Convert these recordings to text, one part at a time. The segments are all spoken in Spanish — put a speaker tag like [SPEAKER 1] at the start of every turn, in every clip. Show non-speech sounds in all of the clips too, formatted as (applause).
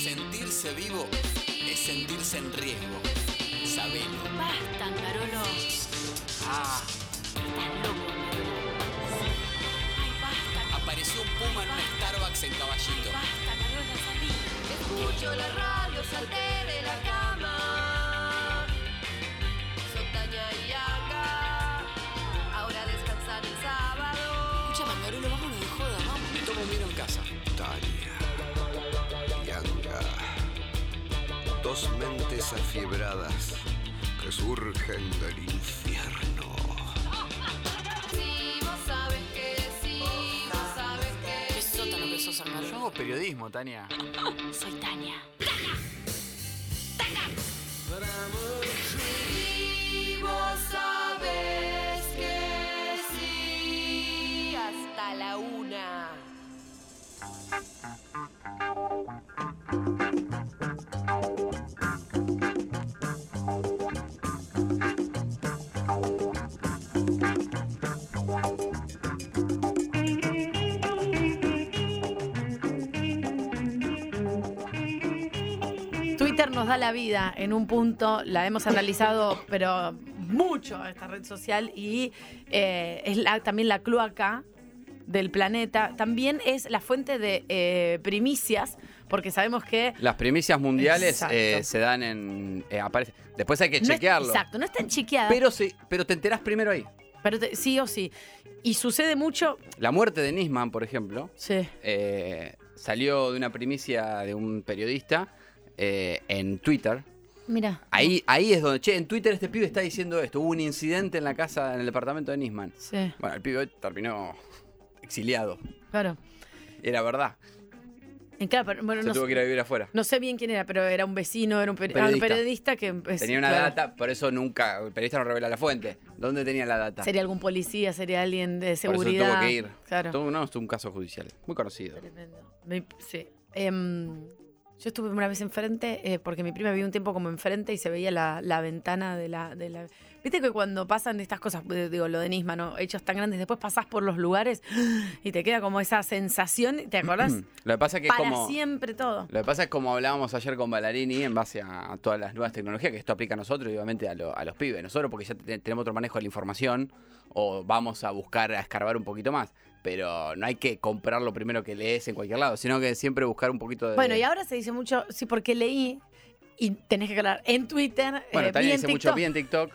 [SPEAKER 1] sentirse vivo es sentirse en riesgo. Sabelo.
[SPEAKER 2] Basta, Carolo.
[SPEAKER 1] Ah,
[SPEAKER 2] Estás loco. Ay, basta.
[SPEAKER 1] apareció un puma en un Starbucks en Caballito.
[SPEAKER 2] Basta, Carola, salí.
[SPEAKER 3] Escucho la radio, salté de la cama. Sotaña y acá. Ahora descansar el sábado.
[SPEAKER 2] Escucha, Mangarulo, vámonos de joda, vamos.
[SPEAKER 1] Me tomo un vino en casa.
[SPEAKER 4] Tania, Yanga, dos mentes afiebradas que surgen del infierno.
[SPEAKER 3] Si vos sabes que si vos sabes que
[SPEAKER 2] Qué sótano que sos,
[SPEAKER 5] Yo
[SPEAKER 2] Mangarulo.
[SPEAKER 5] hago periodismo, Tania.
[SPEAKER 6] (laughs)
[SPEAKER 2] Soy Tania.
[SPEAKER 3] si vos sabes que sí. Hasta la una.
[SPEAKER 7] Twitter nos da la vida en un punto, la hemos analizado, pero mucho esta red social y eh, es la- también la cloaca del planeta. También es la fuente de eh, primicias, porque sabemos que.
[SPEAKER 8] Las primicias mundiales
[SPEAKER 7] Exacto.
[SPEAKER 8] eh, se dan en. eh, aparece. Después hay que
[SPEAKER 7] no es-
[SPEAKER 8] chequearlo.
[SPEAKER 7] exacto, no es tan chiqueada, pero,
[SPEAKER 8] Pero sí, pero te enterás primero ahí.
[SPEAKER 7] te- sí o sí. Y sucede mucho.
[SPEAKER 8] La muerte de Nisman, por ejemplo,
[SPEAKER 7] Sí.
[SPEAKER 8] eh, salió de una primicia de un periodista eh, en Twitter.
[SPEAKER 7] Mira.
[SPEAKER 8] Ahí, ahí es donde, che, en Twitter este pibe está diciendo esto. Hubo un incidente en la casa, en el departamento de Nisman.
[SPEAKER 7] Sí,
[SPEAKER 8] Bueno, el pibe terminó exiliado.
[SPEAKER 7] claro.
[SPEAKER 8] Era verdad.
[SPEAKER 7] En- claro, pero, bueno,
[SPEAKER 8] Se
[SPEAKER 7] no,
[SPEAKER 8] tuvo
[SPEAKER 7] sé-
[SPEAKER 8] que ir a vivir afuera.
[SPEAKER 7] no sé bien quién era, pero era un vecino, era un, peri- era un periodista.
[SPEAKER 8] Periodista.
[SPEAKER 7] que empezó-
[SPEAKER 8] Tenía una
[SPEAKER 7] pues, claro.
[SPEAKER 8] data, por eso nunca, el periodista no revela la fuente. ¿Dónde tenía la data?
[SPEAKER 7] Sería algún policía, sería alguien de
[SPEAKER 8] Por eso
[SPEAKER 7] seguridad.
[SPEAKER 8] tuvo que ir.
[SPEAKER 7] Claro.
[SPEAKER 8] Tuvo- no, es un caso judicial. Muy conocido.
[SPEAKER 7] Tremendo. Me- sí. Em, yo estuve una vez enfrente, eh, porque mi prima vivía un tiempo como enfrente y se veía la, la ventana de la, de la- Viste que cuando pasan estas cosas, eh, digo, lo de Nisma, ¿no? Hechos tan grandes, después pasás por los lugares y te queda como esa sensación, ¿te acordás?
[SPEAKER 8] Lo que (clears throat) pasa es que es
[SPEAKER 7] Para
[SPEAKER 8] como.
[SPEAKER 7] siempre todo.
[SPEAKER 8] Lo que pasa es como hablábamos ayer con Ballarini en base a todas las nuevas tecnologías que esto aplica a nosotros y obviamente a, lo- a los pibes. Nosotros porque ya te- tenemos otro manejo de la información o vamos a buscar a escarbar un poquito más. Pero no hay que comprar lo primero que lees en cualquier lado, sino que siempre buscar un poquito de...
[SPEAKER 7] Bueno, y ahora se dice mucho, sí, porque leí y tenés que aclarar en Twitter,
[SPEAKER 8] Bueno,
[SPEAKER 7] eh, vi
[SPEAKER 8] Tania
[SPEAKER 7] en
[SPEAKER 8] dice mucho,
[SPEAKER 7] TikTok.
[SPEAKER 8] vi en TikTok.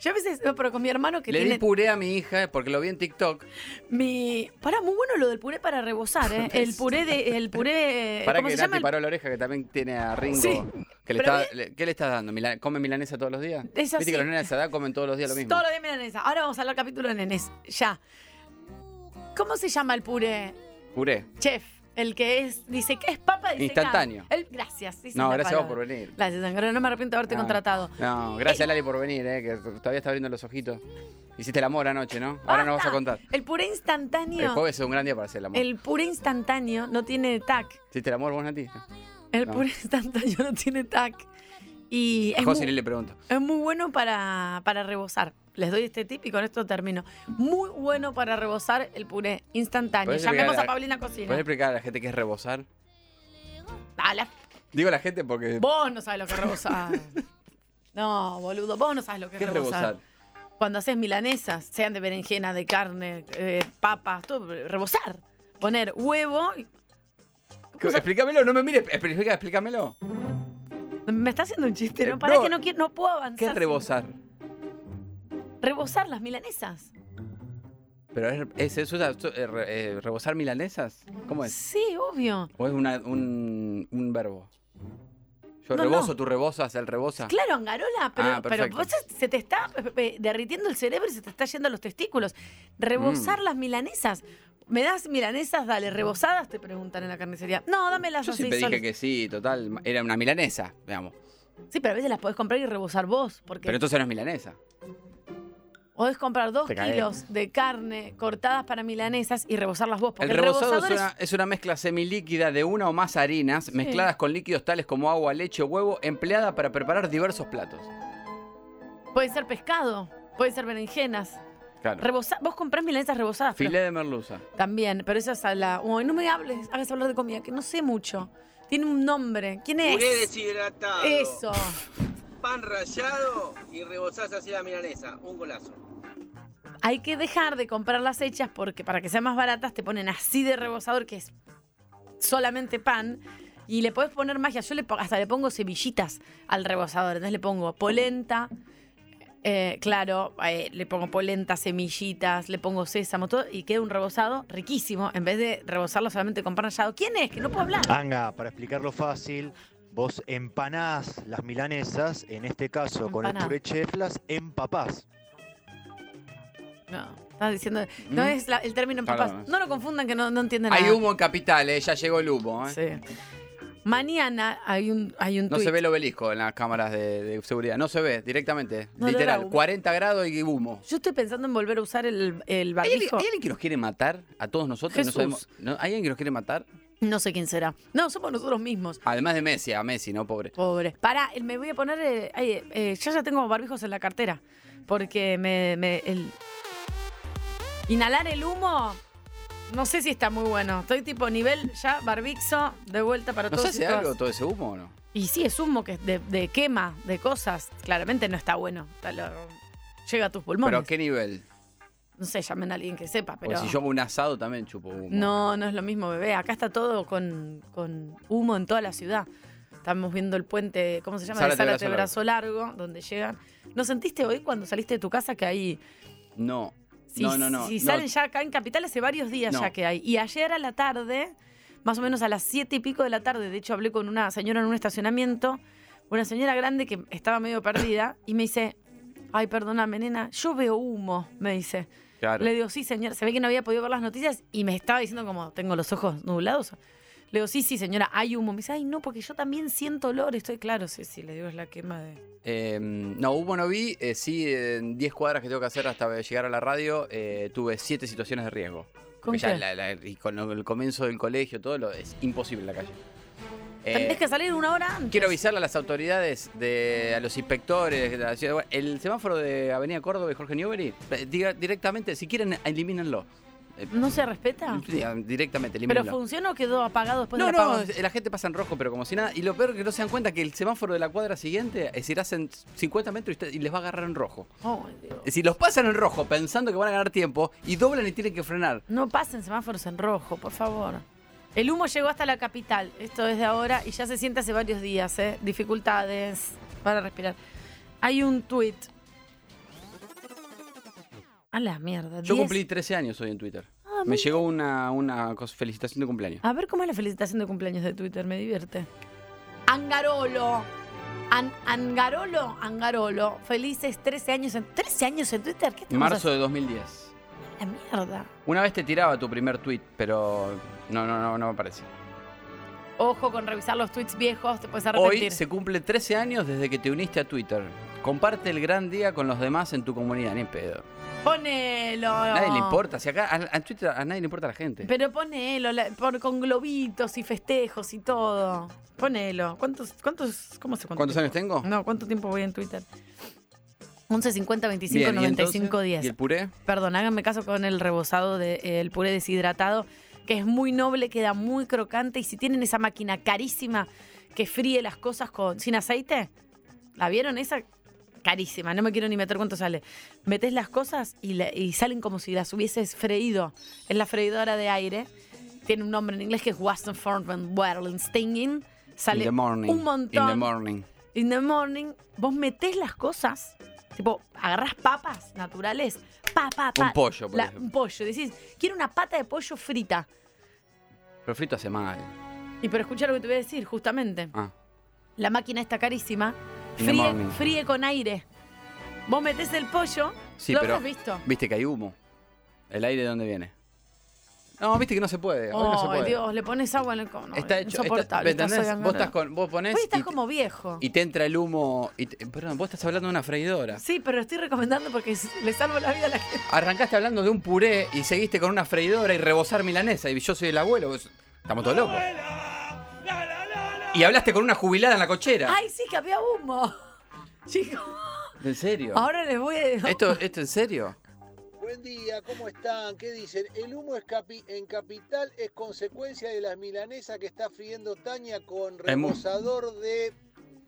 [SPEAKER 7] Yo a veces, no, pero con mi hermano que
[SPEAKER 8] Le
[SPEAKER 7] tiene
[SPEAKER 8] di puré a mi hija porque lo vi en TikTok.
[SPEAKER 7] mi, para muy bueno lo del puré para
[SPEAKER 8] (laughs)
[SPEAKER 7] rebosar, ¿eh? El puré de el puré,
[SPEAKER 8] Para
[SPEAKER 7] Eh, ¿cómo
[SPEAKER 8] que
[SPEAKER 7] se
[SPEAKER 8] Nati
[SPEAKER 7] llama? El-
[SPEAKER 8] paró la oreja que también tiene a Ringo.
[SPEAKER 7] Sí,
[SPEAKER 8] que le
[SPEAKER 7] pero
[SPEAKER 8] está- le- ¿Qué le estás dando? Mila- ¿Come milanesa todos los días?
[SPEAKER 7] Es así.
[SPEAKER 8] Viste que los nenes de esa edad comen todos los días lo mismo.
[SPEAKER 7] Todos los días milanesa. Ahora vamos a hablar capítulo de nenes. Ya. ¿Cómo se llama el puré?
[SPEAKER 8] Puré.
[SPEAKER 7] Chef. El que es, dice que es papa disecada.
[SPEAKER 8] Instantáneo.
[SPEAKER 7] El- gracias. dice
[SPEAKER 8] No,
[SPEAKER 7] la
[SPEAKER 8] gracias a vos por
[SPEAKER 7] palabra.
[SPEAKER 8] venir.
[SPEAKER 7] Gracias, Sangre. No me arrepiento de haberte
[SPEAKER 8] Ah,
[SPEAKER 7] contratado.
[SPEAKER 8] No, gracias Lali por venir, eh, que todavía está abriendo los ojitos. Hiciste el amor anoche, ¿no? Ahora no vas
[SPEAKER 7] Basta.
[SPEAKER 8] a contar.
[SPEAKER 7] El puré
[SPEAKER 8] El
[SPEAKER 7] instantáneo.
[SPEAKER 8] jueves es un gran día para hacer el amor.
[SPEAKER 7] El puré instantáneo no tiene tac.
[SPEAKER 8] ¿Hiciste el amor vos, Nati?
[SPEAKER 7] El
[SPEAKER 8] No.
[SPEAKER 7] puré (laughs) instantáneo no tiene tac. Y
[SPEAKER 8] A
[SPEAKER 7] es
[SPEAKER 8] José
[SPEAKER 7] muy-
[SPEAKER 8] ni le pregunto.
[SPEAKER 7] Es muy bueno para, para rebosar. Les doy este tip y con esto termino. Muy bueno para rebosar el puré instantáneo.
[SPEAKER 8] ¿Podés
[SPEAKER 7] Llamemos a
[SPEAKER 8] explicar la-
[SPEAKER 7] Paulina Cocina.
[SPEAKER 8] ¿Puedes explicar a la gente qué es rebosar?
[SPEAKER 7] Ah, la-
[SPEAKER 8] Digo la gente porque.
[SPEAKER 7] Vos no sabes lo
[SPEAKER 8] (laughs)
[SPEAKER 7] que es rebosar. No, boludo, vos no sabes lo que
[SPEAKER 8] ¿Qué
[SPEAKER 7] es
[SPEAKER 8] es
[SPEAKER 7] rebosar.
[SPEAKER 8] rebosar?
[SPEAKER 7] Cuando haces milanesas, sean de berenjena, de carne, eh, papas, todo, rebosar. Poner huevo. y-
[SPEAKER 8] Eh, ¿Qué- Explícamelo, no me mires. Explica, explícamelo.
[SPEAKER 7] Me está haciendo un chiste, ¿no?
[SPEAKER 8] Eh,
[SPEAKER 7] Para
[SPEAKER 8] no.
[SPEAKER 7] que no, quiero- no puedo avanzar.
[SPEAKER 8] ¿Qué es rebosar?
[SPEAKER 7] Rebosar las milanesas.
[SPEAKER 8] ¿Pero es, es eso, eh, re- eh, rebosar milanesas? ¿Cómo es?
[SPEAKER 7] Sí, obvio.
[SPEAKER 8] ¿O es una- un, un verbo? Yo
[SPEAKER 7] No,
[SPEAKER 8] reboso,
[SPEAKER 7] no.
[SPEAKER 8] tú rebosas, él rebosa.
[SPEAKER 7] Claro, Angarola, pero,
[SPEAKER 8] Ah,
[SPEAKER 7] pero
[SPEAKER 8] perfecto.
[SPEAKER 7] vos se te está eh, eh, derritiendo el cerebro y se te está yendo a los testículos. Rebosar
[SPEAKER 8] Mm.
[SPEAKER 7] las milanesas. ¿Me das milanesas? Dale, rebosadas, te preguntan en la carnicería. No, dámelas
[SPEAKER 8] Yo
[SPEAKER 7] así
[SPEAKER 8] siempre
[SPEAKER 7] solas.
[SPEAKER 8] dije que sí, total. ma- Era una milanesa, veamos.
[SPEAKER 7] Sí, pero a veces las podés comprar y rebosar vos. Porque
[SPEAKER 8] Pero entonces no es milanesa.
[SPEAKER 7] podés comprar dos
[SPEAKER 8] Te cagué.
[SPEAKER 7] kilos de carne cortadas para milanesas y rebosarlas vos. Porque
[SPEAKER 8] El
[SPEAKER 7] el,
[SPEAKER 8] rebozado es
[SPEAKER 7] rebosador
[SPEAKER 8] una, es una mezcla semilíquida de una o más harinas mezcladas con líquidos tales como agua, leche o huevo, empleada para preparar diversos platos.
[SPEAKER 7] es- puede ser pescado, puede ser berenjenas.
[SPEAKER 8] Claro.
[SPEAKER 7] Rebosa- vos comprás milanesas rebosadas. pero-
[SPEAKER 8] Filé de merluza.
[SPEAKER 7] oh, También, pero eso es a la. Uy, no me hables, hagas hablar de comida, que no sé mucho. Tiene un nombre. ¿Quién
[SPEAKER 5] Puré
[SPEAKER 7] es?
[SPEAKER 5] deshidratado.
[SPEAKER 7] Eso.
[SPEAKER 5] Pan rallado y rebozás así la milanesa. Un golazo.
[SPEAKER 7] Hay que dejar de comprar las hechas porque para que sean más baratas te ponen así de rebozador que es solamente pan. Y le podés poner magia. Yo le, po- hasta le pongo semillitas al rebozador. Entonces le pongo polenta. eh, claro, eh, le pongo polenta, semillitas, le pongo sésamo, todo, y queda un rebozado riquísimo, en vez de rebozarlo solamente con pan rallado. ¿Quién es? Que no puedo hablar.
[SPEAKER 9] Anga, para explicarlo fácil, vos empanás las milanesas, en este caso con el
[SPEAKER 7] Empaná.
[SPEAKER 9] puré chef, las empapás.
[SPEAKER 7] No, estás diciendo. No
[SPEAKER 8] ¿Mm?
[SPEAKER 7] es la- el término en
[SPEAKER 8] Perdón,
[SPEAKER 7] papas.
[SPEAKER 8] es-
[SPEAKER 7] No lo confundan que no, no entienden
[SPEAKER 8] Hay
[SPEAKER 7] nada.
[SPEAKER 8] humo en Capital, eh, ya llegó el humo. eh.
[SPEAKER 7] Sí. Mañana hay un, hay un
[SPEAKER 8] No
[SPEAKER 7] tuit.
[SPEAKER 8] se ve el obelisco en las cámaras de, de seguridad, no se ve directamente,
[SPEAKER 7] No, de verdad,
[SPEAKER 8] literal,
[SPEAKER 7] humo.
[SPEAKER 8] 40 grados y humo.
[SPEAKER 7] Yo estoy pensando en volver a usar el, el
[SPEAKER 8] ¿Hay, alguien-
[SPEAKER 7] barbijo.
[SPEAKER 8] hay alguien que nos quiere matar a todos nosotros? No
[SPEAKER 7] Jesús.
[SPEAKER 8] sabemos- ¿no? ¿Hay alguien que nos quiere matar?
[SPEAKER 7] No sé quién será. No, somos nosotros mismos.
[SPEAKER 8] Además de Messi, a Messi, ¿no? Pobre.
[SPEAKER 7] Pobre. Pará, el- me voy a poner. eh, ay, eh, yo ya tengo barbijos en la cartera. Porque me. me- el... Inhalar el humo. No sé si está muy bueno. Estoy tipo nivel ya barbixo de vuelta para
[SPEAKER 8] ¿No
[SPEAKER 7] todos. y
[SPEAKER 8] se hace
[SPEAKER 7] todas.
[SPEAKER 8] algo todo ese humo o no?
[SPEAKER 7] Y sí, es humo que de, de quema, de cosas. Claramente no está bueno. Está lo- llega a tus pulmones.
[SPEAKER 8] ¿Pero a qué nivel?
[SPEAKER 7] No sé, llamen a alguien que sepa, pero.
[SPEAKER 8] Porque si yo hago un asado también chupo humo.
[SPEAKER 7] No, no es lo mismo, bebé. Acá está todo con, con humo en toda la ciudad. Estamos viendo el puente, ¿cómo se llama?
[SPEAKER 8] Zárate,
[SPEAKER 7] de Zárate
[SPEAKER 8] Brazo
[SPEAKER 7] Brazo Largo, donde llegan. ¿No sentiste hoy cuando saliste de tu casa que hay.
[SPEAKER 8] No.
[SPEAKER 7] Si,
[SPEAKER 8] no, no, no.
[SPEAKER 7] si
[SPEAKER 8] no.
[SPEAKER 7] salen ya acá en Capital hace varios días
[SPEAKER 8] No.
[SPEAKER 7] ya que hay. Y ayer a la tarde, más o menos a las siete y pico de la tarde, de hecho hablé con una señora en un estacionamiento, una señora grande que estaba medio perdida, y me dice, ay, perdóname, nena, yo veo humo, me dice.
[SPEAKER 8] Claro.
[SPEAKER 7] Le digo, sí, señor. Se ve que no había podido ver las noticias y me estaba diciendo como, tengo los ojos nublados. Le digo, sí, sí, señora, hay humo. Me dice, ay, no, porque yo también siento olor. Estoy claro, sí, sí, le digo, es la quema de...
[SPEAKER 8] Eh, no, humo no vi. eh, sí, en 10 cuadras que tengo que hacer hasta llegar a la radio, eh, tuve 7 situaciones de riesgo.
[SPEAKER 7] ¿Con
[SPEAKER 8] Porque ya
[SPEAKER 7] qué?
[SPEAKER 8] la- la- y con lo- el comienzo del colegio, todo lo, es imposible en la calle. Eh,
[SPEAKER 7] Tendrías que salir una hora antes.
[SPEAKER 8] Quiero avisarle a las autoridades, de, a los inspectores de la ciudad. bueno, El semáforo de Avenida Córdoba y Jorge Newbery, eh, diga directamente, si quieren, elimínenlo. Eh,
[SPEAKER 7] ¿No se respeta?
[SPEAKER 8] diga- Directamente,
[SPEAKER 7] ¿Pero
[SPEAKER 8] elimínenlo.
[SPEAKER 7] funcionó o quedó apagado después
[SPEAKER 8] No,
[SPEAKER 7] del
[SPEAKER 8] no,
[SPEAKER 7] apagón?
[SPEAKER 8] la gente pasa en rojo, pero como si nada. Y lo peor es que no se dan cuenta que el semáforo de la cuadra siguiente, es decir, hacen 50 metros y, usted- y les va a agarrar en rojo.
[SPEAKER 7] Ay, Oh, Dios.
[SPEAKER 8] Es decir, los pasan en rojo pensando que van a ganar tiempo y doblan y tienen que frenar.
[SPEAKER 7] No pasen semáforos en rojo, por favor. El humo llegó hasta la capital. Esto es de ahora y ya se siente hace varios días, ¿eh? Dificultades para respirar. Hay un tuit. A la mierda.
[SPEAKER 8] Yo
[SPEAKER 7] 10.
[SPEAKER 8] cumplí 13 años hoy en Twitter.
[SPEAKER 7] Ah,
[SPEAKER 8] Me llegó una, una cos- felicitación de cumpleaños.
[SPEAKER 7] A ver cómo es la felicitación de cumpleaños de Twitter, me divierte. Angarolo. An- Angarolo, Angarolo. Felices 13 años en. 13 años en Twitter, ¿qué estamos
[SPEAKER 8] Marzo de 2010.
[SPEAKER 7] haciendo? La mierda.
[SPEAKER 8] Una vez te tiraba tu primer tweet, pero no, no, no, no me parece.
[SPEAKER 7] Ojo con revisar los tweets viejos, te puedes arrepentir.
[SPEAKER 8] Hoy se cumple 13 años desde que te uniste a Twitter. Comparte el gran día con los demás en tu comunidad, ni pedo.
[SPEAKER 7] Ponelo.
[SPEAKER 8] A nadie le importa, si acá a, a Twitter a nadie le importa la gente.
[SPEAKER 7] Pero ponelo, la- por, con globitos y festejos y todo. Ponelo. ¿Cuántos, cuántos, cómo se cuánto
[SPEAKER 8] ¿Cuántos años
[SPEAKER 7] tiempo?
[SPEAKER 8] tengo?
[SPEAKER 7] No, ¿cuánto tiempo voy en Twitter? 11, 50, 25,
[SPEAKER 8] Bien, ¿y
[SPEAKER 7] 95,
[SPEAKER 8] entonces?
[SPEAKER 7] 10.
[SPEAKER 8] ¿Y el puré?
[SPEAKER 7] Perdón, háganme caso con el rebozado del puré deshidratado, que es muy noble, queda muy crocante. Y si tienen esa máquina carísima que fríe las cosas con, sin aceite, ¿la vieron esa? Carísima, no me quiero ni meter cuánto sale. Metes las cosas y, le- y salen como si las hubieses freído. Es la freidora de aire. Tiene un nombre en inglés que es Weston Furman Whirling Stinging. Sale
[SPEAKER 8] In the morning.
[SPEAKER 7] un montón.
[SPEAKER 8] In the morning.
[SPEAKER 7] In the morning, vos metés las cosas, tipo, agarrás papas naturales, pa, pa, pa.
[SPEAKER 8] Un pollo, por
[SPEAKER 7] la-
[SPEAKER 8] ejemplo.
[SPEAKER 7] un pollo. Decís, quiero una pata de pollo frita.
[SPEAKER 8] Pero frito hace mal.
[SPEAKER 7] Y pero escuchar lo que te voy a decir, justamente.
[SPEAKER 8] Ah.
[SPEAKER 7] La máquina está carísima.
[SPEAKER 8] In the
[SPEAKER 7] Fríe,
[SPEAKER 8] morning.
[SPEAKER 7] fríe con aire. Vos metés el pollo,
[SPEAKER 8] Sí,
[SPEAKER 7] lo
[SPEAKER 8] pero-
[SPEAKER 7] habrás visto.
[SPEAKER 8] Viste que hay humo. ¿El aire de dónde viene? No, viste que no se puede. hoy no se
[SPEAKER 7] Ay,
[SPEAKER 8] puede.
[SPEAKER 7] Dios, le pones agua en el cono.
[SPEAKER 8] Está hecho. está-
[SPEAKER 7] Insoportable.
[SPEAKER 8] ¿Me
[SPEAKER 7] estás
[SPEAKER 8] entendés?
[SPEAKER 7] sacando-
[SPEAKER 8] Vos, estás con, vos ponés
[SPEAKER 7] Hoy estás
[SPEAKER 8] y-
[SPEAKER 7] como viejo.
[SPEAKER 8] y te entra el humo. Y te- perdón, vos estás hablando de una freidora.
[SPEAKER 7] Sí, pero estoy recomendando porque s- le salvo la vida a la gente.
[SPEAKER 8] Arrancaste hablando de un puré y seguiste con una freidora y rebozar milanesa. Y yo soy el abuelo. vos- Estamos todos locos. Y hablaste con una jubilada en la cochera.
[SPEAKER 7] Ay, sí, que había humo. Chicos.
[SPEAKER 8] ¿En serio?
[SPEAKER 7] Ahora les voy a... (laughs)
[SPEAKER 8] ¿Esto, ¿Esto en serio?
[SPEAKER 10] buen día, ¿cómo están? ¿Qué dicen? El humo escapi- en capital es consecuencia de las milanesas que está friendo Tania con
[SPEAKER 8] Es muy-
[SPEAKER 10] reposador de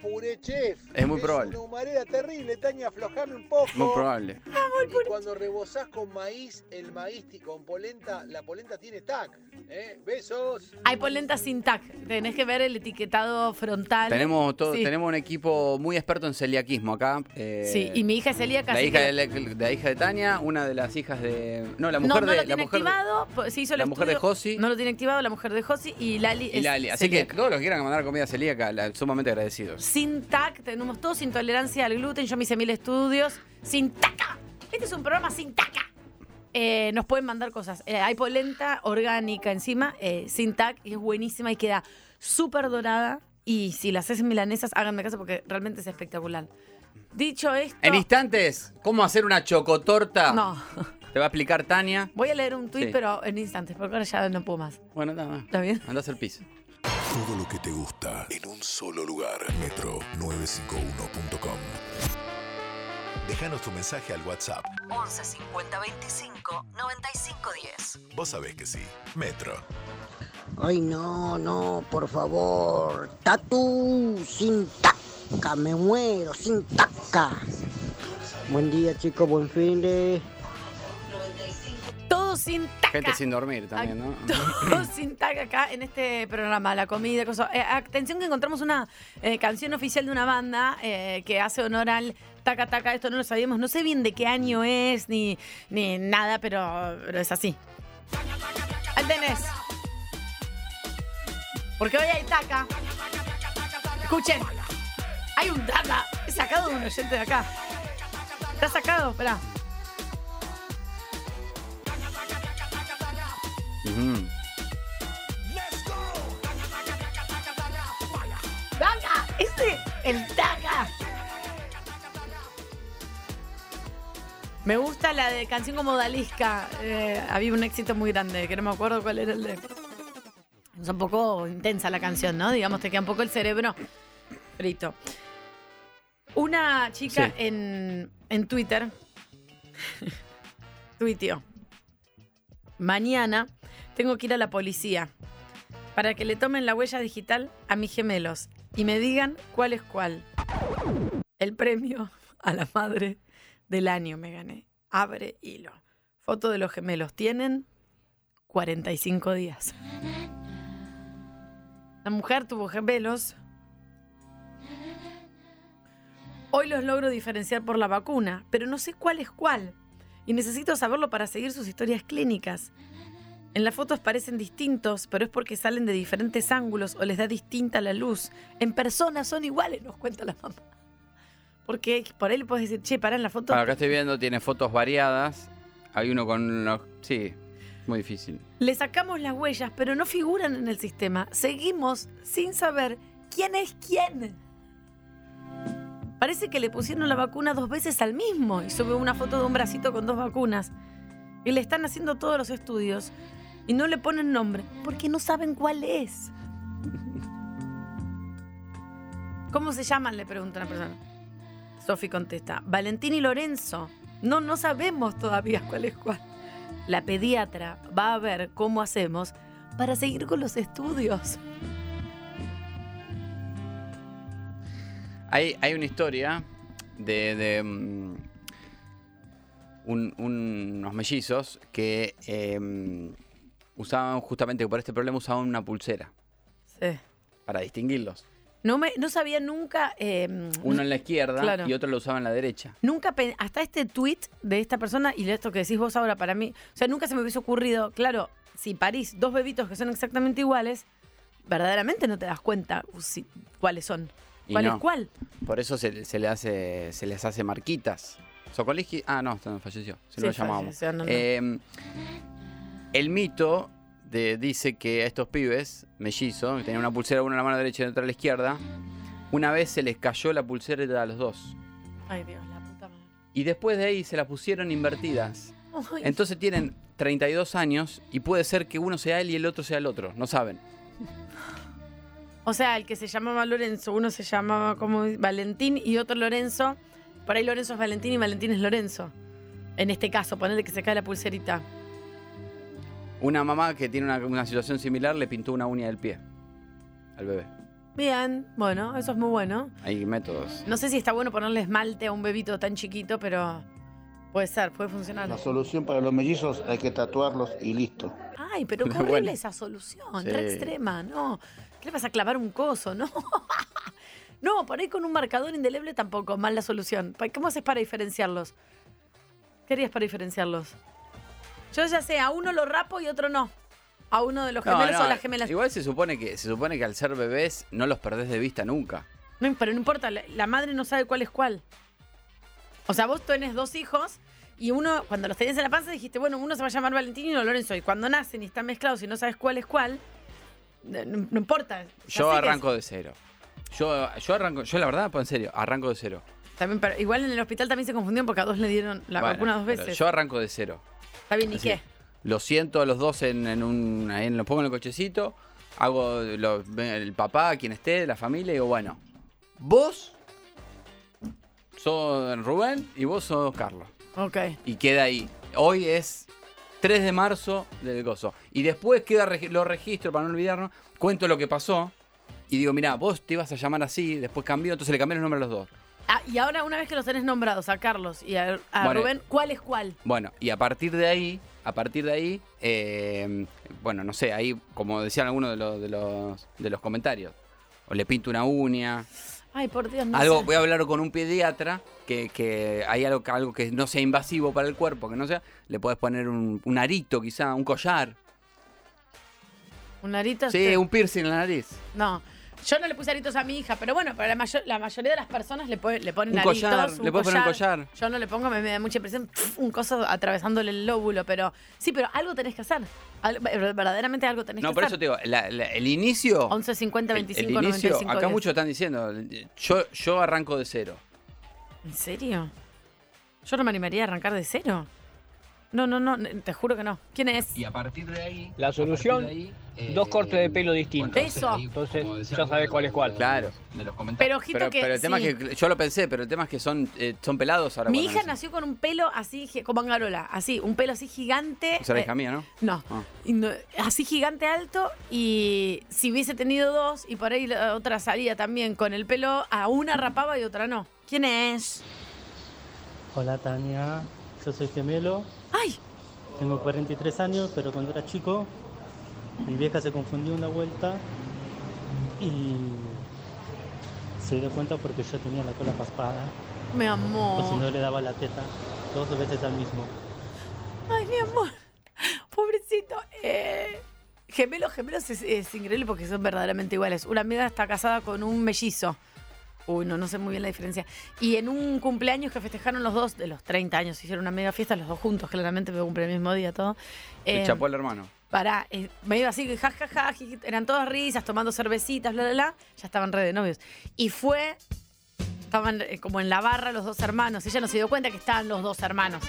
[SPEAKER 10] purechef.
[SPEAKER 8] Es muy probable.
[SPEAKER 10] una humareda terrible, Tania, aflojame un poco.
[SPEAKER 8] Muy probable.
[SPEAKER 10] Y cuando rebozás con maíz, el maíz ti- con polenta, la polenta tiene tac. ¿eh? Besos.
[SPEAKER 7] Hay polenta sin tac. Tenés que ver el etiquetado frontal.
[SPEAKER 8] Tenemos, todo,
[SPEAKER 7] Sí.
[SPEAKER 8] tenemos un equipo muy experto en celiaquismo acá. eh,
[SPEAKER 7] Sí, y mi hija es celíaca.
[SPEAKER 8] la
[SPEAKER 7] así
[SPEAKER 8] hija,
[SPEAKER 7] que-
[SPEAKER 8] de la, de la hija de Tania, una de las hijas de. No, la
[SPEAKER 7] no,
[SPEAKER 8] mujer
[SPEAKER 7] no
[SPEAKER 8] de.
[SPEAKER 7] lo
[SPEAKER 8] la
[SPEAKER 7] tiene
[SPEAKER 8] mujer de-
[SPEAKER 7] activado. po- Se hizo el
[SPEAKER 8] la mujer de
[SPEAKER 7] estudio,
[SPEAKER 8] Josi.
[SPEAKER 7] No lo tiene activado la mujer de Josi y Lali
[SPEAKER 8] y
[SPEAKER 7] es
[SPEAKER 8] Lali. Así que
[SPEAKER 7] celíaca.
[SPEAKER 8] todos los que quieran mandar comida celíaca, la- sumamente agradecidos.
[SPEAKER 7] Sin tac, tenemos todos intolerancia al gluten. Yo me hice mil estudios. Sin taca. Este es un programa sin taca. Eh, nos pueden mandar cosas. Eh, hay polenta orgánica encima, eh, sin tac, y es buenísima y queda súper dorada. Y si las haces milanesas, háganme caso porque realmente es espectacular. Dicho esto.
[SPEAKER 8] En instantes, ¿cómo hacer una chocotorta?
[SPEAKER 7] No.
[SPEAKER 8] Te va a explicar Tania.
[SPEAKER 7] Voy a leer un tuit,
[SPEAKER 8] Sí.
[SPEAKER 7] pero en instantes, porque ahora ya no puedo más.
[SPEAKER 8] Bueno, nada más.
[SPEAKER 7] ¿Está bien?
[SPEAKER 8] Andás al piso.
[SPEAKER 11] Todo lo que te gusta en un solo lugar. Metro 951.com. Déjanos tu mensaje al WhatsApp.
[SPEAKER 12] 11 50 25 95 10.
[SPEAKER 11] Vos sabés que sí. Metro.
[SPEAKER 13] Ay, no, no, por favor. Tatu, sin taca, me muero, sin taca. Buen día, chicos, buen fin de.
[SPEAKER 7] Todo sin taca.
[SPEAKER 8] Gente sin dormir también, ¿no? (laughs)
[SPEAKER 7] Todo sin taca acá en este programa, la comida, cosas. Eh, atención que encontramos una eh, canción oficial de una banda eh, que hace honor al taca taca. Esto no lo sabíamos, no sé bien de qué año es ni, ni nada, pero, pero es así. Ahí tenés. Porque hoy hay taca. Escuchen. Hay un taca. He sacado de un oyente de acá. Está sacado, espera.
[SPEAKER 8] Ujú.
[SPEAKER 7] ¡Taca! ¡Ese! ¡El taca! Me gusta la de canción como Dalisca. Eh, había un éxito muy grande, que no me acuerdo cuál era el de. Es un poco intensa la canción, ¿no? Digamos, te queda un poco el cerebro frito. Una chica
[SPEAKER 8] Sí.
[SPEAKER 7] en, en Twitter (laughs) tuiteó. Mañana tengo que ir a la policía para que le tomen la huella digital a mis gemelos y me digan cuál es cuál. El premio a la madre del año me gané. Abre hilo. Foto de los gemelos. Tienen 45 días. La mujer tuvo gemelos. Hoy los logro diferenciar por la vacuna, pero no sé cuál es cuál. Y necesito saberlo para seguir sus historias clínicas. En las fotos parecen distintos, pero es porque salen de diferentes ángulos o les da distinta la luz. En persona son iguales, nos cuenta la mamá. Porque por ahí le puedes decir, che, pará en la foto.
[SPEAKER 8] Bueno, Ah, acá estoy viendo, tiene fotos variadas. Hay uno con unos. Sí, muy difícil.
[SPEAKER 7] Le sacamos las huellas, pero no figuran en el sistema. Seguimos sin saber quién es quién. Parece que le pusieron la vacuna dos veces al mismo y sube una foto de un bracito con dos vacunas. Y le están haciendo todos los estudios y no le ponen nombre porque no saben cuál es. ¿Cómo se llaman? Le pregunta una persona. Sofi contesta, Valentín y Lorenzo. No, no sabemos todavía cuál es cuál. La pediatra va a ver cómo hacemos para seguir con los estudios.
[SPEAKER 8] Hay, hay una historia de, de, mm, un- un- unos mellizos que eh, usaban justamente por este problema usaban una pulsera
[SPEAKER 7] Sí.
[SPEAKER 8] para distinguirlos.
[SPEAKER 7] No, me, no sabía nunca, eh,
[SPEAKER 8] Uno en la izquierda
[SPEAKER 7] Claro.
[SPEAKER 8] y otro lo usaba en la derecha.
[SPEAKER 7] nunca pe- hasta este tweet de esta persona y esto que decís vos ahora para mí, o sea, nunca se me hubiese ocurrido, claro, si París, dos bebitos que son exactamente iguales, verdaderamente no te das cuenta uh, si- cuáles son.
[SPEAKER 8] Y
[SPEAKER 7] ¿Cuál
[SPEAKER 8] no.
[SPEAKER 7] es cuál?
[SPEAKER 8] Por eso se, se le hace, se les hace marquitas. Sokolisky, ah no, está- falleció. Si
[SPEAKER 7] Sí,
[SPEAKER 8] no lo llamábamos.
[SPEAKER 7] falleció, no, no.
[SPEAKER 8] Eh, el mito de- dice que a estos pibes, mellizos, que tenían una pulsera, una en la mano derecha y otra en la izquierda, una vez se les cayó la pulsera a los dos.
[SPEAKER 7] Ay, Dios, la puta madre.
[SPEAKER 8] Y después de ahí se las pusieron invertidas.
[SPEAKER 7] Ay,
[SPEAKER 8] Entonces tienen 32 años y puede ser que uno sea él y el otro sea el otro. No saben.
[SPEAKER 7] O sea, el que se llamaba Lorenzo, uno se llamaba como Valentín y otro Lorenzo. Por ahí Lorenzo es Valentín y Valentín es Lorenzo. En este caso, ponerle que se cae la pulserita.
[SPEAKER 8] Una mamá que tiene una, una situación similar le pintó una uña del pie al bebé.
[SPEAKER 7] Bien, bueno, eso es muy bueno.
[SPEAKER 8] Hay métodos.
[SPEAKER 7] No sé si está bueno ponerle esmalte a un bebito tan chiquito, pero puede ser, puede funcionar.
[SPEAKER 14] La solución para los mellizos hay que tatuarlos y listo.
[SPEAKER 7] Ay, pero qué
[SPEAKER 14] (laughs) Bueno.
[SPEAKER 7] horrible esa solución,
[SPEAKER 14] Sí.
[SPEAKER 7] re extrema, no. ¿Qué le vas a clavar un coso, no? (laughs) no, por ahí con un marcador indeleble tampoco, mal la solución. Pa- ¿Cómo haces para diferenciarlos? ¿Qué harías para diferenciarlos? Yo ya sé, a uno lo rapo y otro no. A uno de los gemelos o las gemelas.
[SPEAKER 8] Igual se supone que se supone que al ser bebés no los perdés de vista nunca.
[SPEAKER 7] No, pero no importa, la, la madre no sabe cuál es cuál. O sea, vos tenés dos hijos y uno, cuando los tenías en la panza, dijiste, bueno, uno se va a llamar Valentín y uno Lorenzo. Y cuando nacen y están mezclados y no sabes cuál es cuál, no, no- no importa. Ya
[SPEAKER 8] Yo
[SPEAKER 7] sé que
[SPEAKER 8] arranco de cero. Yo, yo arranco, yo la verdad, pues, en serio, arranco de cero.
[SPEAKER 7] es- también, pero igual en el hospital también se confundieron porque a dos le dieron la
[SPEAKER 8] Bueno,
[SPEAKER 7] vacuna dos
[SPEAKER 8] pero
[SPEAKER 7] veces.
[SPEAKER 8] Yo arranco de cero.
[SPEAKER 7] Está bien, ¿y qué?
[SPEAKER 8] Lo siento a los dos en, en un. ahí en- los pongo en el cochecito. Hago lo- el papá, quien esté, la familia, y digo, bueno, vos sos Rubén y vos sos Carlos.
[SPEAKER 7] Ok.
[SPEAKER 8] Y queda ahí. Hoy es 3 de marzo del gozo. Y después queda regi- lo registro para no olvidarnos. Cuento lo que pasó. Y digo, mirá, vos te ibas a llamar así, después cambió, entonces le cambié el nombre a los dos.
[SPEAKER 7] Ah, y ahora, una vez que los tenés nombrados a Carlos y a, a
[SPEAKER 8] Bueno.
[SPEAKER 7] Rubén, ¿cuál es cuál?
[SPEAKER 8] Bueno, y a partir de ahí, a partir de ahí, eh, bueno, no sé, ahí, como decían algunos de los, de los, de los comentarios, o le pinto una uña,
[SPEAKER 7] Ay, por Dios, no
[SPEAKER 8] algo,
[SPEAKER 7] sé.
[SPEAKER 8] voy a hablar con un pediatra, que, que hay algo, que- algo que no sea invasivo para el cuerpo, que no sea, le puedes poner un, un arito quizá, un collar,
[SPEAKER 7] Un arito.
[SPEAKER 8] sí,
[SPEAKER 7] este-
[SPEAKER 8] un piercing en la nariz,
[SPEAKER 7] No. Yo no le puse aritos a mi hija, pero bueno, pero la, mayor- la mayoría de las personas le, pone- le ponen
[SPEAKER 8] un
[SPEAKER 7] aritos.
[SPEAKER 8] collar,
[SPEAKER 7] un
[SPEAKER 8] le puedes poner un collar.
[SPEAKER 7] Yo no le pongo, me, me da mucha impresión, un coso atravesándole el lóbulo, pero sí, pero algo tenés que hacer. Al- verdaderamente algo tenés
[SPEAKER 8] No,
[SPEAKER 7] que
[SPEAKER 8] por eso
[SPEAKER 7] hacer.
[SPEAKER 8] te digo, la- la- el inicio...
[SPEAKER 7] 11, 50, 25,
[SPEAKER 8] el inicio,
[SPEAKER 7] 95.
[SPEAKER 8] acá
[SPEAKER 7] diez.
[SPEAKER 8] muchos están diciendo, yo, yo arranco de cero.
[SPEAKER 7] ¿En serio? Yo no me animaría a arrancar de cero. No, no, no, te juro que no. ¿Quién es?
[SPEAKER 8] Y a partir de ahí...
[SPEAKER 15] La solución,
[SPEAKER 7] eh,
[SPEAKER 15] dos cortes de pelo distintos.
[SPEAKER 7] Eso.
[SPEAKER 15] Entonces ya sabes cuál es cuál.
[SPEAKER 8] Claro.
[SPEAKER 7] Oh. Pero ojito
[SPEAKER 8] pero,
[SPEAKER 7] que
[SPEAKER 8] pero el tema
[SPEAKER 7] sí.
[SPEAKER 8] es que yo lo pensé, pero el tema es que son, eh, son pelados ahora.
[SPEAKER 7] Mi
[SPEAKER 8] cuando
[SPEAKER 7] hija
[SPEAKER 8] nacen.
[SPEAKER 7] nació con un pelo así, gi- como angarola, así, un pelo así gigante.
[SPEAKER 8] O sea, la
[SPEAKER 7] eh,
[SPEAKER 8] hija mía, ¿no?
[SPEAKER 7] No.
[SPEAKER 8] Ah.
[SPEAKER 7] Y no- así gigante alto y si hubiese tenido dos y por ahí la otra salía también con el pelo a una rapaba y otra no. ¿Quién es?
[SPEAKER 16] Hola Tania, yo soy gemelo.
[SPEAKER 7] ¡Ay!
[SPEAKER 16] Tengo 43 años, pero cuando era chico, mi vieja se confundió una vuelta y se dio cuenta porque yo tenía la cola paspada.
[SPEAKER 7] Mi
[SPEAKER 16] O si
[SPEAKER 7] amor.
[SPEAKER 16] no le daba la teta dos veces al mismo.
[SPEAKER 7] Ay, mi amor. Pobrecito. Eh, gemelos, gemelos es, es increíble porque son verdaderamente iguales. Una amiga está casada con un mellizo. Uy, no, no sé muy bien la diferencia. Y en un cumpleaños que festejaron los dos, de los 30 años, hicieron una mega fiesta, los dos juntos, claramente, porque cumple el mismo día todo.
[SPEAKER 8] El
[SPEAKER 7] Eh,
[SPEAKER 8] chapó al hermano.
[SPEAKER 7] Pará, eh, me iba así, ja, ja, ja, ji, ji, eran todas risas, tomando cervecitas, bla, bla, bla. Ya estaban re de novios. Y fue, estaban eh, como en la barra los dos hermanos. Ella no se dio cuenta que estaban los dos hermanos.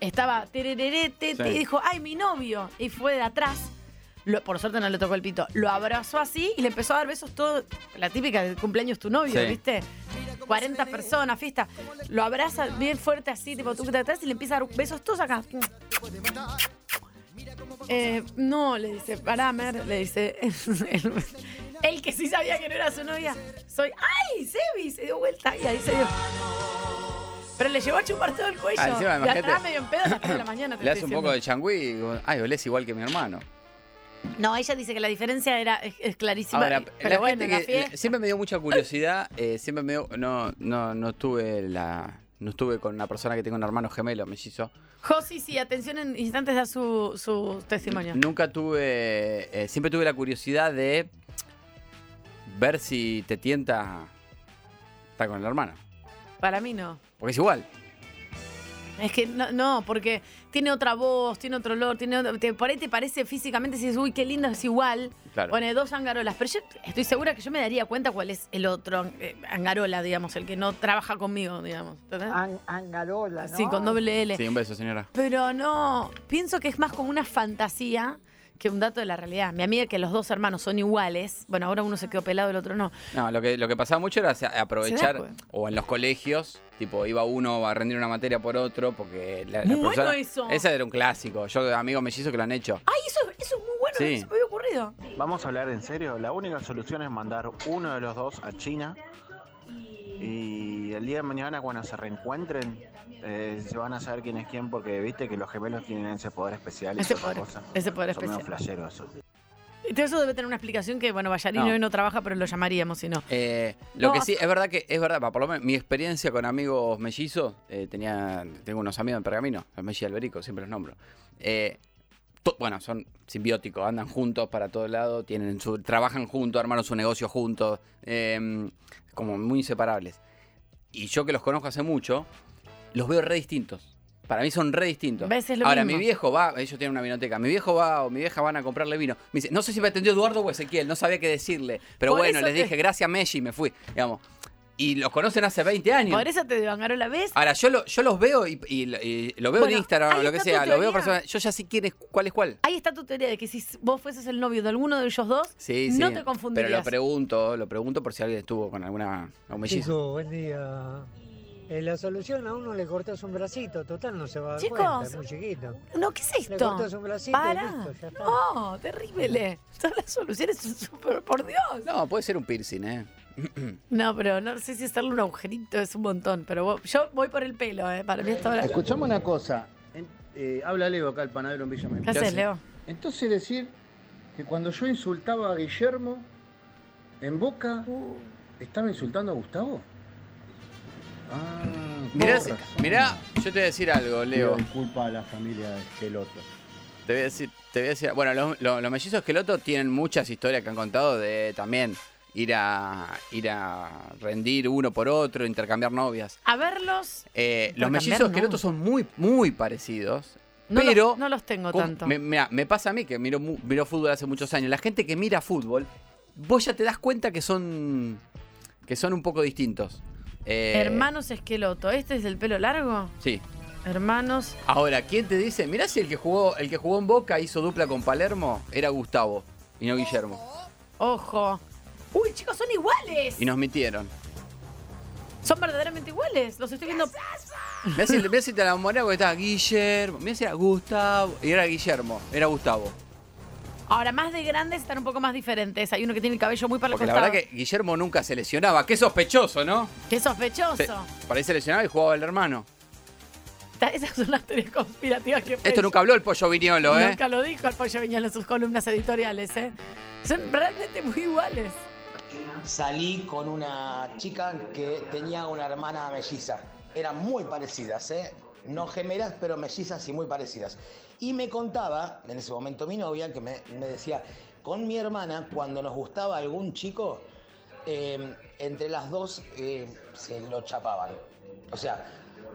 [SPEAKER 7] Estaba terererete,
[SPEAKER 3] Sí.
[SPEAKER 7] y dijo, ay, mi novio. Y fue de atrás. Lo- por suerte no le tocó el pito. Lo abrazó así y le empezó a dar besos todo. La típica del cumpleaños tu novio,
[SPEAKER 3] Sí.
[SPEAKER 7] ¿viste? 40 personas, fiesta. Lo abraza bien fuerte así, tipo tú atrás y le empieza a dar besos todos acá. Eh, no, le dice, pará, Mer, le dice. (laughs) el- El que sí sabía que no era su novia, soy. ¡Ay! Sebi se dio vuelta y ahí se dio. Pero le llevó a chupar todo el cuello.
[SPEAKER 8] Ah, encima,
[SPEAKER 7] de atrás
[SPEAKER 8] imagínate.
[SPEAKER 7] medio en pedo a las tres de la mañana. te
[SPEAKER 8] Le hace
[SPEAKER 7] estoy
[SPEAKER 8] un poco de
[SPEAKER 7] diciendo.
[SPEAKER 8] changüí y digo, ay, olés igual que mi hermano.
[SPEAKER 7] No, ella dice que la diferencia era es, es clarísima.
[SPEAKER 8] Ahora,
[SPEAKER 7] pero
[SPEAKER 8] la
[SPEAKER 7] bueno,
[SPEAKER 8] gente
[SPEAKER 7] la
[SPEAKER 8] que-
[SPEAKER 7] fiesta.
[SPEAKER 8] siempre me dio mucha curiosidad, eh, siempre me dio, no, no, no tuve la, no estuve con una persona que tenga un hermano gemelo, mellizo.
[SPEAKER 7] Josi, sí, atención en instantes da su, su testimonio.
[SPEAKER 8] Nunca tuve, eh, siempre tuve la curiosidad de ver si te tienta estar con el hermano,
[SPEAKER 7] Para mí no.
[SPEAKER 8] porque es igual.
[SPEAKER 7] Es que no, no, porque tiene otra voz, tiene otro olor, tiene otro- te- por ahí te parece físicamente, si dices, uy, qué lindo, es igual.
[SPEAKER 8] Claro.
[SPEAKER 7] Pone dos angarolas, pero yo estoy segura que yo me daría cuenta cuál es el otro eh, angarola, digamos, el que no trabaja conmigo, digamos. ¿entendés?
[SPEAKER 17] Angarola,
[SPEAKER 7] Sí, con doble L. (laughs)
[SPEAKER 8] Sí, un beso, señora.
[SPEAKER 7] Pero no, pienso que es más como una fantasía que un dato de la realidad. Mi amiga que los dos hermanos son iguales, bueno, ahora uno se quedó pelado, el otro no.
[SPEAKER 8] No, lo que, lo que pasaba mucho era o sea,
[SPEAKER 7] Se da pues.
[SPEAKER 8] aprovechar,
[SPEAKER 7] cuenta.
[SPEAKER 8] o en los colegios, tipo, iba uno a rendir una materia por otro, porque la, la
[SPEAKER 7] Muy bueno
[SPEAKER 8] profesora-
[SPEAKER 7] eso.
[SPEAKER 8] Ese era un clásico. Yo, amigos mellizos que lo han hecho.
[SPEAKER 7] ¡Ay, eso, eso es muy bueno!
[SPEAKER 8] Sí.
[SPEAKER 7] No se me había ocurrido.
[SPEAKER 17] Vamos a hablar en serio. La única solución es mandar uno de los dos a China. Y el día de mañana, cuando se reencuentren, eh, se van a saber quién es quién, porque viste que los gemelos tienen ese poder especial. y
[SPEAKER 7] Ese
[SPEAKER 17] toda esa
[SPEAKER 7] poder-
[SPEAKER 17] cosa.
[SPEAKER 7] ese poder
[SPEAKER 17] Son medio
[SPEAKER 7] especial.
[SPEAKER 17] flasheros eso.
[SPEAKER 7] Entonces eso debe tener una explicación que, bueno, Ballarino
[SPEAKER 8] No.
[SPEAKER 7] hoy no trabaja, pero lo llamaríamos si no.
[SPEAKER 8] Eh, lo
[SPEAKER 7] No,
[SPEAKER 8] que
[SPEAKER 7] o
[SPEAKER 8] sí, es verdad que, es verdad, pa, por lo menos mi experiencia con amigos mellizos, eh, tenía, tengo unos amigos en pergamino, los Melli y Alberico, siempre los nombro. Eh, to- bueno, son simbióticos, andan juntos para todo lado, tienen su, trabajan juntos, armaron su negocio juntos, eh, como muy inseparables. Y yo que los conozco hace mucho, los veo re distintos. Para mí son re distintos.
[SPEAKER 7] ¿Ves? Es lo
[SPEAKER 8] Ahora,
[SPEAKER 7] mismo.
[SPEAKER 8] mi viejo va, ellos tienen una vinoteca, mi viejo va o mi vieja van a comprarle vino. Me dice, no sé si me atendió Eduardo o Ezequiel, no sabía qué decirle. Pero
[SPEAKER 7] Por
[SPEAKER 8] bueno,
[SPEAKER 7] eso
[SPEAKER 8] les
[SPEAKER 7] te-
[SPEAKER 8] dije, gracias Messi, y me fui. Digamos. Y los conocen hace 20 años.
[SPEAKER 7] Por eso te devangaron la vez.
[SPEAKER 8] Ahora, yo, lo, yo los veo y, y- y lo veo
[SPEAKER 7] Bueno,
[SPEAKER 8] en Instagram o
[SPEAKER 7] ahí
[SPEAKER 8] lo que
[SPEAKER 7] está tu
[SPEAKER 8] sea, lo veo
[SPEAKER 7] teoría.
[SPEAKER 8] personal. Yo ya sé quién es, cuál es cuál.
[SPEAKER 7] Ahí está tu teoría de que si vos fueses el novio de alguno de ellos dos,
[SPEAKER 8] Sí,
[SPEAKER 7] no
[SPEAKER 8] sí.
[SPEAKER 7] te confundirías.
[SPEAKER 8] Pero lo pregunto, lo pregunto por si alguien estuvo con alguna algún mellizo.
[SPEAKER 18] Chico, buen día. Eh, la solución a uno le cortas un bracito, total no se va a dar
[SPEAKER 7] Chicos,
[SPEAKER 18] cuenta, es muy chiquito.
[SPEAKER 7] No, ¿qué es
[SPEAKER 18] Le
[SPEAKER 7] esto?
[SPEAKER 18] cortas un bracito y
[SPEAKER 7] Para.
[SPEAKER 18] listo, ya está.
[SPEAKER 7] No, terrible. Todas las soluciones son súper, por Dios.
[SPEAKER 8] No, puede ser un piercing, ¿eh? (clears throat)
[SPEAKER 7] No, pero no sé si hacerle un agujerito es un montón. Pero vos- yo voy por el pelo, ¿eh? Para mí hasta ahora.
[SPEAKER 19] Escuchame una cosa. En- eh, habla Leo acá, el panadero en Villa María.
[SPEAKER 7] ¿Qué haces, Leo?
[SPEAKER 19] Entonces decir que cuando yo insultaba a Guillermo, en boca,
[SPEAKER 7] Uh.
[SPEAKER 19] ¿estaba insultando a Gustavo? Ah,
[SPEAKER 8] Mirá,
[SPEAKER 19] con
[SPEAKER 8] si-
[SPEAKER 19] razón.
[SPEAKER 8] mirá, yo te voy a decir algo, Leo.
[SPEAKER 19] Pido Disculpa a la familia de este Esqueloto.
[SPEAKER 8] Te voy a decir, te voy a decir. Bueno, los, los, los mellizos esqueloto tienen muchas historias que han contado de también ir a ir a rendir uno por otro, intercambiar novias.
[SPEAKER 7] A verlos.
[SPEAKER 8] Eh, los
[SPEAKER 7] Intercambiar
[SPEAKER 8] mellizos
[SPEAKER 7] no.
[SPEAKER 8] esquelotos son muy, muy parecidos.
[SPEAKER 7] No,
[SPEAKER 8] pero
[SPEAKER 7] los, no los tengo
[SPEAKER 8] ¿Cómo?
[SPEAKER 7] tanto.
[SPEAKER 8] Me, mirá, me pasa a mí que miro, mu- miro fútbol hace muchos años. La gente que mira fútbol, vos ya te das cuenta que son que son un poco distintos. Eh,
[SPEAKER 7] Hermanos Esqueloto. ¿Este es el pelo largo?
[SPEAKER 8] Sí.
[SPEAKER 7] Hermanos.
[SPEAKER 8] Ahora, ¿quién te dice? Mirá si el que jugó, el que jugó en Boca hizo dupla con Palermo, era Gustavo y no Guillermo.
[SPEAKER 7] Ojo. Uy, chicos, son iguales.
[SPEAKER 8] Y nos mitieron.
[SPEAKER 7] Son verdaderamente iguales. Los estoy viendo.
[SPEAKER 8] Mirá si, mirá si te enamorás porque estaba Guillermo. Mirá si era Gustavo. Y era Guillermo, era Gustavo.
[SPEAKER 7] Ahora, más de grandes están un poco más diferentes. Hay uno que tiene el cabello muy para el
[SPEAKER 8] Porque la
[SPEAKER 7] costado.
[SPEAKER 8] verdad que Guillermo nunca se lesionaba. Qué sospechoso, ¿no?
[SPEAKER 7] Qué sospechoso.
[SPEAKER 8] Se- por ahí se lesionaba y jugaba el hermano.
[SPEAKER 7] Ta- Esas son las teorías (laughs) conspirativas que
[SPEAKER 8] Esto nunca habló el pollo viñolo, ¿eh?
[SPEAKER 7] Nunca lo dijo el Pollo Viñolo en sus columnas editoriales, ¿eh? Son realmente muy iguales.
[SPEAKER 20] Salí con una chica que tenía una hermana melliza. Eran muy parecidas, ¿eh? No gemelas, pero mellizas y muy parecidas. Y me contaba, en ese momento mi novia, que me, me decía, con mi hermana, cuando nos gustaba algún chico, eh, entre las dos eh, se lo chapaban. O sea,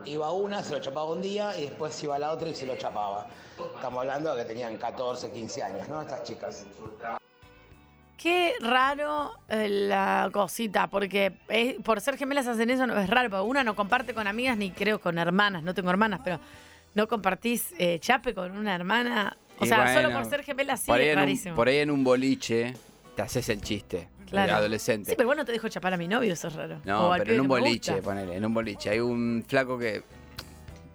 [SPEAKER 20] iba una, se lo chapaba un día y después iba la otra y se lo chapaba. Estamos hablando de que tenían 14, 15 años, ¿no? Estas chicas.
[SPEAKER 7] Qué raro eh, la cosita, porque eh, por ser gemelas hacen eso, no es raro, porque una no comparte con amigas ni creo con hermanas, no tengo hermanas, pero no compartís eh, chape con una hermana. O
[SPEAKER 8] Y
[SPEAKER 7] sea, solo
[SPEAKER 8] bueno,
[SPEAKER 7] por ser gemelas sí
[SPEAKER 8] por, ahí
[SPEAKER 7] es
[SPEAKER 8] en
[SPEAKER 7] rarísimo.
[SPEAKER 8] un, por ahí en un boliche te haces el chiste.
[SPEAKER 7] Claro.
[SPEAKER 8] de eh, Adolescente.
[SPEAKER 7] Sí, pero bueno, te dejo chapar a mi novio, eso es raro.
[SPEAKER 8] No,
[SPEAKER 7] O al
[SPEAKER 8] pero
[SPEAKER 7] pibe
[SPEAKER 8] en un
[SPEAKER 7] que me
[SPEAKER 8] boliche,
[SPEAKER 7] gusta.
[SPEAKER 8] ponele, en un boliche. Hay un flaco que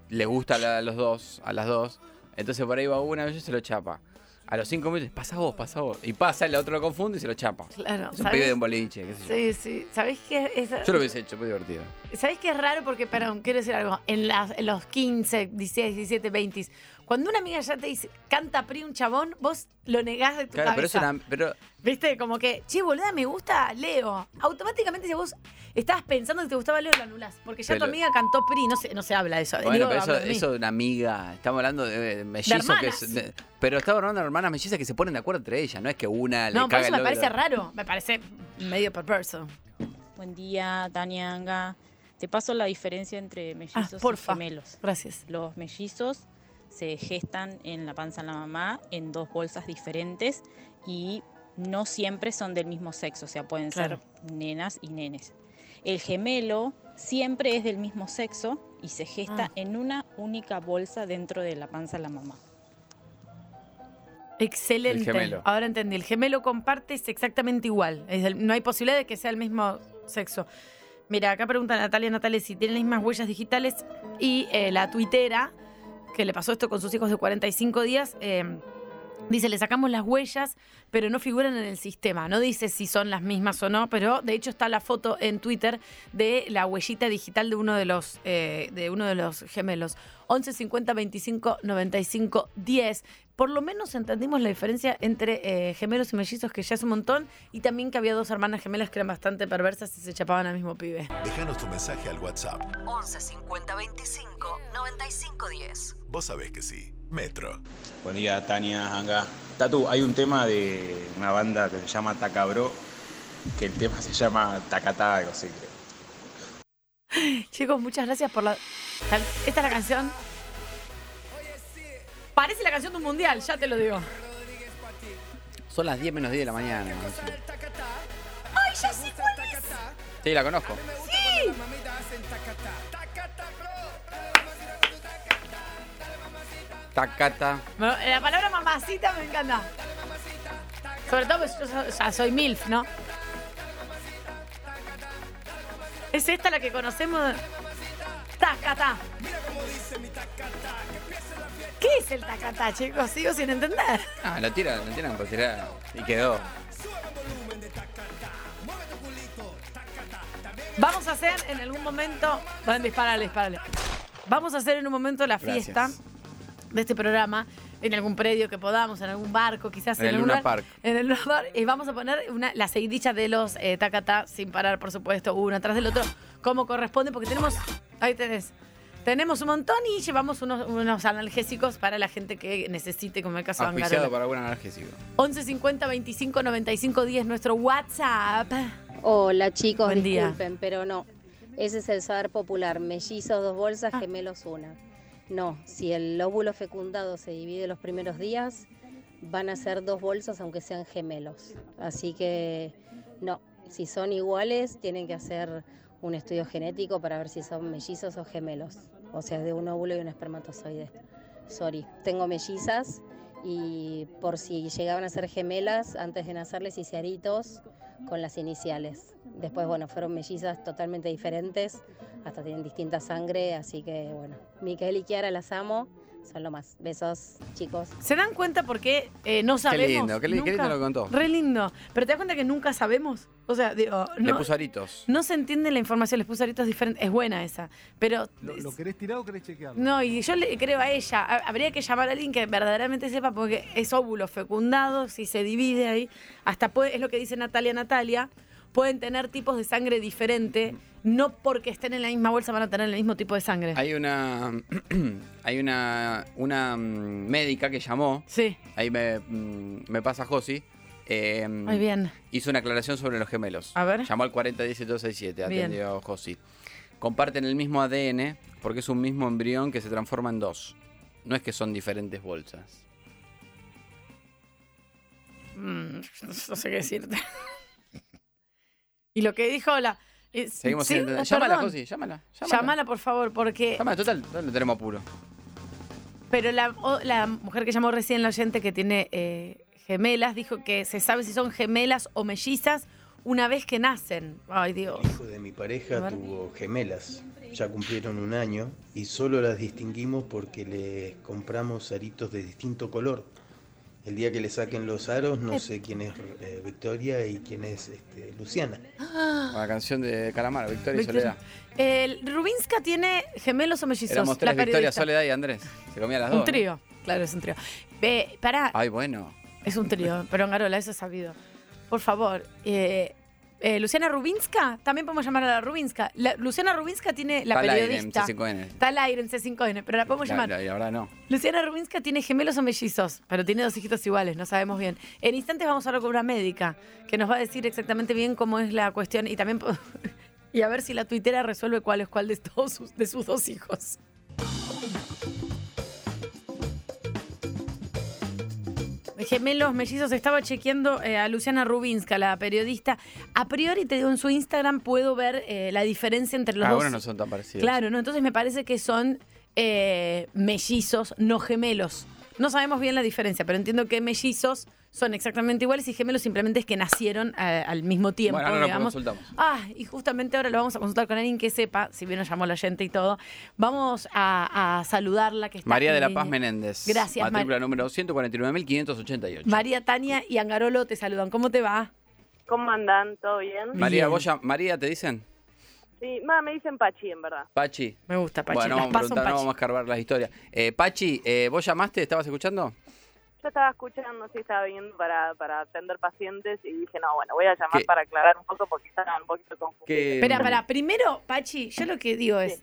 [SPEAKER 8] le gusta a, la- a los dos, a las dos. Entonces por ahí va una vez y se lo chapa. A los cinco minutos, pasa vos, pasa vos. Y pasa, el otro lo confunde y se lo chapa.
[SPEAKER 7] Claro,
[SPEAKER 8] es un
[SPEAKER 7] ¿sabes?
[SPEAKER 8] pibe de un boliche, qué sé yo.
[SPEAKER 7] Sí, sí. ¿Sabés qué? Es-
[SPEAKER 8] Yo lo hubiese hecho, muy divertido.
[SPEAKER 7] ¿Sabés qué es raro? Porque, perdón, quiero decir algo. En, las- en los 15, 16, 17, 20, cuando una amiga ya te dice, canta PRI un chabón, vos lo negás de tu
[SPEAKER 8] Claro, pero eso
[SPEAKER 7] cabeza.
[SPEAKER 8] era, pero
[SPEAKER 7] ¿Viste? Como que, che, boluda, me gusta Leo. Automáticamente, si vos estabas pensando que te gustaba Leo, lo anulás. Porque ya
[SPEAKER 8] Pero-
[SPEAKER 7] tu amiga cantó PRI, no se, no se habla de eso.
[SPEAKER 8] Bueno,
[SPEAKER 7] Digo,
[SPEAKER 8] pero eso,
[SPEAKER 7] hablo de mí.
[SPEAKER 8] eso de una amiga. Estamos hablando de, de mellizos que
[SPEAKER 7] hermanas.
[SPEAKER 8] es- de- Pero estamos hablando de hermanas mellizas que se ponen de acuerdo entre ellas. No es que una
[SPEAKER 7] No,
[SPEAKER 8] Ah, le
[SPEAKER 7] por
[SPEAKER 8] caga
[SPEAKER 7] eso
[SPEAKER 8] el
[SPEAKER 7] me
[SPEAKER 8] logro.
[SPEAKER 7] parece raro. Me parece medio perverso.
[SPEAKER 21] Buen día, Tania Anga. Te paso la diferencia entre mellizos
[SPEAKER 7] Ah, porfa.
[SPEAKER 21] y gemelos.
[SPEAKER 7] Gracias.
[SPEAKER 21] Los mellizos se gestan en la panza de la mamá en dos bolsas diferentes y no siempre son del mismo sexo, o sea, pueden
[SPEAKER 7] Claro.
[SPEAKER 21] ser nenas y nenes. El gemelo siempre es del mismo sexo y se gesta
[SPEAKER 7] Ah.
[SPEAKER 21] en una única bolsa dentro de la panza de la mamá.
[SPEAKER 7] Excelente.
[SPEAKER 8] El gemelo.
[SPEAKER 7] Ahora entendí. El gemelo comparte es exactamente igual. Es del- no hay posibilidad de que sea el mismo sexo. Mira, acá pregunta Natalia Natales si tienen las mismas huellas digitales. Y eh, la tuitera, que le pasó esto con sus hijos de 45 días, eh, dice: le sacamos las huellas, pero no figuran en el sistema. No dice si son las mismas o no, pero de hecho está la foto en Twitter de la huellita digital de uno de los, eh, de uno de los gemelos. 11 50 25 95 10. Por lo menos entendimos la diferencia entre eh, gemelos y mellizos, que ya es un montón, y también que había dos hermanas gemelas que eran bastante perversas y se chapaban al mismo pibe. (laughs)
[SPEAKER 11] Déjanos tu mensaje al WhatsApp.
[SPEAKER 12] 11 50 25 95 10.
[SPEAKER 11] Vos sabés que sí. Metro.
[SPEAKER 22] Buen día, Tania, Anga. Tatu, hay un tema de una banda que se llama Tacabro, que el tema se llama Tacatá, algo así. creo.
[SPEAKER 7] Chicos, muchas gracias por la. Esta es la canción. Parece la canción de un mundial, ya te lo digo.
[SPEAKER 8] Son las 10 menos 10 de la mañana. Maxi.
[SPEAKER 7] ¡Ay, ya sé cuál es!
[SPEAKER 8] Sí, la conozco.
[SPEAKER 7] ¡Sí!
[SPEAKER 8] Tacata.
[SPEAKER 7] Me- La palabra mamacita me encanta. Sobre todo porque yo so- ya soy MILF, ¿no? ¿Es esta la que conocemos? Tacatá. ¿Qué es el tacatá, chicos? Sigo sin entender.
[SPEAKER 8] Ah, lo tiran, lo tiran por tirar. Y quedó.
[SPEAKER 7] Vamos a hacer en algún momento. Bueno, disparale, disparale. Vamos a hacer en un momento la
[SPEAKER 8] Gracias.
[SPEAKER 7] fiesta de este programa en algún predio que podamos, en algún barco, quizás
[SPEAKER 8] En el
[SPEAKER 7] algún
[SPEAKER 8] Luna
[SPEAKER 7] lugar-
[SPEAKER 8] Park.
[SPEAKER 7] En el Luna Park. Y vamos a poner una, la seguidilla de los eh, tacatá sin parar, por supuesto, uno atrás del otro, como corresponde, porque tenemos. Ahí tenés. Tenemos un montón y llevamos unos, unos analgésicos para la gente que necesite, como en el caso de Angarola.
[SPEAKER 8] Auspiciado para algún analgésico.
[SPEAKER 7] 11 50 25 95 10, nuestro WhatsApp.
[SPEAKER 6] Hola chicos,
[SPEAKER 7] Buen día.
[SPEAKER 6] disculpen, pero no. Ese es el saber popular, mellizos dos bolsas, gemelos una. No, si el óvulo fecundado se divide los primeros días, van a ser dos bolsas aunque sean gemelos. Así que no, si son iguales, tienen que hacer un estudio genético para ver si son mellizos o gemelos. O sea, de un óvulo y un espermatozoide. Sorry, tengo mellizas y por si llegaban a ser gemelas, antes de nacer les hice aritos con las iniciales. Después, bueno, fueron mellizas totalmente diferentes, hasta tienen distinta sangre, así que bueno, Miquel y Kiara las amo, son lo más. Besos, chicos.
[SPEAKER 7] ¿Se dan cuenta por qué eh, no sabemos?
[SPEAKER 8] lindo, qué li- qué lindo
[SPEAKER 7] nunca?
[SPEAKER 8] lo contó.
[SPEAKER 7] Re lindo. Pero te das cuenta que nunca sabemos. O sea, digo,
[SPEAKER 8] Le
[SPEAKER 7] no,
[SPEAKER 8] puso aritos.
[SPEAKER 7] no se entiende la información, les puse aritos diferentes. Es buena esa. Pero.
[SPEAKER 23] ¿Lo, lo querés tirar o querés chequearlo?
[SPEAKER 7] No, y yo le creo a ella. Ha- Habría que llamar a alguien que verdaderamente sepa porque es óvulo fecundado, si se divide ahí. Hasta puede, es lo que dice Natalia Natalia. Pueden tener tipos de sangre
[SPEAKER 8] Mm.
[SPEAKER 7] diferente. No porque estén en la misma bolsa van a tener el mismo tipo de sangre.
[SPEAKER 8] Hay una. (clears throat) hay una. Una mm, médica que llamó.
[SPEAKER 7] Sí.
[SPEAKER 8] Ahí me, mm, me pasa Josi. eh,
[SPEAKER 7] Muy bien.
[SPEAKER 8] Hizo una aclaración sobre los gemelos.
[SPEAKER 7] A ver.
[SPEAKER 8] Llamó al 401767,
[SPEAKER 7] Bien.
[SPEAKER 8] atendió Josi. Comparten el mismo ADN porque es un mismo embrión que se transforma en dos. No es que son diferentes bolsas.
[SPEAKER 7] Mm, no sé qué decirte. (laughs) y lo que dijo la. eh,
[SPEAKER 8] Seguimos
[SPEAKER 7] sí,
[SPEAKER 8] sin entender.
[SPEAKER 7] eh,
[SPEAKER 8] Llámala,
[SPEAKER 7] perdón.
[SPEAKER 8] Josi, llámala. Llámala,
[SPEAKER 7] Llámala, por favor, porque.
[SPEAKER 8] Llámala, total, total, no tenemos apuro.
[SPEAKER 7] Pero la, o- la mujer que llamó recién la oyente que tiene eh, gemelas dijo que se sabe si son gemelas o mellizas una vez que nacen. Ay,
[SPEAKER 8] (gasps)
[SPEAKER 7] Dios.
[SPEAKER 24] hijo de mi pareja tuvo gemelas. Ya cumplieron un año y solo las distinguimos porque les compramos aritos de distinto color. El día que le saquen los aros, no
[SPEAKER 7] Eh.
[SPEAKER 24] sé quién es eh, Victoria y quién es este, Luciana.
[SPEAKER 8] La canción de Calamar, Victoria y
[SPEAKER 24] Victoria.
[SPEAKER 8] Soledad.
[SPEAKER 7] El Rubinska tiene gemelos o mellizos.
[SPEAKER 8] Éramos tres,
[SPEAKER 7] la
[SPEAKER 8] Victoria,
[SPEAKER 7] periodista.
[SPEAKER 8] Soledad y Andrés. Se comía las dos.
[SPEAKER 7] Un
[SPEAKER 8] ¿no? Ah,
[SPEAKER 7] trío. Claro, es un trío. Ve, pará,
[SPEAKER 8] Ay, bueno.
[SPEAKER 7] Es un
[SPEAKER 8] (laughs)
[SPEAKER 7] trío, pero Angarola, eso es sabido. Por favor, eh, eh, Luciana Rubinska, también podemos llamar a la Rubinska. La- Luciana Rubinska tiene la
[SPEAKER 8] Está al aire en
[SPEAKER 7] periodista.
[SPEAKER 8] C5N.
[SPEAKER 7] Está al aire en C5N, pero la podemos
[SPEAKER 8] La,
[SPEAKER 7] llamar.
[SPEAKER 8] la- la verdad no.
[SPEAKER 7] Luciana Rubinska tiene gemelos o mellizos, pero tiene dos hijitos iguales, no sabemos bien. En instantes vamos a hablar con una médica que nos va a decir exactamente bien cómo es la cuestión y también po- (laughs) y a ver si la tuitera resuelve cuál es cuál de todos sus, de sus dos hijos. Gemelos, mellizos, estaba chequeando eh, a Luciana Rubinska, la periodista. A priori, te digo, en su Instagram puedo ver eh, la diferencia entre los dos.
[SPEAKER 8] Algunos Ah, no son tan parecidos.
[SPEAKER 7] Claro, ¿no? Entonces me parece que son eh, mellizos, no gemelos. No sabemos bien la diferencia, pero entiendo que mellizos son exactamente iguales y gemelos simplemente es que nacieron eh, al mismo tiempo,
[SPEAKER 8] Bueno, ahora lo
[SPEAKER 7] digamos.
[SPEAKER 8] consultamos.
[SPEAKER 7] Ah, y justamente ahora lo vamos a consultar con alguien que sepa, si bien nos llamó la gente y todo. Vamos a, a saludarla que está
[SPEAKER 8] María
[SPEAKER 7] en
[SPEAKER 8] de la
[SPEAKER 7] línea.
[SPEAKER 8] Paz Menéndez.
[SPEAKER 7] Gracias, Mar-
[SPEAKER 8] Matrícula número 149.588.
[SPEAKER 7] María Tania y Angarolo te saludan. ¿Cómo te va?
[SPEAKER 1] ¿Cómo andan? ¿Todo bien?
[SPEAKER 8] María, vos ya- María, ¿te dicen?
[SPEAKER 1] Sí, ma, me dicen Pachi, en verdad.
[SPEAKER 8] Pachi.
[SPEAKER 7] Me gusta Pachi.
[SPEAKER 8] Bueno,
[SPEAKER 7] Las
[SPEAKER 8] vamos a
[SPEAKER 7] paso
[SPEAKER 8] preguntar, no
[SPEAKER 7] Pachi.
[SPEAKER 8] vamos a escarbar las historias. Eh, Pachi, eh, ¿vos llamaste? ¿Estabas escuchando?
[SPEAKER 1] Yo estaba escuchando, sí, estaba viendo para, para atender pacientes y dije, no, bueno, voy a llamar
[SPEAKER 8] ¿Qué?
[SPEAKER 1] para aclarar un poco porque estaban un poquito confundidos.
[SPEAKER 7] Espera,
[SPEAKER 1] Em,
[SPEAKER 7] para, primero, Pachi, yo lo que digo es,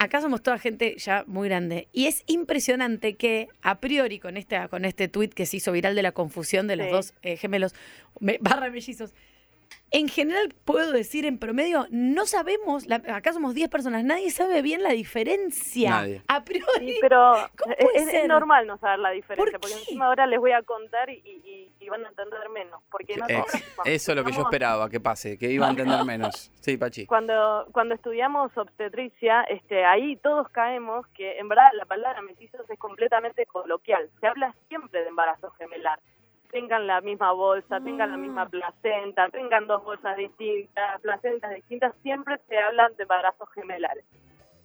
[SPEAKER 7] acá somos toda gente ya muy grande y es impresionante que a priori con esta con este tuit que se hizo viral de la confusión de los
[SPEAKER 1] Sí.
[SPEAKER 7] dos eh, gemelos me- (laughs) barra mellizos, en general puedo decir en promedio, no sabemos, la- acá somos 10 personas, nadie sabe bien la diferencia.
[SPEAKER 1] Nadie.
[SPEAKER 7] A priori.
[SPEAKER 1] pero
[SPEAKER 7] (laughs) ¿cómo
[SPEAKER 1] es,
[SPEAKER 7] puede
[SPEAKER 1] es
[SPEAKER 7] ser?
[SPEAKER 1] normal no saber la diferencia, porque encima ahora les voy a contar y, y- y van a entender menos, porque
[SPEAKER 8] Eh,
[SPEAKER 1] nosotros
[SPEAKER 8] eso es lo que yo
[SPEAKER 1] Vamos.
[SPEAKER 8] esperaba, que pase, que iba
[SPEAKER 7] (laughs)
[SPEAKER 8] a entender menos. Sí, Pachi.
[SPEAKER 1] cuando cuando estudiamos obstetricia, este ahí todos caemos que en verdad la palabra mellizos es completamente coloquial, se habla siempre de embarazo gemelar. Tengan la misma bolsa, tengan la misma placenta, tengan dos bolsas distintas, placentas distintas, siempre se hablan de embarazos gemelares.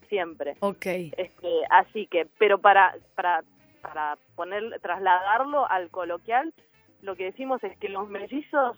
[SPEAKER 1] Siempre.
[SPEAKER 7] Ok.
[SPEAKER 1] Este, así que, pero para, para, para poner, trasladarlo al coloquial, lo que decimos es que los mellizos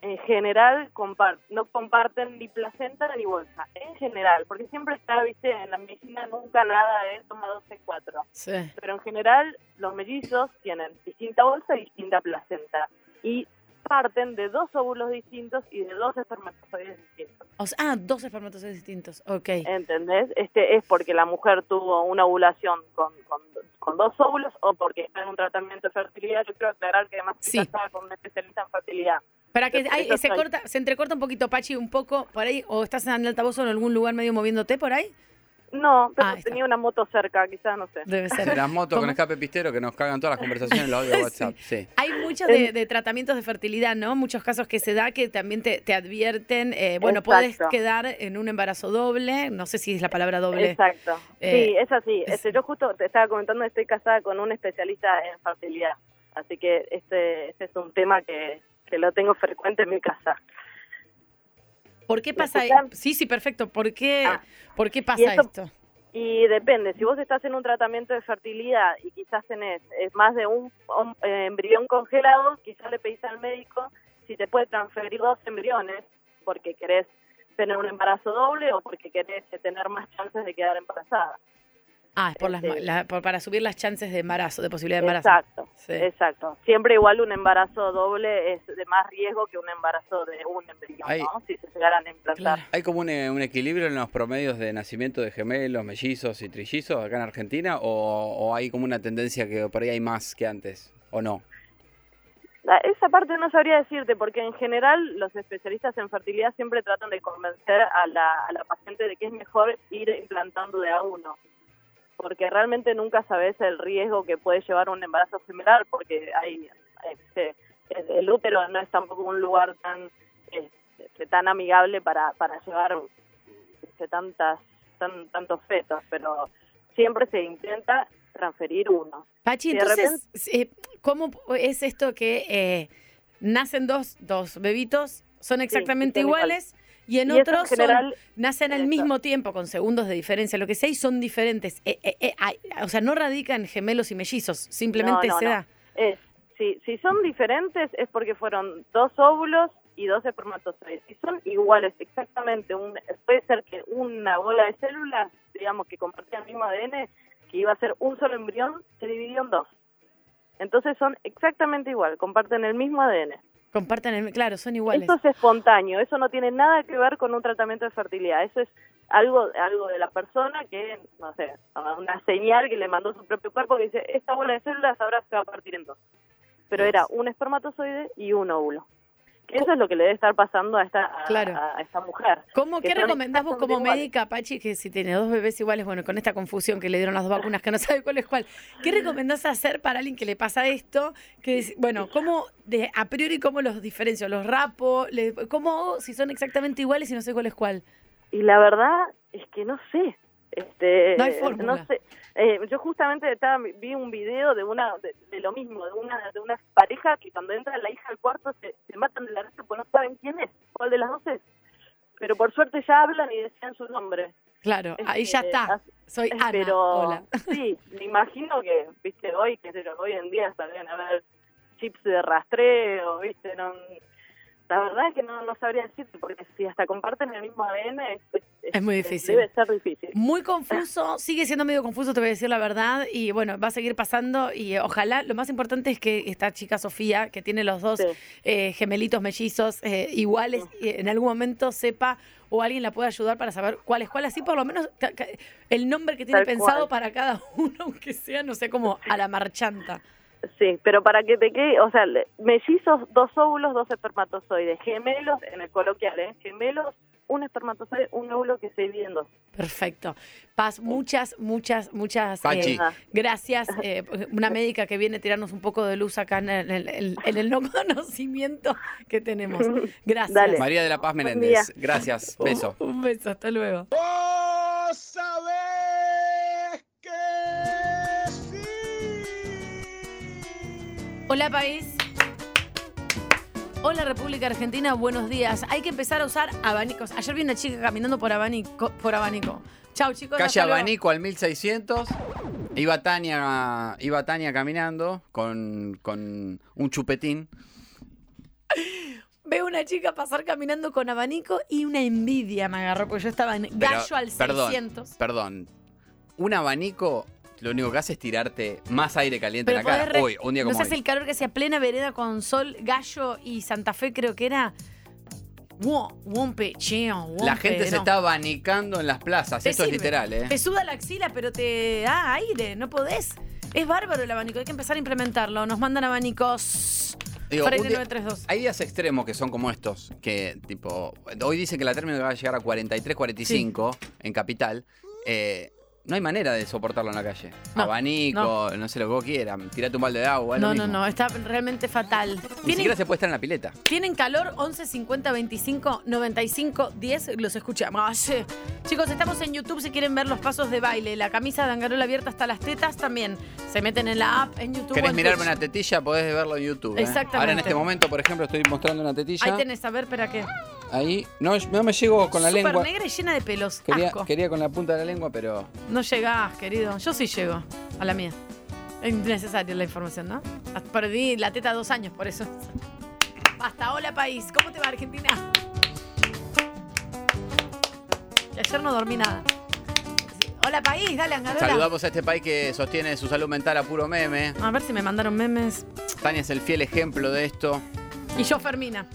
[SPEAKER 1] en general compar- no comparten ni placenta ni bolsa, en general, porque siempre está, viste, en la medicina nunca nada es toma 12-4.
[SPEAKER 7] Sí.
[SPEAKER 1] Pero en general los mellizos tienen distinta bolsa y distinta placenta. Y parten de dos óvulos distintos y de dos espermatozoides distintos.
[SPEAKER 7] O sea, ah, dos espermatozoides distintos. Ok.
[SPEAKER 1] ¿Entendés? Este es porque la mujer tuvo una ovulación con, con, con dos óvulos o porque está en un tratamiento de fertilidad. Yo quiero aclarar que además
[SPEAKER 7] Sí.
[SPEAKER 1] estaba con un especialista en fertilidad.
[SPEAKER 7] Para que
[SPEAKER 1] Entonces,
[SPEAKER 7] ay,
[SPEAKER 1] eso
[SPEAKER 7] se
[SPEAKER 1] soy.
[SPEAKER 7] corta, se entrecorta un poquito, Pachi, un poco por ahí, o estás en el altavoz o en algún lugar medio moviéndote por ahí.
[SPEAKER 1] No,
[SPEAKER 7] pero
[SPEAKER 1] tenía una moto cerca, quizás no sé.
[SPEAKER 7] Debe
[SPEAKER 1] (laughs)
[SPEAKER 7] ser.
[SPEAKER 8] Las motos con escape pistero que nos cagan todas las conversaciones en
[SPEAKER 7] (laughs)
[SPEAKER 8] los audios de WhatsApp. Sí.
[SPEAKER 7] Hay muchos de, de tratamientos de fertilidad, ¿no? Muchos casos que se da que también te, te advierten, eh, bueno, puedes
[SPEAKER 1] Exacto.
[SPEAKER 7] quedar en un embarazo doble, no sé si es la palabra doble.
[SPEAKER 1] Exacto. sí,
[SPEAKER 7] Eh,
[SPEAKER 1] es así. Este, yo justo te estaba comentando que estoy casada con un especialista en fertilidad. Así que este, este es un tema que, que lo tengo frecuente en mi casa.
[SPEAKER 7] ¿Por qué pasa
[SPEAKER 1] escuchan?
[SPEAKER 7] Sí, sí, perfecto. ¿Por qué, ¿por qué
[SPEAKER 1] Ah. y
[SPEAKER 7] pasa
[SPEAKER 1] eso-
[SPEAKER 7] esto?
[SPEAKER 1] Y depende, si vos estás en un tratamiento de fertilidad y quizás tenés eh, más de un hom- eh, embrión congelado, quizás le pedís al médico si te puede transferir dos embriones porque querés tener un embarazo doble o porque querés eh, tener más chances de quedar embarazada.
[SPEAKER 7] Ah, es por las, ma- la- por- para subir las chances de embarazo, de posibilidad de embarazo.
[SPEAKER 1] este Exacto,
[SPEAKER 7] Sí.
[SPEAKER 1] exacto. Siempre igual un embarazo doble es de más riesgo que un embarazo de un embrión,
[SPEAKER 8] Ahí.
[SPEAKER 1] ¿no? Si se llegaran a implantar.
[SPEAKER 8] ¿Hay como un, eh, un equilibrio en los promedios de nacimiento de gemelos, mellizos y trillizos acá en Argentina? ¿O, o hay como una tendencia que por ahí hay más que antes? ¿O no?
[SPEAKER 1] La- Esa parte no sabría decirte, porque en general los especialistas en fertilidad siempre tratan de convencer a la, a la paciente de que es mejor ir implantando de a uno, porque realmente nunca sabes el riesgo que puede llevar un embarazo similar, porque hay, este, el, el útero no es tampoco un lugar tan eh, este, tan amigable para, para llevar este, tantas tan, tantos fetos, pero siempre se intenta transferir uno.
[SPEAKER 7] Pachi,
[SPEAKER 1] Si de
[SPEAKER 7] entonces, eh, ¿cómo es esto que eh, nacen dos, dos bebitos, son
[SPEAKER 1] Sí,
[SPEAKER 7] exactamente
[SPEAKER 1] son
[SPEAKER 7] iguales,
[SPEAKER 1] iguales.
[SPEAKER 7] y en
[SPEAKER 1] Y eso en
[SPEAKER 7] otros son-
[SPEAKER 1] general-
[SPEAKER 7] nacen al mismo tiempo, con segundos de diferencia, lo que sea, y son diferentes? Eh, eh, eh, ay, o sea, no radican gemelos y mellizos, simplemente
[SPEAKER 1] No, no,
[SPEAKER 7] se
[SPEAKER 1] no.
[SPEAKER 7] da.
[SPEAKER 1] Es, si, si son diferentes es porque fueron dos óvulos y dos espermatozoides. Si son iguales, exactamente, un, puede ser que una bola de células, digamos, que compartía el mismo ADN, que iba a ser un solo embrión, se dividió en dos. Entonces son exactamente igual, comparten el mismo ADN.
[SPEAKER 7] Comparten, el- claro, son iguales.
[SPEAKER 1] Eso es espontáneo, eso no tiene nada que ver con un tratamiento de fertilidad, eso es algo algo de la persona que, no sé, una señal que le mandó su propio cuerpo que dice, esta bola de células ahora se va a partir en dos. Pero era un espermatozoide y un óvulo. Que Eso es lo que le debe estar pasando a esta, a-
[SPEAKER 7] Claro.
[SPEAKER 1] a esta mujer.
[SPEAKER 7] ¿Cómo,
[SPEAKER 1] que
[SPEAKER 7] ¿Qué
[SPEAKER 1] son
[SPEAKER 7] recomendás vos como
[SPEAKER 1] exactamente iguales.
[SPEAKER 7] médica, Pachi, que si tiene dos bebés iguales, bueno, con esta confusión que le dieron las dos vacunas, que no sabe cuál es cuál, ¿qué recomendás hacer para alguien que le pasa esto? Que es- bueno, ¿cómo, de, a priori, cómo los diferencio? ¿Los rapo? Le- ¿Cómo hago si son exactamente iguales y no sé cuál es cuál?
[SPEAKER 1] Y la verdad es que no sé. Este,
[SPEAKER 7] No hay fórmula.
[SPEAKER 1] no sé, eh, yo justamente estaba- vi un video de una de, de lo mismo, de una de una pareja que cuando entra la hija al cuarto se, se matan de la risa porque no saben quién es, cuál de las dos es. Pero por suerte ya hablan y decían su nombre.
[SPEAKER 7] Claro, ahí ya
[SPEAKER 1] Este,
[SPEAKER 7] está.
[SPEAKER 1] así-
[SPEAKER 7] Soy Ana.
[SPEAKER 1] pero
[SPEAKER 7] Hola. (laughs)
[SPEAKER 1] sí, me imagino que, viste, hoy, qué sé yo, hoy en día sabrían haber chips de rastreo, viste, no, la verdad es que no, no sabría decirte, porque si hasta comparten el mismo ADN, es,
[SPEAKER 7] Es muy difícil.
[SPEAKER 1] debe ser difícil.
[SPEAKER 7] Muy confuso, sigue siendo medio confuso, te voy a decir la verdad, y bueno, va a seguir pasando y eh, ojalá, lo más importante es que esta chica Sofía, que tiene los dos eh, gemelitos mellizos eh, iguales, eh, en algún momento sepa o alguien la pueda ayudar para saber cuál es cuál, así por lo menos ca- ca- el nombre que tiene
[SPEAKER 1] Tal
[SPEAKER 7] pensado
[SPEAKER 1] cual.
[SPEAKER 7] para cada (laughs) uno, aunque sea, no sé, como a la marchanta.
[SPEAKER 1] Sí, pero para que te quede, o sea, le- mellizos, dos óvulos, dos espermatozoides, gemelos, en el coloquial, ¿eh? gemelos, un espermatozoide, un óvulo que se divide en dos.
[SPEAKER 7] Perfecto. Paz, muchas, muchas, muchas eh,
[SPEAKER 1] Pachi.
[SPEAKER 7] gracias. eh, una médica que viene a tirarnos un poco de luz acá en el, en el- en el no conocimiento que tenemos. Gracias.
[SPEAKER 8] María de la Paz
[SPEAKER 7] Buen
[SPEAKER 8] Menéndez.
[SPEAKER 7] día.
[SPEAKER 8] Gracias. Beso.
[SPEAKER 7] (laughs) Un beso, hasta luego. Hola país. Hola República Argentina, buenos días. Hay que empezar a usar abanicos. Ayer vi una chica caminando por abanico. Por abanico. Chau chicos.
[SPEAKER 8] Calle
[SPEAKER 7] hasta luego.
[SPEAKER 8] Abanico al 1600. Iba Tania, iba Tania caminando con, con un chupetín.
[SPEAKER 7] Veo una chica pasar caminando con abanico y una envidia me agarró porque yo estaba en
[SPEAKER 8] Pero,
[SPEAKER 7] gallo al
[SPEAKER 8] perdón,
[SPEAKER 7] 600.
[SPEAKER 8] Perdón. Un abanico lo único que hace es tirarte más aire caliente
[SPEAKER 7] Pero
[SPEAKER 8] en la cara.
[SPEAKER 7] podés re-
[SPEAKER 8] Hoy, un día como
[SPEAKER 7] ¿No sabes
[SPEAKER 8] hoy.
[SPEAKER 7] el calor que hacía plena vereda con sol, gallo y Santa Fe creo que era? Wo- Wompe, cheo,
[SPEAKER 8] La
[SPEAKER 7] wompe,
[SPEAKER 8] gente se
[SPEAKER 7] no.
[SPEAKER 8] está abanicando en las plazas. Esto es
[SPEAKER 7] Decime,
[SPEAKER 8] literal, ¿eh?
[SPEAKER 7] Te suda la axila, pero te da aire, no podés. Es bárbaro el abanico, hay que empezar a implementarlo. Nos mandan abanicos.
[SPEAKER 8] Digo,
[SPEAKER 7] Freire
[SPEAKER 8] un día-
[SPEAKER 7] 932.
[SPEAKER 8] Hay días extremos que son como estos, que tipo, hoy dicen que la térmica va a llegar a 43, 45 en capital. eh, no hay manera de soportarlo en la calle. Abanico, no. sé lo que vos quieras, tirate un balde de agua. es lo
[SPEAKER 7] No, no,
[SPEAKER 8] mismo.
[SPEAKER 7] no, está realmente fatal.
[SPEAKER 8] Ni
[SPEAKER 7] Tienen
[SPEAKER 8] siquiera se puede estar en la pileta.
[SPEAKER 7] Tienen calor 11 50 25 95 10. Los escuchamos. Ah, Chicos, estamos en YouTube si quieren ver los pasos de baile. La camisa de Angarola abierta hasta las tetas también. Se meten en la app, en YouTube. o
[SPEAKER 8] ¿Querés
[SPEAKER 7] en
[SPEAKER 8] mirarme
[SPEAKER 7] Twitch.
[SPEAKER 8] una tetilla? Podés verlo en YouTube. ¿eh?
[SPEAKER 7] Exactamente.
[SPEAKER 8] Ahora en este momento, por ejemplo, estoy mostrando una tetilla.
[SPEAKER 7] Ahí tenés, a ver, ¿para qué?
[SPEAKER 8] Ahí. No, no me llego con la
[SPEAKER 7] Súper
[SPEAKER 8] lengua.
[SPEAKER 7] negra y llena de pelos.
[SPEAKER 8] Quería,
[SPEAKER 7] Asco.
[SPEAKER 8] quería con la punta de la lengua, pero.
[SPEAKER 7] No llegás, querido. Yo sí llego a la mía. Es necesaria la información, ¿no? Ah, Perdí la teta dos años, por eso. (laughs) Hasta hola, país. ¿Cómo te va, Argentina? Y ayer no dormí nada. Sí. Hola, país. Dale, Angarola.
[SPEAKER 8] Saludamos a este país que sostiene su salud mental a puro meme.
[SPEAKER 7] A ver si me mandaron memes.
[SPEAKER 8] Tania es el fiel ejemplo de esto.
[SPEAKER 7] Y yo, Fermina.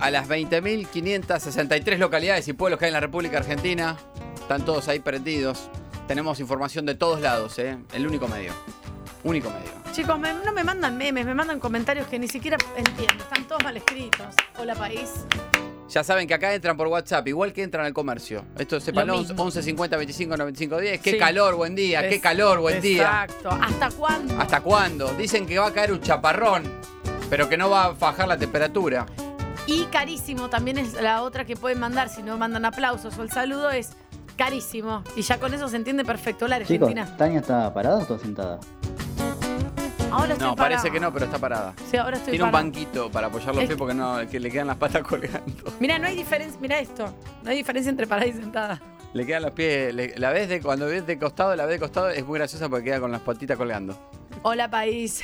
[SPEAKER 8] a las 20.563 localidades y pueblos que hay en la República Argentina. Están todos ahí perdidos. Tenemos información de todos lados, ¿eh? El único medio. Único medio.
[SPEAKER 7] Chicos, me- no me mandan memes, me mandan comentarios que ni siquiera entiendo. Están todos mal escritos. Hola, país.
[SPEAKER 8] Ya saben que acá entran por WhatsApp, igual que entran al comercio. Esto sepan,
[SPEAKER 7] Lo
[SPEAKER 8] 11,
[SPEAKER 7] mismo.
[SPEAKER 8] 11 50 25 95 10. Qué
[SPEAKER 7] Sí.
[SPEAKER 8] calor, buen día, qué
[SPEAKER 7] Es-
[SPEAKER 8] calor, buen día. Ah.
[SPEAKER 7] Exacto. ¿Hasta cuándo?
[SPEAKER 8] ¿Hasta cuándo? Dicen que va a caer un chaparrón, pero que no va a bajar la temperatura.
[SPEAKER 7] Y carísimo también es la otra que pueden mandar si no mandan aplausos o el saludo es carísimo. Y ya con eso se entiende perfecto. Hola
[SPEAKER 2] Chicos,
[SPEAKER 7] Argentina.
[SPEAKER 2] ¿Tania está parada o está sentada?
[SPEAKER 7] Ahora estoy
[SPEAKER 8] No,
[SPEAKER 7] parada.
[SPEAKER 8] parece que no, pero está parada.
[SPEAKER 7] Sí, ahora estoy
[SPEAKER 8] Tiene un
[SPEAKER 7] parada.
[SPEAKER 8] banquito para apoyar los
[SPEAKER 7] Es-
[SPEAKER 8] pies porque no, que le quedan las patas (laughs) colgando.
[SPEAKER 7] Mira, no hay diferencia, mira esto. No hay diferencia entre parada y sentada.
[SPEAKER 8] Le quedan los pies. le- la ves de cuando ves de costado, la ves de costado es muy graciosa porque queda con las patitas colgando.
[SPEAKER 7] Hola país.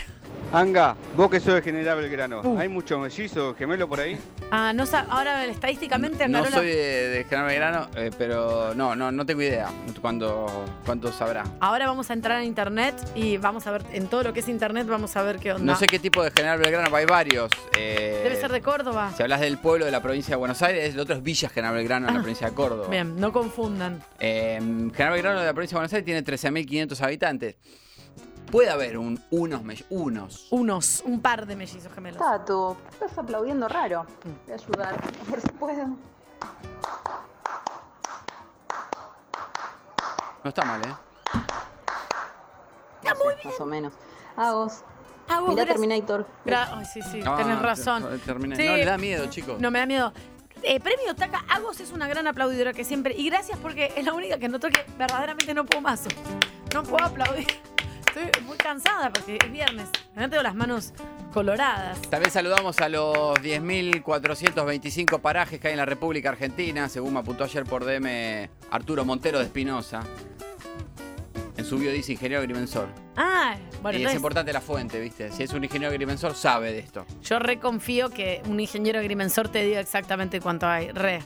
[SPEAKER 4] Anga, vos que sos de General Belgrano,
[SPEAKER 7] Uh.
[SPEAKER 4] ¿hay mucho mellizo, gemelo
[SPEAKER 7] (laughs)
[SPEAKER 4] por ahí?
[SPEAKER 7] Ah, no sa- ahora estadísticamente
[SPEAKER 8] No
[SPEAKER 7] Angarola-
[SPEAKER 8] soy de, de General Belgrano, eh, pero no, no, no tengo idea cuánto, cuánto sabrá.
[SPEAKER 7] Ahora vamos a entrar a internet y vamos a ver en todo lo que es internet vamos a ver qué onda.
[SPEAKER 8] No sé qué tipo de General Belgrano, pero hay varios. eh,
[SPEAKER 7] Debe ser de Córdoba.
[SPEAKER 8] Si hablas del pueblo de la provincia de Buenos Aires, el otro es Villa General Belgrano en la provincia de Córdoba.
[SPEAKER 7] Ah, Bien, no confundan.
[SPEAKER 8] Eh, General Belgrano de la provincia de Buenos Aires tiene 13.500 habitantes. Puede haber un, unos, mell- unos.
[SPEAKER 7] Unos, un par de mellizos gemelos.
[SPEAKER 5] Tatu, estás aplaudiendo raro. Voy a ayudar, a ver si puedo.
[SPEAKER 8] No está mal, ¿eh?
[SPEAKER 5] Está muy bien. Más o menos. Agos.
[SPEAKER 7] Agos,
[SPEAKER 5] Mirá
[SPEAKER 7] gracias.
[SPEAKER 5] Terminator.
[SPEAKER 7] Gra- Ay, sí, sí, tenés
[SPEAKER 8] Ah,
[SPEAKER 7] razón.
[SPEAKER 8] terminé.
[SPEAKER 7] Sí.
[SPEAKER 8] No, le da miedo, chicos.
[SPEAKER 7] No, me da miedo. Eh, premio Taca Agos es una gran aplaudidora que siempre. Y gracias porque es la única que notó que verdaderamente no puedo más. No puedo aplaudir. Estoy muy cansada porque es viernes. Ahora tengo las manos coloradas.
[SPEAKER 8] También saludamos a los 10.425 parajes que hay en la República Argentina, según me apuntó ayer por DM Arturo Montero de Espinosa. En su bio dice ingeniero agrimensor.
[SPEAKER 7] Ah, bueno,
[SPEAKER 8] y es
[SPEAKER 7] entonces,
[SPEAKER 8] importante la fuente, ¿viste? Si es un ingeniero agrimensor, sabe de esto.
[SPEAKER 7] yo reconfío que un ingeniero agrimensor te diga exactamente cuánto hay. Re.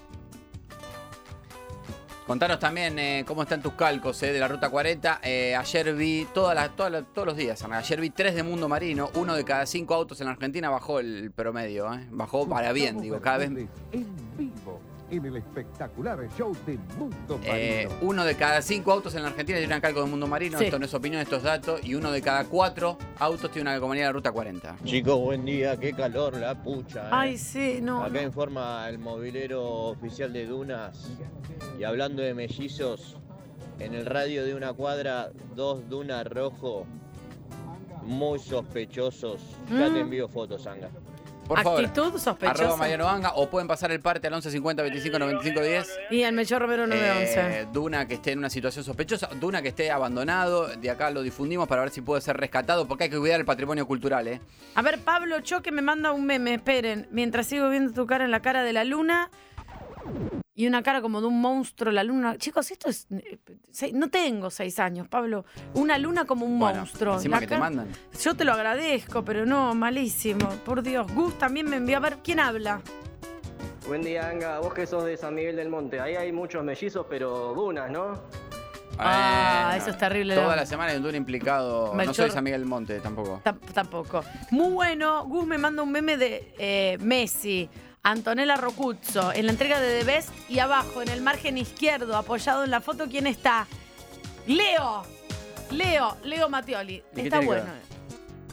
[SPEAKER 8] Contanos también eh, cómo están tus calcos eh, de la Ruta 40. Eh, ayer vi, todas las, todas las- todos los días, Ana, ayer vi tres de Mundo Marino. Uno de cada cinco autos en la Argentina bajó el promedio, ¿eh? Bajó para bien, digo, cada vez...
[SPEAKER 9] En vivo, en el espectacular show de Mundo
[SPEAKER 8] Eh,
[SPEAKER 9] Marino.
[SPEAKER 8] uno de cada cinco autos en la Argentina tiene un calco de Mundo Marino,
[SPEAKER 9] Sí.
[SPEAKER 8] esto no es opinión, esto es dato, y uno de cada cuatro autos tiene una compañía de la Ruta 40.
[SPEAKER 10] Chicos, buen día, qué calor la pucha. ¿eh?
[SPEAKER 7] Ay, sí, no.
[SPEAKER 10] Acá informa el movilero oficial de Dunas. Y hablando de mellizos, en el radio de una cuadra, dos Dunas rojo, muy sospechosos. Ya
[SPEAKER 8] Mm.
[SPEAKER 10] te envío fotos, Anga.
[SPEAKER 8] Por favor,
[SPEAKER 7] Actitud sospechosa.
[SPEAKER 8] arroba Mariano Vanga, o pueden pasar el parte al 11 50 25 95 10.
[SPEAKER 7] Y el Melchor Romero 911.
[SPEAKER 8] Eh, Duna que esté en una situación sospechosa, Duna que esté abandonado, de acá lo difundimos para ver si puede ser rescatado, porque hay que cuidar el patrimonio cultural, ¿eh?
[SPEAKER 7] A ver, Pablo Choque me manda un meme, esperen. Mientras sigo viendo tu cara en la cara de la luna. Y una cara como de un monstruo, la luna. Chicos, esto es. se- No tengo seis años, Pablo. Una luna como un
[SPEAKER 8] Bueno,
[SPEAKER 7] monstruo.
[SPEAKER 8] encima
[SPEAKER 7] La
[SPEAKER 8] que te
[SPEAKER 7] ca-
[SPEAKER 8] mandan.
[SPEAKER 7] Yo te lo agradezco, pero no, malísimo. Por Dios. Gus también me envió a ver quién habla.
[SPEAKER 13] Buen día, Anga. Vos que sos de San Miguel del Monte. Ahí hay muchos mellizos, pero dunas, ¿no?
[SPEAKER 8] Ah,
[SPEAKER 7] eso es terrible,
[SPEAKER 8] Toda
[SPEAKER 7] ¿no?
[SPEAKER 8] la semana hay un Duna implicado. No
[SPEAKER 7] Melchor-
[SPEAKER 8] soy San Miguel del Monte tampoco.
[SPEAKER 7] Tam- tampoco. Muy bueno. Gus me manda un meme de eh, Messi, Antonella Rocuzzo, en la entrega de The Best y abajo, en el margen izquierdo, apoyado en la foto, ¿quién está? Leo. Leo, Leo Mattioli.
[SPEAKER 8] ¿Y qué
[SPEAKER 7] Está
[SPEAKER 8] tiene que
[SPEAKER 7] bueno.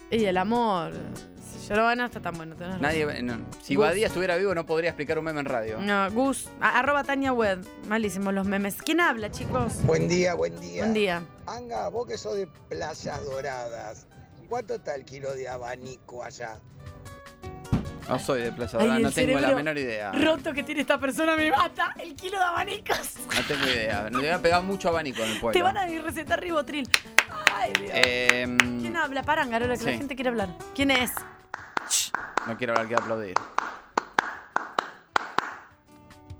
[SPEAKER 7] Y el amor. Si yo lo gano, está tan bueno. tenés
[SPEAKER 8] Nadie, eh,
[SPEAKER 7] razón.
[SPEAKER 8] no. Si
[SPEAKER 7] Gus.
[SPEAKER 8] Badía estuviera vivo no podría explicar un meme en radio.
[SPEAKER 7] No, Gus, a- arroba Tania Web. Malísimos los memes. ¿Quién habla, chicos?
[SPEAKER 14] Buen día, buen día.
[SPEAKER 7] Buen día.
[SPEAKER 14] Anga, vos que sos de Playas Doradas, ¿cuánto está el kilo de abanico allá?
[SPEAKER 8] No soy de Plaza
[SPEAKER 7] Ay,
[SPEAKER 8] Dorada,
[SPEAKER 7] el
[SPEAKER 8] no tengo la
[SPEAKER 7] cerebro
[SPEAKER 8] menor idea.
[SPEAKER 7] Roto que tiene esta persona me mata. El kilo de abanicos.
[SPEAKER 8] No tengo idea. Le había pegado mucho abanico en el pueblo.
[SPEAKER 7] Te van a recetar ribotril. Ay, Dios.
[SPEAKER 8] Eh,
[SPEAKER 7] ¿Quién habla? Paran, Garola, que la
[SPEAKER 8] Sí.
[SPEAKER 7] gente quiere hablar. ¿Quién es?
[SPEAKER 8] no quiero hablar que aplaudir.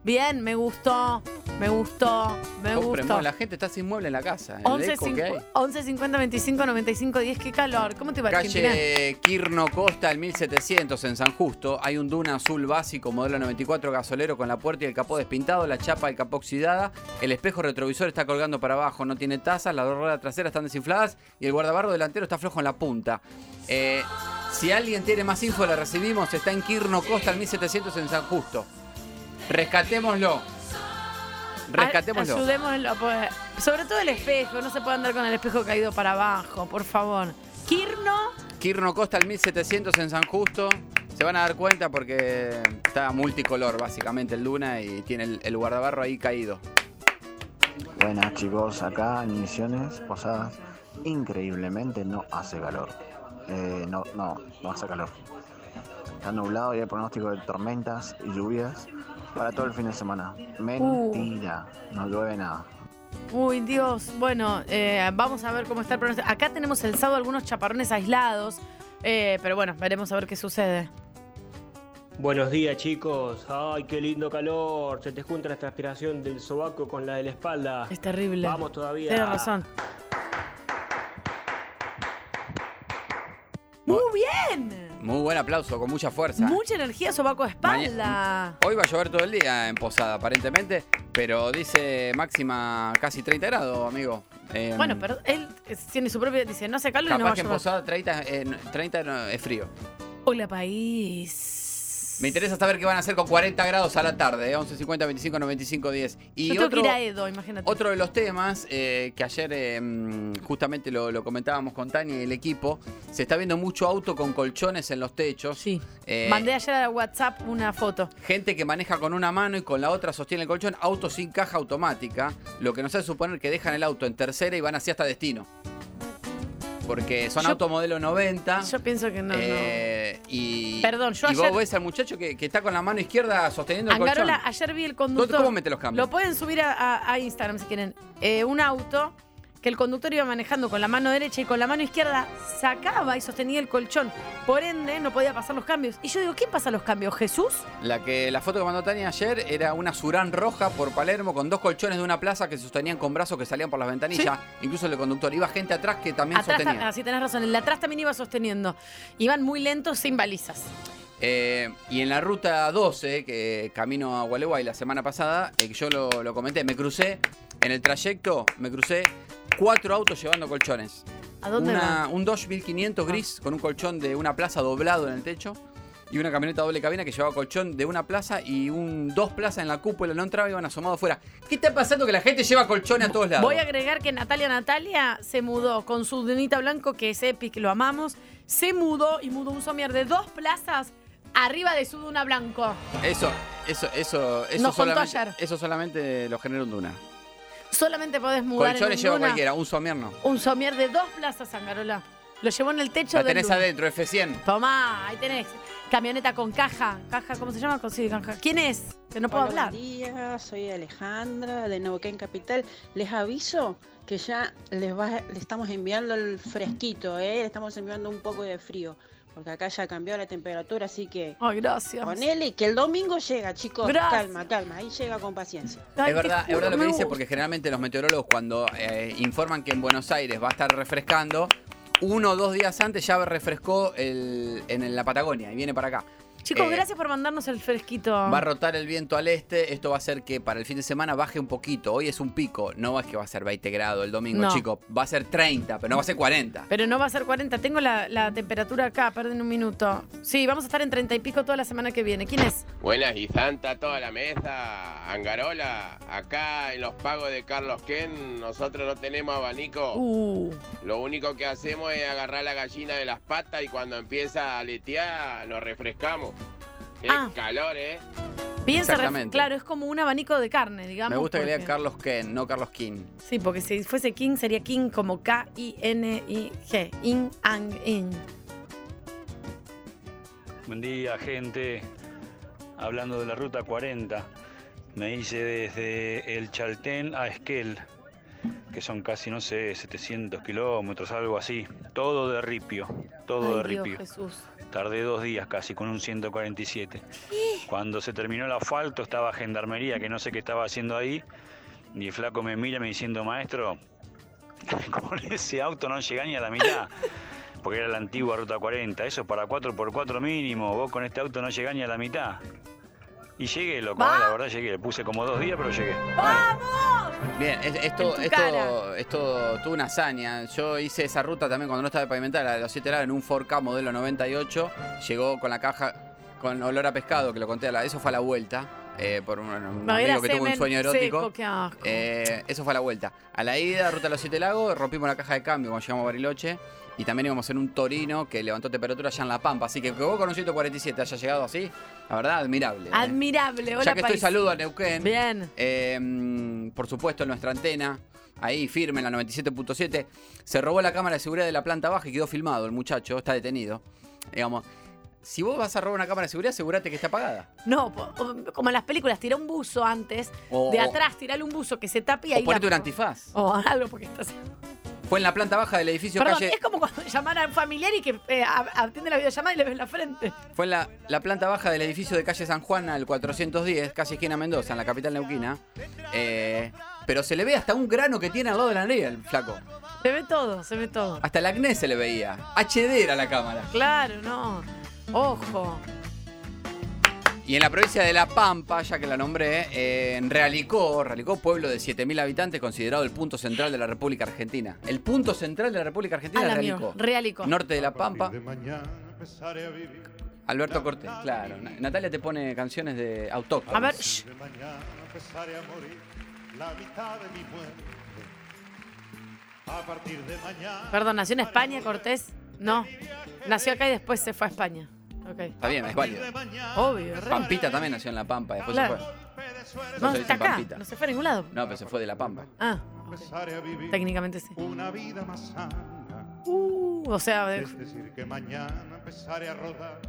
[SPEAKER 7] Bien, me gustó, me gustó, me
[SPEAKER 8] Compren,
[SPEAKER 7] gustó.
[SPEAKER 8] la gente está sin mueble en la casa. El
[SPEAKER 7] 11,
[SPEAKER 8] eco que hay.
[SPEAKER 7] 50, 25, 95, 10, qué calor. ¿Cómo te va Argentina?
[SPEAKER 8] Calle Quirno Costa, el 1700, en San Justo. Hay un Duna azul básico, modelo 94, gasolero, con la puerta y el capó despintado, la chapa del capó oxidada. El espejo retrovisor está colgando para abajo, no tiene tazas, las dos ruedas traseras están desinfladas y el guardabarro delantero está flojo en la punta. Eh, si alguien tiene más info, la recibimos. Está en Quirno Costa, el 1700, en San Justo. Rescatémoslo. Rescatémoslo.
[SPEAKER 7] Ayudémoslo. pues. Sobre todo el espejo, no se puede andar con el espejo caído para abajo, por favor. Kirno,
[SPEAKER 8] Quirno Costa al 1700 en San Justo. Se van a dar cuenta porque está multicolor básicamente el Luna y tiene el, el guardabarro ahí caído.
[SPEAKER 17] Buenas chicos, acá en Misiones Posadas, increíblemente no hace calor. Eh, no, no, no hace calor. Está nublado y hay pronóstico de tormentas y lluvias para todo el fin de semana. Mentira, no llueve nada.
[SPEAKER 7] Uy, Dios. Bueno, eh, vamos a ver cómo está el pronóstico. Acá tenemos el sábado algunos chaparrones aislados. eh, pero bueno, veremos a ver qué sucede.
[SPEAKER 25] Buenos días chicos, ay qué lindo calor, se te junta la transpiración del sobaco con la de la espalda.
[SPEAKER 7] Es terrible.
[SPEAKER 25] Vamos todavía.
[SPEAKER 7] Tienes razón. Muy bien.
[SPEAKER 8] Muy buen aplauso, con mucha fuerza.
[SPEAKER 7] Mucha energía, sobaco a espalda.
[SPEAKER 8] Hoy va a llover todo el día en Posada, aparentemente, pero dice máxima casi 30 grados, amigo. Eh,
[SPEAKER 7] Bueno, pero él eh, tiene su propio. Dice, no hace calor y
[SPEAKER 8] Capaz
[SPEAKER 7] no va a
[SPEAKER 8] que en
[SPEAKER 7] llover.
[SPEAKER 8] Posada 30, eh, 30 no, es frío.
[SPEAKER 7] Hola, país.
[SPEAKER 8] Me interesa saber qué van a hacer con 40 grados a la tarde, eh, 11, 50, 25, 95, 10. Y
[SPEAKER 7] Yo tengo
[SPEAKER 8] otro-
[SPEAKER 7] que ir a Edo, imagínate.
[SPEAKER 8] Otro de los temas eh, que ayer eh, mm, justamente lo, lo comentábamos con Tania y el equipo, se está viendo mucho auto con colchones en los techos.
[SPEAKER 7] Sí.
[SPEAKER 8] Eh,
[SPEAKER 7] Mandé ayer a WhatsApp una foto.
[SPEAKER 8] Gente que maneja con una mano y con la otra sostiene el colchón, autos sin caja automática, lo que nos hace suponer que dejan el auto en tercera y van así hasta destino. Porque son
[SPEAKER 7] Yo-
[SPEAKER 8] autos modelo 90.
[SPEAKER 7] Yo pienso que no, no.
[SPEAKER 8] eh, Y,
[SPEAKER 7] Perdón, yo
[SPEAKER 8] y vos
[SPEAKER 7] ayer-
[SPEAKER 8] ves al muchacho que, que está con la mano izquierda sosteniendo el colchón.
[SPEAKER 7] Angarola, ayer vi el conductor.
[SPEAKER 8] ¿Cómo mete los cambios?
[SPEAKER 7] Lo pueden subir a, a- a Instagram si quieren. Eh, un auto que el conductor iba manejando con la mano derecha y con la mano izquierda sacaba y sostenía el colchón. Por ende, no podía pasar los cambios. Y yo digo, ¿quién pasa los cambios? ¿Jesús?
[SPEAKER 8] La, que, la foto que mandó Tania ayer era una Surán roja por Palermo con dos colchones de una plaza que se sostenían con brazos que salían por las ventanillas. Incluso el conductor. Iba gente atrás que también
[SPEAKER 7] Atrás,
[SPEAKER 8] sostenía.
[SPEAKER 7] así tenés razón. El de atrás también iba sosteniendo. Iban muy lentos sin balizas.
[SPEAKER 8] Eh, y en la ruta 12, que camino a Gualeguay la semana pasada, eh, que yo lo, lo comenté, me crucé, en el trayecto, me crucé cuatro autos llevando colchones.
[SPEAKER 7] ¿A dónde
[SPEAKER 8] Una-
[SPEAKER 7] van? Ah.
[SPEAKER 8] Un Dodge 1500 gris con un colchón de una plaza doblado en el techo y una camioneta doble cabina que llevaba colchón de una plaza y un dos plazas en la cúpula, no entraba, iban asomados afuera. ¿Qué está pasando que la gente lleva colchones a todos lados?
[SPEAKER 7] Voy a agregar que Natalia Natalia se mudó con su Denita Blanco, que es epic, lo amamos. Se mudó y mudó un somier de dos plazas arriba de su Duna Blanco.
[SPEAKER 8] Eso, eso, eso, eso
[SPEAKER 7] Nos contó
[SPEAKER 8] solamente,
[SPEAKER 7] ayer.
[SPEAKER 8] eso solamente lo generó en Duna.
[SPEAKER 7] Solamente podés mudar
[SPEAKER 8] Colchones
[SPEAKER 7] en
[SPEAKER 8] lleva
[SPEAKER 7] un Duna
[SPEAKER 8] cualquiera, un somier no.
[SPEAKER 7] un somier de dos plazas, Angarola. Lo llevó en el techo
[SPEAKER 8] La
[SPEAKER 7] del
[SPEAKER 8] tenés
[SPEAKER 7] Duna.
[SPEAKER 8] adentro, F100.
[SPEAKER 7] Tomá, ahí tenés. Camioneta con caja. Caja, ¿cómo se llama? Con- sí, caja. ¿Quién es? Que no puedo
[SPEAKER 3] Hola,
[SPEAKER 7] hablar.
[SPEAKER 3] Buen día, soy Alejandra de Neuquén Capital. Les aviso que ya les va- le estamos enviando el fresquito, ¿eh? le estamos enviando un poco de frío, porque acá ya cambió la temperatura, así que.
[SPEAKER 7] Ay, gracias.
[SPEAKER 3] Ponele que el domingo llega, chicos.
[SPEAKER 7] Gracias.
[SPEAKER 3] Calma, calma, ahí llega con paciencia.
[SPEAKER 8] es verdad, es verdad lo que dice, porque generalmente los meteorólogos cuando eh, informan que en Buenos Aires va a estar refrescando, uno o dos días antes ya refrescó el- en la Patagonia y viene para acá.
[SPEAKER 7] Chicos,
[SPEAKER 8] Eh,
[SPEAKER 7] gracias por mandarnos el fresquito.
[SPEAKER 8] Va a rotar el viento al este, esto va a hacer que para el fin de semana baje un poquito. Hoy es un pico, no es que va a ser 20 grados el domingo,
[SPEAKER 7] No.
[SPEAKER 8] chicos. Va a ser 30, pero no va a ser 40.
[SPEAKER 7] Pero no va a ser 40. Tengo la, la temperatura acá, perden un minuto. Sí, vamos a estar en 30 y pico toda la semana que viene. ¿Quién es?
[SPEAKER 15] Buenas y santa toda la mesa, Angarola. Acá en los pagos de Carlos Ken nosotros no tenemos abanico.
[SPEAKER 7] Uh.
[SPEAKER 15] Lo único que hacemos es agarrar la gallina de las patas y cuando empieza a aletear nos refrescamos. Qué
[SPEAKER 7] Ah.
[SPEAKER 15] calor, ¿eh?
[SPEAKER 7] Piensa,
[SPEAKER 8] Exactamente.
[SPEAKER 7] claro, es como un abanico de carne, digamos.
[SPEAKER 8] Me gusta que
[SPEAKER 7] porque-
[SPEAKER 8] lea Carlos Ken, no Carlos King.
[SPEAKER 7] Sí, porque si fuese King sería King como K-I-N-I-G. In and in.
[SPEAKER 16] Buen día, gente. Hablando de la ruta 40, me hice desde el Chaltén a Esquel, que son casi, no sé, 700 kilómetros, algo así. Todo de ripio, todo de
[SPEAKER 7] Ay, Dios,
[SPEAKER 16] ripio.
[SPEAKER 7] Jesús.
[SPEAKER 16] Tardé dos días casi con un 147. Cuando se terminó el asfalto estaba gendarmería, que no sé qué estaba haciendo ahí. Y el flaco me mira me diciendo, maestro, (laughs) con ese auto no llega ni a la mitad. Porque era la antigua Ruta 40. Eso es para 4x4 mínimo. Vos con este auto no llegás ni a la mitad. Y llegué, loco. eh, La verdad llegué. Le puse como dos días, pero llegué.
[SPEAKER 8] Bien, es- esto,
[SPEAKER 16] tu
[SPEAKER 8] esto,
[SPEAKER 16] cara.
[SPEAKER 8] esto tuvo una hazaña. Yo hice esa ruta también cuando no estaba pavimentada, la de los 7 lados, en un 4K modelo 98. Llegó con la caja con olor a pescado, que lo conté a la. Eso fue a la vuelta, eh, por un, un
[SPEAKER 7] No,
[SPEAKER 8] amigo
[SPEAKER 7] era
[SPEAKER 8] que tuvo un
[SPEAKER 7] semen
[SPEAKER 8] sueño
[SPEAKER 7] seco,
[SPEAKER 8] erótico.
[SPEAKER 7] qué asco.
[SPEAKER 8] Eh, eso fue a la vuelta. A la ida, ruta a los 7 lagos, rompimos la caja de cambio cuando llegamos a Bariloche. Y también íbamos en un torino que levantó temperatura allá en La Pampa. Así que que vos con un 147 haya llegado así, la verdad, admirable. ¿eh?
[SPEAKER 7] Admirable, hola
[SPEAKER 8] ya que estoy,
[SPEAKER 7] país.
[SPEAKER 8] saludo a Neuquén.
[SPEAKER 7] Bien.
[SPEAKER 8] Eh, mm, por supuesto, en nuestra antena. Ahí, firme, en la 97.7. Se robó la cámara de seguridad de la planta baja y quedó filmado el muchacho. Está detenido. Digamos, si vos vas a robar una cámara de seguridad, asegurate que está apagada.
[SPEAKER 7] No, po- o- como en las películas, tira un buzo antes.
[SPEAKER 8] O-
[SPEAKER 7] de
[SPEAKER 8] o-
[SPEAKER 7] atrás, tirale un buzo que se tape y
[SPEAKER 8] O
[SPEAKER 7] ahí.
[SPEAKER 8] ponete
[SPEAKER 7] la-
[SPEAKER 8] un antifaz.
[SPEAKER 7] O (laughs) algo porque estás.
[SPEAKER 8] Fue en la planta baja del edificio
[SPEAKER 7] Perdón,
[SPEAKER 8] calle.
[SPEAKER 7] es como cuando (laughs) llamar a un familiar y que eh, a- atiende la videollamada y le ves la frente.
[SPEAKER 8] Fue en la, la planta baja del edificio de calle San Juan, al 410, casi esquina Mendoza, en la capital neuquina. Eh, pero se le ve hasta un grano que tiene al lado de la nariz el flaco.
[SPEAKER 7] Se ve todo, se ve todo.
[SPEAKER 8] Hasta el acné se le veía. HD era la cámara.
[SPEAKER 7] Claro, no. Ojo.
[SPEAKER 8] Y en la provincia de La Pampa, ya que la nombré, eh, en Realicó, Realicó, pueblo de 7.000 habitantes, considerado el punto central de la República Argentina. El punto central de la República Argentina
[SPEAKER 7] A
[SPEAKER 8] es
[SPEAKER 7] la
[SPEAKER 8] Realicó.
[SPEAKER 7] mierda, Realicó.
[SPEAKER 8] Norte de La Pampa. Alberto Cortés, claro. Na- Natalia te pone canciones de autóctonas.
[SPEAKER 7] A ver, shh.
[SPEAKER 18] empezaré a morir la mitad de mi muerte. A partir de mañana.
[SPEAKER 7] Perdón, nació en España, Cortés. No. Nació acá y después se fue a España. Ok.
[SPEAKER 8] Está bien, es válido.
[SPEAKER 7] Obvio, re.
[SPEAKER 8] Pampita también nació en La Pampa, después
[SPEAKER 7] Claro.
[SPEAKER 8] se fue.
[SPEAKER 7] No,
[SPEAKER 8] se
[SPEAKER 7] está
[SPEAKER 8] dice
[SPEAKER 7] acá.
[SPEAKER 8] Pampita.
[SPEAKER 7] No se fue a ningún lado.
[SPEAKER 8] No, pero se fue de La Pampa.
[SPEAKER 7] Ah,
[SPEAKER 18] Empezaré a vivir
[SPEAKER 7] técnicamente sí.
[SPEAKER 18] una vida más sana.
[SPEAKER 7] Uh, o sea, de-
[SPEAKER 18] Es decir, que mañana empezaré a rodar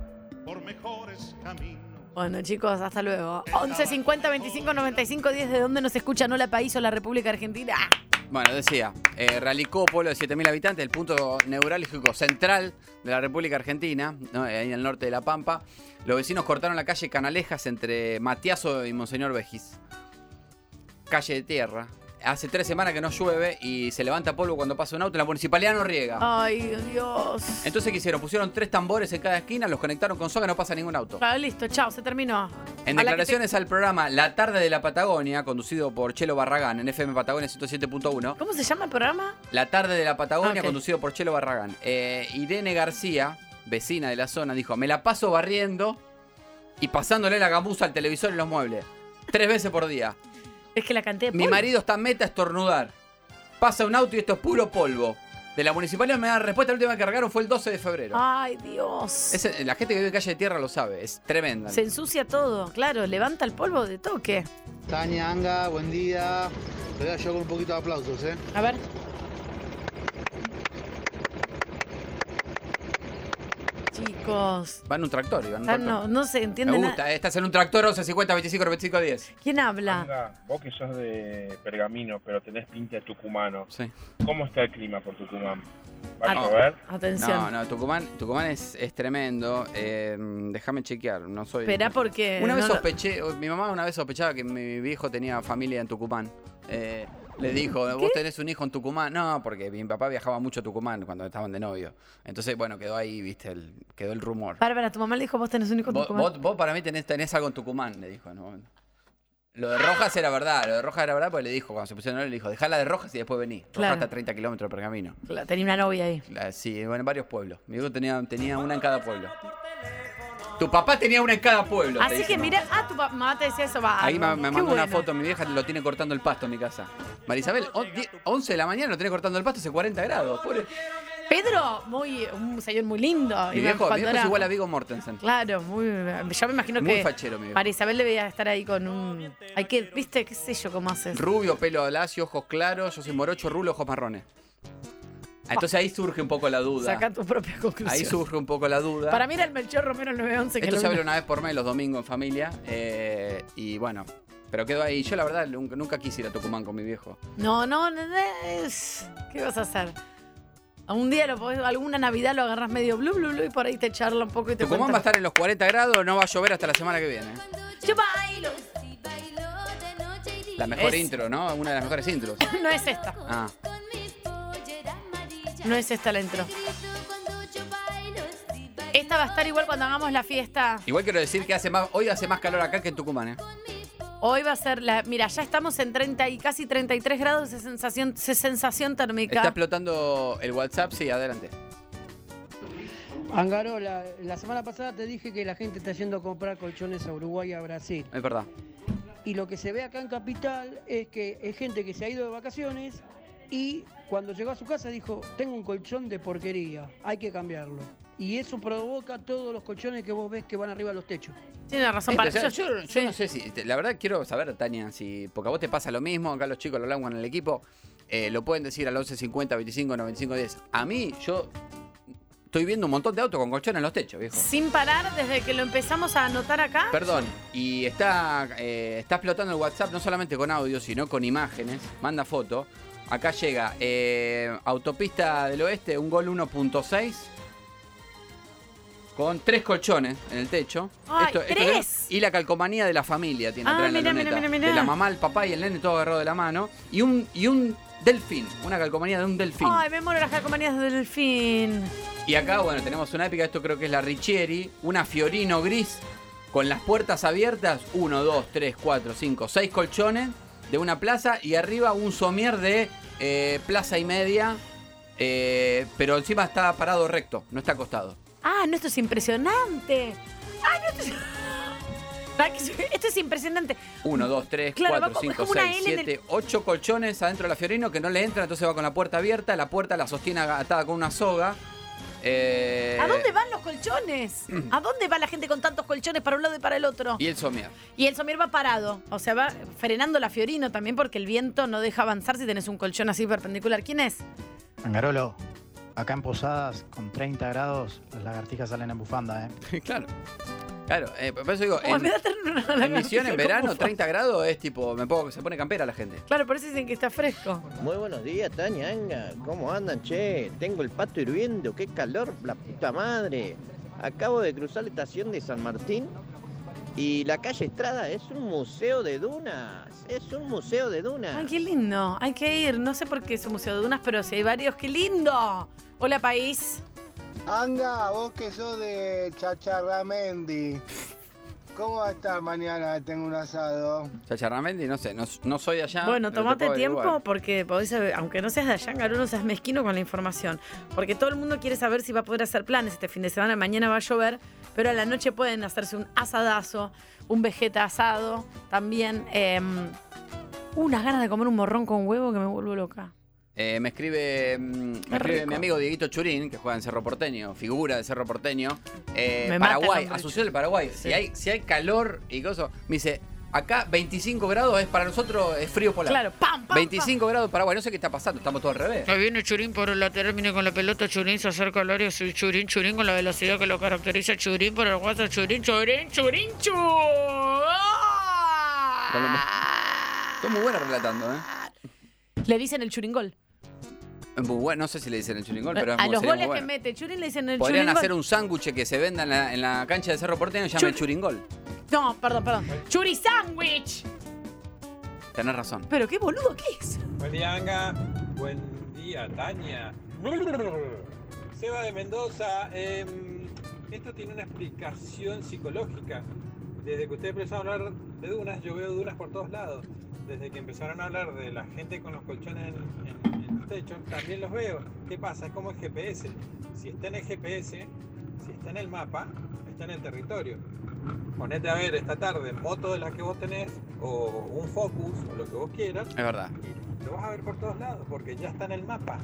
[SPEAKER 18] por mejores caminos.
[SPEAKER 7] Bueno, chicos, hasta luego. Oh, 11 50 25 95 10. ¿De dónde nos escucha? No la país o la República Argentina.
[SPEAKER 8] Bueno, decía, eh, Ralicó, pueblo de 7.000 habitantes, el punto neurálgico central de la República Argentina, ¿no? Eh, ahí en el norte de La Pampa. Los vecinos cortaron la calle Canalejas entre Matiazo y Monseñor Vejis. Calle de tierra. Hace tres semanas que no llueve y se levanta polvo cuando pasa un auto y la municipalidad no riega.
[SPEAKER 7] Ay, Dios.
[SPEAKER 8] Entonces, ¿qué hicieron? Pusieron tres tambores en cada esquina, los conectaron con soga, no pasa ningún auto.
[SPEAKER 7] Ah, listo, chao, se terminó.
[SPEAKER 8] En
[SPEAKER 7] A la que
[SPEAKER 8] declaraciones al programa La Tarde de la Patagonia, conducido por Chelo Barragán en FM Patagonia
[SPEAKER 7] te-
[SPEAKER 8] 107.1.
[SPEAKER 7] ¿Cómo se llama el programa?
[SPEAKER 8] La Tarde de la
[SPEAKER 7] Ah,
[SPEAKER 8] Patagonia,
[SPEAKER 7] ok.
[SPEAKER 8] conducido por Chelo Barragán. Eh, Irene García, vecina de la zona, dijo: Me la paso barriendo y pasándole la gamuza al televisor y los muebles. Tres veces por día.
[SPEAKER 7] Es que la canté.
[SPEAKER 8] Mi marido está meta a estornudar. Pasa un auto y esto es puro polvo. De la municipalidad me da respuesta. La última que cargaron fue el 12 de febrero.
[SPEAKER 7] Ay, Dios.
[SPEAKER 8] Es- la gente que vive en calle de tierra lo sabe. Es tremenda.
[SPEAKER 7] Se ensucia todo, claro, levanta el polvo de toque.
[SPEAKER 11] Tania Anga, buen día. Te voy a llevar con un poquito de aplausos, ¿eh?
[SPEAKER 7] A ver. Chicos.
[SPEAKER 8] Va en un tractor, Iván. un
[SPEAKER 7] Ah,
[SPEAKER 8] tractor.
[SPEAKER 7] no, no se entiende
[SPEAKER 8] Me
[SPEAKER 7] nada.
[SPEAKER 8] gusta, eh, estás en un tractor 11, 50, 25, 25, 10.
[SPEAKER 7] ¿Quién habla?
[SPEAKER 12] Anga, Ah, vos que sos de Pergamino, pero tenés pinta de tucumano.
[SPEAKER 8] Sí.
[SPEAKER 12] ¿Cómo está el clima por Tucumán? ¿Va a
[SPEAKER 7] At-
[SPEAKER 12] llover?
[SPEAKER 8] No,
[SPEAKER 7] Atención.
[SPEAKER 8] no, Tucumán, Tucumán es, es tremendo. Eh, Déjame chequear, no soy.
[SPEAKER 7] Esperá porque
[SPEAKER 8] Una vez
[SPEAKER 7] no lo-
[SPEAKER 8] sospeché, mi mamá una vez sospechaba que mi viejo tenía familia en Tucumán. Eh, le dijo, vos tenés un hijo en Tucumán. No, porque mi papá viajaba mucho a Tucumán cuando estaban de novio. Entonces, bueno, quedó ahí, viste, el, quedó el rumor.
[SPEAKER 7] Bárbara, tu mamá le dijo, vos tenés un hijo en
[SPEAKER 8] Vos,
[SPEAKER 7] Tucumán.
[SPEAKER 8] vos- vos para mí tenés, tenés algo en Tucumán, le dijo. ¿no? Lo de Rojas era verdad, lo de Rojas era verdad porque le dijo, cuando se pusieron a hablar, le dijo, dejala de Rojas y después vení. Rojas
[SPEAKER 7] Claro.
[SPEAKER 8] está a 30 kilómetros por camino.
[SPEAKER 7] La- Tenía una novia ahí.
[SPEAKER 8] La- Sí, bueno, en varios pueblos. Mi viejo tenía, tenía una en cada pueblo. Tu papá tenía una en cada pueblo. te
[SPEAKER 7] Así
[SPEAKER 8] dice
[SPEAKER 7] que
[SPEAKER 8] mamá.
[SPEAKER 7] mira, ah, tu pa- mamá te decía eso, va.
[SPEAKER 8] Ahí me,
[SPEAKER 7] Arnold,
[SPEAKER 8] me
[SPEAKER 7] qué
[SPEAKER 8] mandó una
[SPEAKER 7] bueno.
[SPEAKER 8] foto, mi vieja lo tiene cortando el pasto en mi casa. Marisabel, on- die- 11 de la mañana lo tiene cortando el pasto, hace 40 grados. pobre.
[SPEAKER 7] Pedro, muy, un señor muy lindo.
[SPEAKER 8] Mi
[SPEAKER 7] Iván,
[SPEAKER 8] viejo, mi
[SPEAKER 7] cuando
[SPEAKER 8] viejo es
[SPEAKER 7] era-
[SPEAKER 8] igual a Vigo Mortensen.
[SPEAKER 7] Claro, muy. Yo me imagino
[SPEAKER 8] Muy
[SPEAKER 7] que.
[SPEAKER 8] fachero, mi viejo.
[SPEAKER 7] María Isabel debía estar ahí con un. Hay que, viste, qué sé yo cómo haces.
[SPEAKER 8] Rubio, pelo lacio, ojos claros, yo soy morocho, rulo, ojos marrones. Entonces ahí surge un poco la duda.
[SPEAKER 7] Saca tu propia conclusión.
[SPEAKER 8] Ahí surge un poco la duda.
[SPEAKER 7] Para mí era el Melchor Romero 911 que
[SPEAKER 8] Esto
[SPEAKER 7] lo
[SPEAKER 8] se abre
[SPEAKER 7] vino.
[SPEAKER 8] una vez por mes los domingos en familia. eh, y bueno, pero quedó ahí. Yo la verdad nunca, nunca quise ir a Tucumán con mi viejo.
[SPEAKER 7] No, no, no, no, es- ¿qué vas a hacer? Un día, lo podés- alguna Navidad lo agarras medio blu, blu, blu y por ahí te charla un poco y te
[SPEAKER 8] Tucumán va a
[SPEAKER 7] cuenta.
[SPEAKER 8] estar en los 40 grados, no va a llover hasta la semana que viene.
[SPEAKER 7] Yo bailo. (coughs)
[SPEAKER 8] La mejor
[SPEAKER 7] Es-
[SPEAKER 8] intro, ¿no? Una de las mejores intros.
[SPEAKER 7] No es esta.
[SPEAKER 8] Ah,
[SPEAKER 7] No es esta la intro. Esta va a estar igual cuando hagamos la fiesta.
[SPEAKER 8] igual quiero decir que hace más, hoy hace más calor acá que en Tucumán, ¿eh?
[SPEAKER 7] Hoy va a ser la. Mira, ya estamos en 30 y casi 33 grados de sensación, de sensación térmica.
[SPEAKER 8] Está explotando el WhatsApp, sí, adelante.
[SPEAKER 19] Angarola, la semana pasada te dije que la gente está yendo a comprar colchones a Uruguay y a Brasil.
[SPEAKER 8] Es verdad.
[SPEAKER 19] Y lo que se ve acá en Capital es que es gente que se ha ido de vacaciones y cuando llegó a su casa dijo, tengo un colchón de porquería, hay que cambiarlo. Y eso provoca todos los colchones que vos ves que van arriba de los techos.
[SPEAKER 7] Tiene razón.
[SPEAKER 8] Eh,
[SPEAKER 7] para-
[SPEAKER 8] o sea,
[SPEAKER 7] yo-
[SPEAKER 8] yo, yo no sé si. te- La verdad, quiero saber, Tania, si. Porque a vos te pasa lo mismo, acá los chicos lo hablan en el equipo. eh, lo pueden decir al 11 50 25 95 10. A mí, yo. Estoy viendo un montón de autos con colchones en los techos, viejo.
[SPEAKER 7] Sin parar, desde que lo empezamos a anotar acá.
[SPEAKER 8] Perdón, y está, eh, está explotando el WhatsApp no solamente con audio, sino con imágenes. Manda foto. Acá llega eh, Autopista del Oeste, un gol 1.6. Con tres colchones en el techo.
[SPEAKER 7] ¡Ay, tres!
[SPEAKER 8] y la calcomanía de la familia tiene
[SPEAKER 7] Ah,
[SPEAKER 8] atrás en la
[SPEAKER 7] mirá, mirá,
[SPEAKER 8] luneta.
[SPEAKER 7] mirá, mirá.
[SPEAKER 8] De la mamá, el papá y el nene todo agarrado de la mano. Y un, y un delfín, una calcomanía de un delfín.
[SPEAKER 7] Ay, me muero las calcomanías del delfín.
[SPEAKER 8] Y acá, bueno, tenemos una épica, esto creo que es la Richieri, una Fiorino gris con las puertas abiertas, 1, 2, 3, 4, 5, 6 colchones de una plaza y arriba un somier de eh, plaza y media, eh, pero encima está parado recto, no está acostado.
[SPEAKER 7] Ah, no, esto es impresionante. Ah, no, esto es. (laughs) Para que se- Esto es impresionante.
[SPEAKER 8] 1, 2, 3,
[SPEAKER 7] Claro, va
[SPEAKER 8] 4,
[SPEAKER 7] como-
[SPEAKER 8] 5,
[SPEAKER 7] es como una
[SPEAKER 8] 6,
[SPEAKER 7] L en el-
[SPEAKER 8] 7, 8 colchones adentro de la Fiorino que no le entra, entonces va con la puerta abierta, la puerta la sostiene atada con una soga. eh,
[SPEAKER 7] ¿A dónde van los
[SPEAKER 8] (clears throat)
[SPEAKER 7] colchones? ¿A dónde va la gente con tantos colchones para un lado y para el otro?
[SPEAKER 8] Y el somier.
[SPEAKER 7] Y el somier va parado, o sea, va frenando la Fiorino también porque el viento no deja avanzar si tenés un colchón así perpendicular. ¿Quién es?
[SPEAKER 20] Angarolo, Acá en Posadas, con 30 grados, las lagartijas salen en bufanda,
[SPEAKER 16] (laughs)
[SPEAKER 20] ¿eh?
[SPEAKER 8] claro. Claro, eh, por eso digo,
[SPEAKER 7] Como
[SPEAKER 8] en,
[SPEAKER 7] me da ternura la
[SPEAKER 8] en Misiones,
[SPEAKER 7] lagartija,
[SPEAKER 8] en verano,
[SPEAKER 7] ¿cómo
[SPEAKER 8] 30 grados es tipo, me pongo, se pone campera la gente.
[SPEAKER 7] Claro, por eso dicen que está fresco.
[SPEAKER 10] Muy buenos días, Tania Anga. ¿Cómo andan, che? Tengo el pato hirviendo, qué calor, la puta madre. Acabo de cruzar la estación de San Martín y la calle Estrada es un museo de dunas. Es un museo de dunas.
[SPEAKER 7] Ay, qué lindo. Hay que ir. No sé por qué es un museo de dunas, pero si hay varios, qué lindo. Hola, país.
[SPEAKER 11] Anga, vos que sos de Chacharramendi. ¿Cómo va a estar mañana? Tengo un asado.
[SPEAKER 8] Chacharramendi, no sé, no, no soy de allá.
[SPEAKER 7] Bueno,
[SPEAKER 8] Ah, no te
[SPEAKER 7] tomate
[SPEAKER 8] puedo
[SPEAKER 7] tiempo
[SPEAKER 8] averiguar.
[SPEAKER 7] porque podés saber- aunque no seas de allá, Garú, no seas mezquino con la información. Porque todo el mundo quiere saber si va a poder hacer planes este fin de semana. Mañana va a llover, pero a la noche pueden hacerse un asadazo, un vegeta asado, también em, unas ganas de comer un morrón con huevo que me vuelvo loca.
[SPEAKER 8] Eh, me escribe, mm, me escribe
[SPEAKER 7] rico.
[SPEAKER 8] mi amigo Dieguito Churín, que juega en Cerro Porteño, figura de Cerro Porteño. Eh,
[SPEAKER 7] Me mata el
[SPEAKER 8] Paraguay,
[SPEAKER 7] nombre.
[SPEAKER 8] Asunción del Paraguay. Si, hay, si hay calor y cosas, me dice, acá 25 grados es para nosotros es frío polar.
[SPEAKER 7] Claro, pam, pam,
[SPEAKER 8] 25 grados en Paraguay, no sé qué está pasando, estamos todos al revés.
[SPEAKER 21] Se viene Churín por el lateral, viene con la pelota, Churín se acerca al área, sí, Churín, Churín con la velocidad que lo caracteriza, Churín por el guaso, Churín, Churín, Churín, Churín.
[SPEAKER 8] Con lo me- Estoy muy bueno relatando, ¿eh?
[SPEAKER 7] Ah. Le dicen el churingol.
[SPEAKER 8] Es Muy bueno, no sé si le dicen el churingol, pero es
[SPEAKER 7] a
[SPEAKER 8] muy,
[SPEAKER 7] los
[SPEAKER 8] sería
[SPEAKER 7] goles
[SPEAKER 8] muy
[SPEAKER 7] que
[SPEAKER 8] bueno.
[SPEAKER 7] mete, Churín le dicen el
[SPEAKER 8] Podrían
[SPEAKER 7] churingol.
[SPEAKER 8] hacer un sándwich que se venda en la, en la cancha de Cerro Porteño y llame churingol.
[SPEAKER 7] No, perdón, perdón. Churi sandwich.
[SPEAKER 8] Tenés razón.
[SPEAKER 7] Pero qué boludo que es.
[SPEAKER 22] Buen día, Anga. Buen día, Tania. Seba de Mendoza. em, esto tiene una explicación psicológica. Desde que ustedes empezaron a hablar de dunas, yo veo dunas por todos lados. Desde que empezaron a hablar de la gente con los colchones en, en- en el techo, también los veo. ¿Qué pasa? Es como el GPS. Si está en el GPS, si está en el mapa, está en el territorio. Ponete a ver esta tarde moto de las que vos tenés, o un Focus, o lo que vos quieras.
[SPEAKER 8] Es verdad.
[SPEAKER 22] Lo vas a ver por todos lados porque ya está en el mapa.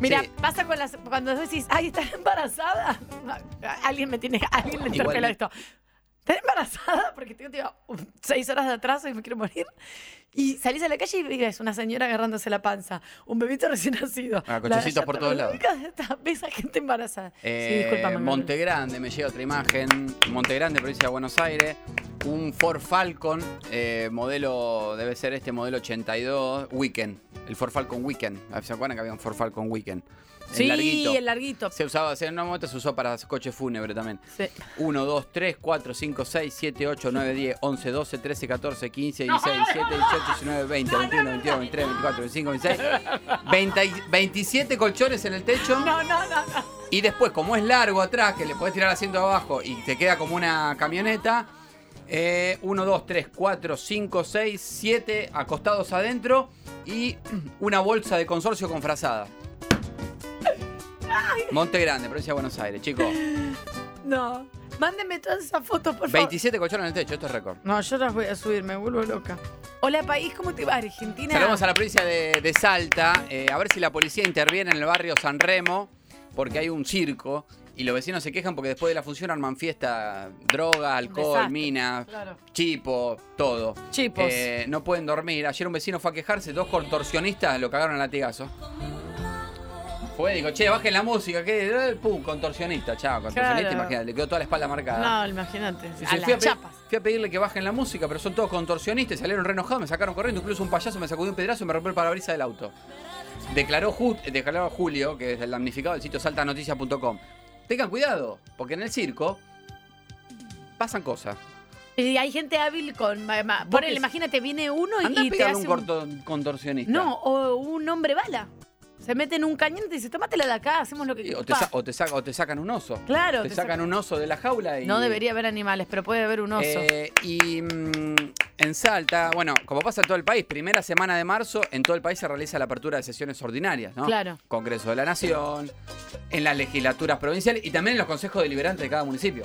[SPEAKER 7] Mira, pasa con las, cuando decís, ay, ¿estás embarazada? (laughs) Alguien me tiene, alguien le interpeló
[SPEAKER 22] Igual-
[SPEAKER 7] esto. ¿Estás embarazada? Porque tengo tipo, seis horas de atraso y me quiero morir. Y salís a la calle y ves una señora agarrándose la panza, un bebito recién nacido.
[SPEAKER 8] Ah, cochecitos
[SPEAKER 7] La-
[SPEAKER 8] por todos lados.
[SPEAKER 7] ubicas, Ves a gente embarazada. sí,
[SPEAKER 8] Eh,
[SPEAKER 7] disculpa, Manuel.
[SPEAKER 8] Montegrande, me llega otra imagen. Montegrande, provincia de Buenos Aires. Un Ford Falcon, eh, modelo, debe ser este modelo 82, Weekend. El Ford Falcon Weekend. ¿Se acuerdan que había un Ford Falcon Weekend? El
[SPEAKER 7] Sí,
[SPEAKER 8] larguito.
[SPEAKER 7] el larguito.
[SPEAKER 8] Se usaba, en un momento se usó para coche fúnebre también.
[SPEAKER 7] Sí.
[SPEAKER 8] 1, 2, 3, 4, 5, 6, 7, 8, 9, 10, 11, 12, 13, 14, 15, 16, 17, 18, 19, 20, 21, 22, 23, 24, 25, 26, 20 y- 27 colchones en el techo.
[SPEAKER 7] No, no, no, no.
[SPEAKER 8] Y después, como es largo atrás, que le podés tirar asiento abajo y te queda como una camioneta. eh, 1, 2, 3, 4, 5, 6, 7 acostados adentro y (clears throat) una bolsa de consorcio con frazada. Monte Grande, provincia de Buenos
[SPEAKER 7] (laughs)
[SPEAKER 8] Aires, chicos.
[SPEAKER 7] No. Mándenme todas esas fotos, por favor.
[SPEAKER 8] 27 colchones en el techo, esto es récord.
[SPEAKER 7] No, yo las voy a subir, me vuelvo loca. Hola, país, ¿cómo te va, Argentina?
[SPEAKER 8] Saludamos a la provincia de, de Salta, eh, a ver si la policía interviene en el barrio San Remo, porque hay un circo y los vecinos se quejan porque después de la función arman fiesta, droga, alcohol,
[SPEAKER 7] desastre,
[SPEAKER 8] minas,
[SPEAKER 7] claro.
[SPEAKER 8] chipo, todo.
[SPEAKER 7] Chipos.
[SPEAKER 8] Eh, no pueden dormir. Ayer un vecino fue a quejarse, dos contorsionistas lo cagaron a latigazo. Fue, dijo, che, bajen la música, que eh, pum, contorsionista, chao, contorsionista,
[SPEAKER 7] Claro.
[SPEAKER 8] imagínate, le quedó toda la espalda marcada.
[SPEAKER 7] No, imagínate.
[SPEAKER 8] Dice,
[SPEAKER 7] A
[SPEAKER 8] fui, a
[SPEAKER 7] las
[SPEAKER 8] pe-
[SPEAKER 7] chapas.
[SPEAKER 8] fui a pedirle que bajen la música, pero son todos contorsionistas, y salieron re enojados, me sacaron corriendo, incluso un payaso me sacudió un pedazo y me rompió el parabrisas del auto. Declaró, Ju- eh, declaró Julio, que es el damnificado del sitio saltanoticia.com. Tengan cuidado, porque en el circo pasan cosas.
[SPEAKER 7] Y hay gente hábil con. ma- ma- Ponele,
[SPEAKER 8] que-
[SPEAKER 7] imagínate, viene uno
[SPEAKER 8] Andá
[SPEAKER 7] y
[SPEAKER 8] a
[SPEAKER 7] te
[SPEAKER 8] pegarle
[SPEAKER 7] hace.
[SPEAKER 8] un
[SPEAKER 7] un-
[SPEAKER 8] corto- contorsionista.
[SPEAKER 7] No, o un hombre bala. Se mete en un cañón y te dice, tómatela de acá, hacemos lo que
[SPEAKER 8] Y- O
[SPEAKER 7] quieras.
[SPEAKER 8] te, sa- o te saca- o te sacan un oso.
[SPEAKER 7] Claro,
[SPEAKER 8] Te,
[SPEAKER 7] te
[SPEAKER 8] sacan
[SPEAKER 7] saca-
[SPEAKER 8] un oso de la jaula y.
[SPEAKER 7] No debería haber animales, pero puede haber un oso.
[SPEAKER 8] Eh, y mm, en Salta, bueno, como pasa en todo el país, primera semana de marzo, en todo el país se realiza la apertura de sesiones ordinarias, ¿no?
[SPEAKER 7] Claro.
[SPEAKER 8] Congreso de la Nación, en las legislaturas provinciales y también en los consejos deliberantes de cada municipio.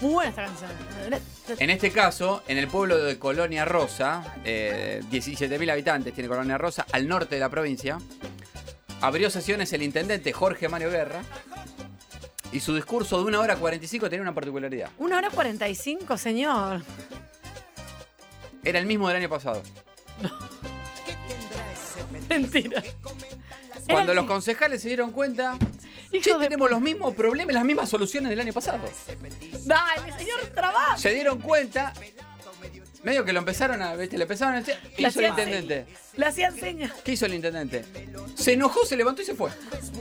[SPEAKER 7] Muy buena esta canción.
[SPEAKER 8] En este caso, en el pueblo de Colonia Rosa, eh, 17.000 habitantes tiene Colonia Rosa, al norte de la provincia, abrió sesiones el intendente Jorge Mario Guerra y su discurso de una hora 45 tenía una particularidad.
[SPEAKER 7] Una hora cuarenta y cinco, señor. (laughs)
[SPEAKER 8] Era el mismo del año pasado.
[SPEAKER 7] Mentira.
[SPEAKER 8] Cuando los concejales se dieron cuenta, che, tenemos los mismos problemas, las mismas soluciones del año pasado.
[SPEAKER 7] Dale, señor, trabajo.
[SPEAKER 8] Se dieron cuenta, medio que lo empezaron a, viste, le empezaron a decir, ¿qué
[SPEAKER 7] La
[SPEAKER 8] hizo el
[SPEAKER 7] hacían-
[SPEAKER 8] intendente?
[SPEAKER 7] Le hacían señas.
[SPEAKER 8] ¿Qué hizo el intendente? Se enojó, se levantó y se fue.
[SPEAKER 3] Pues,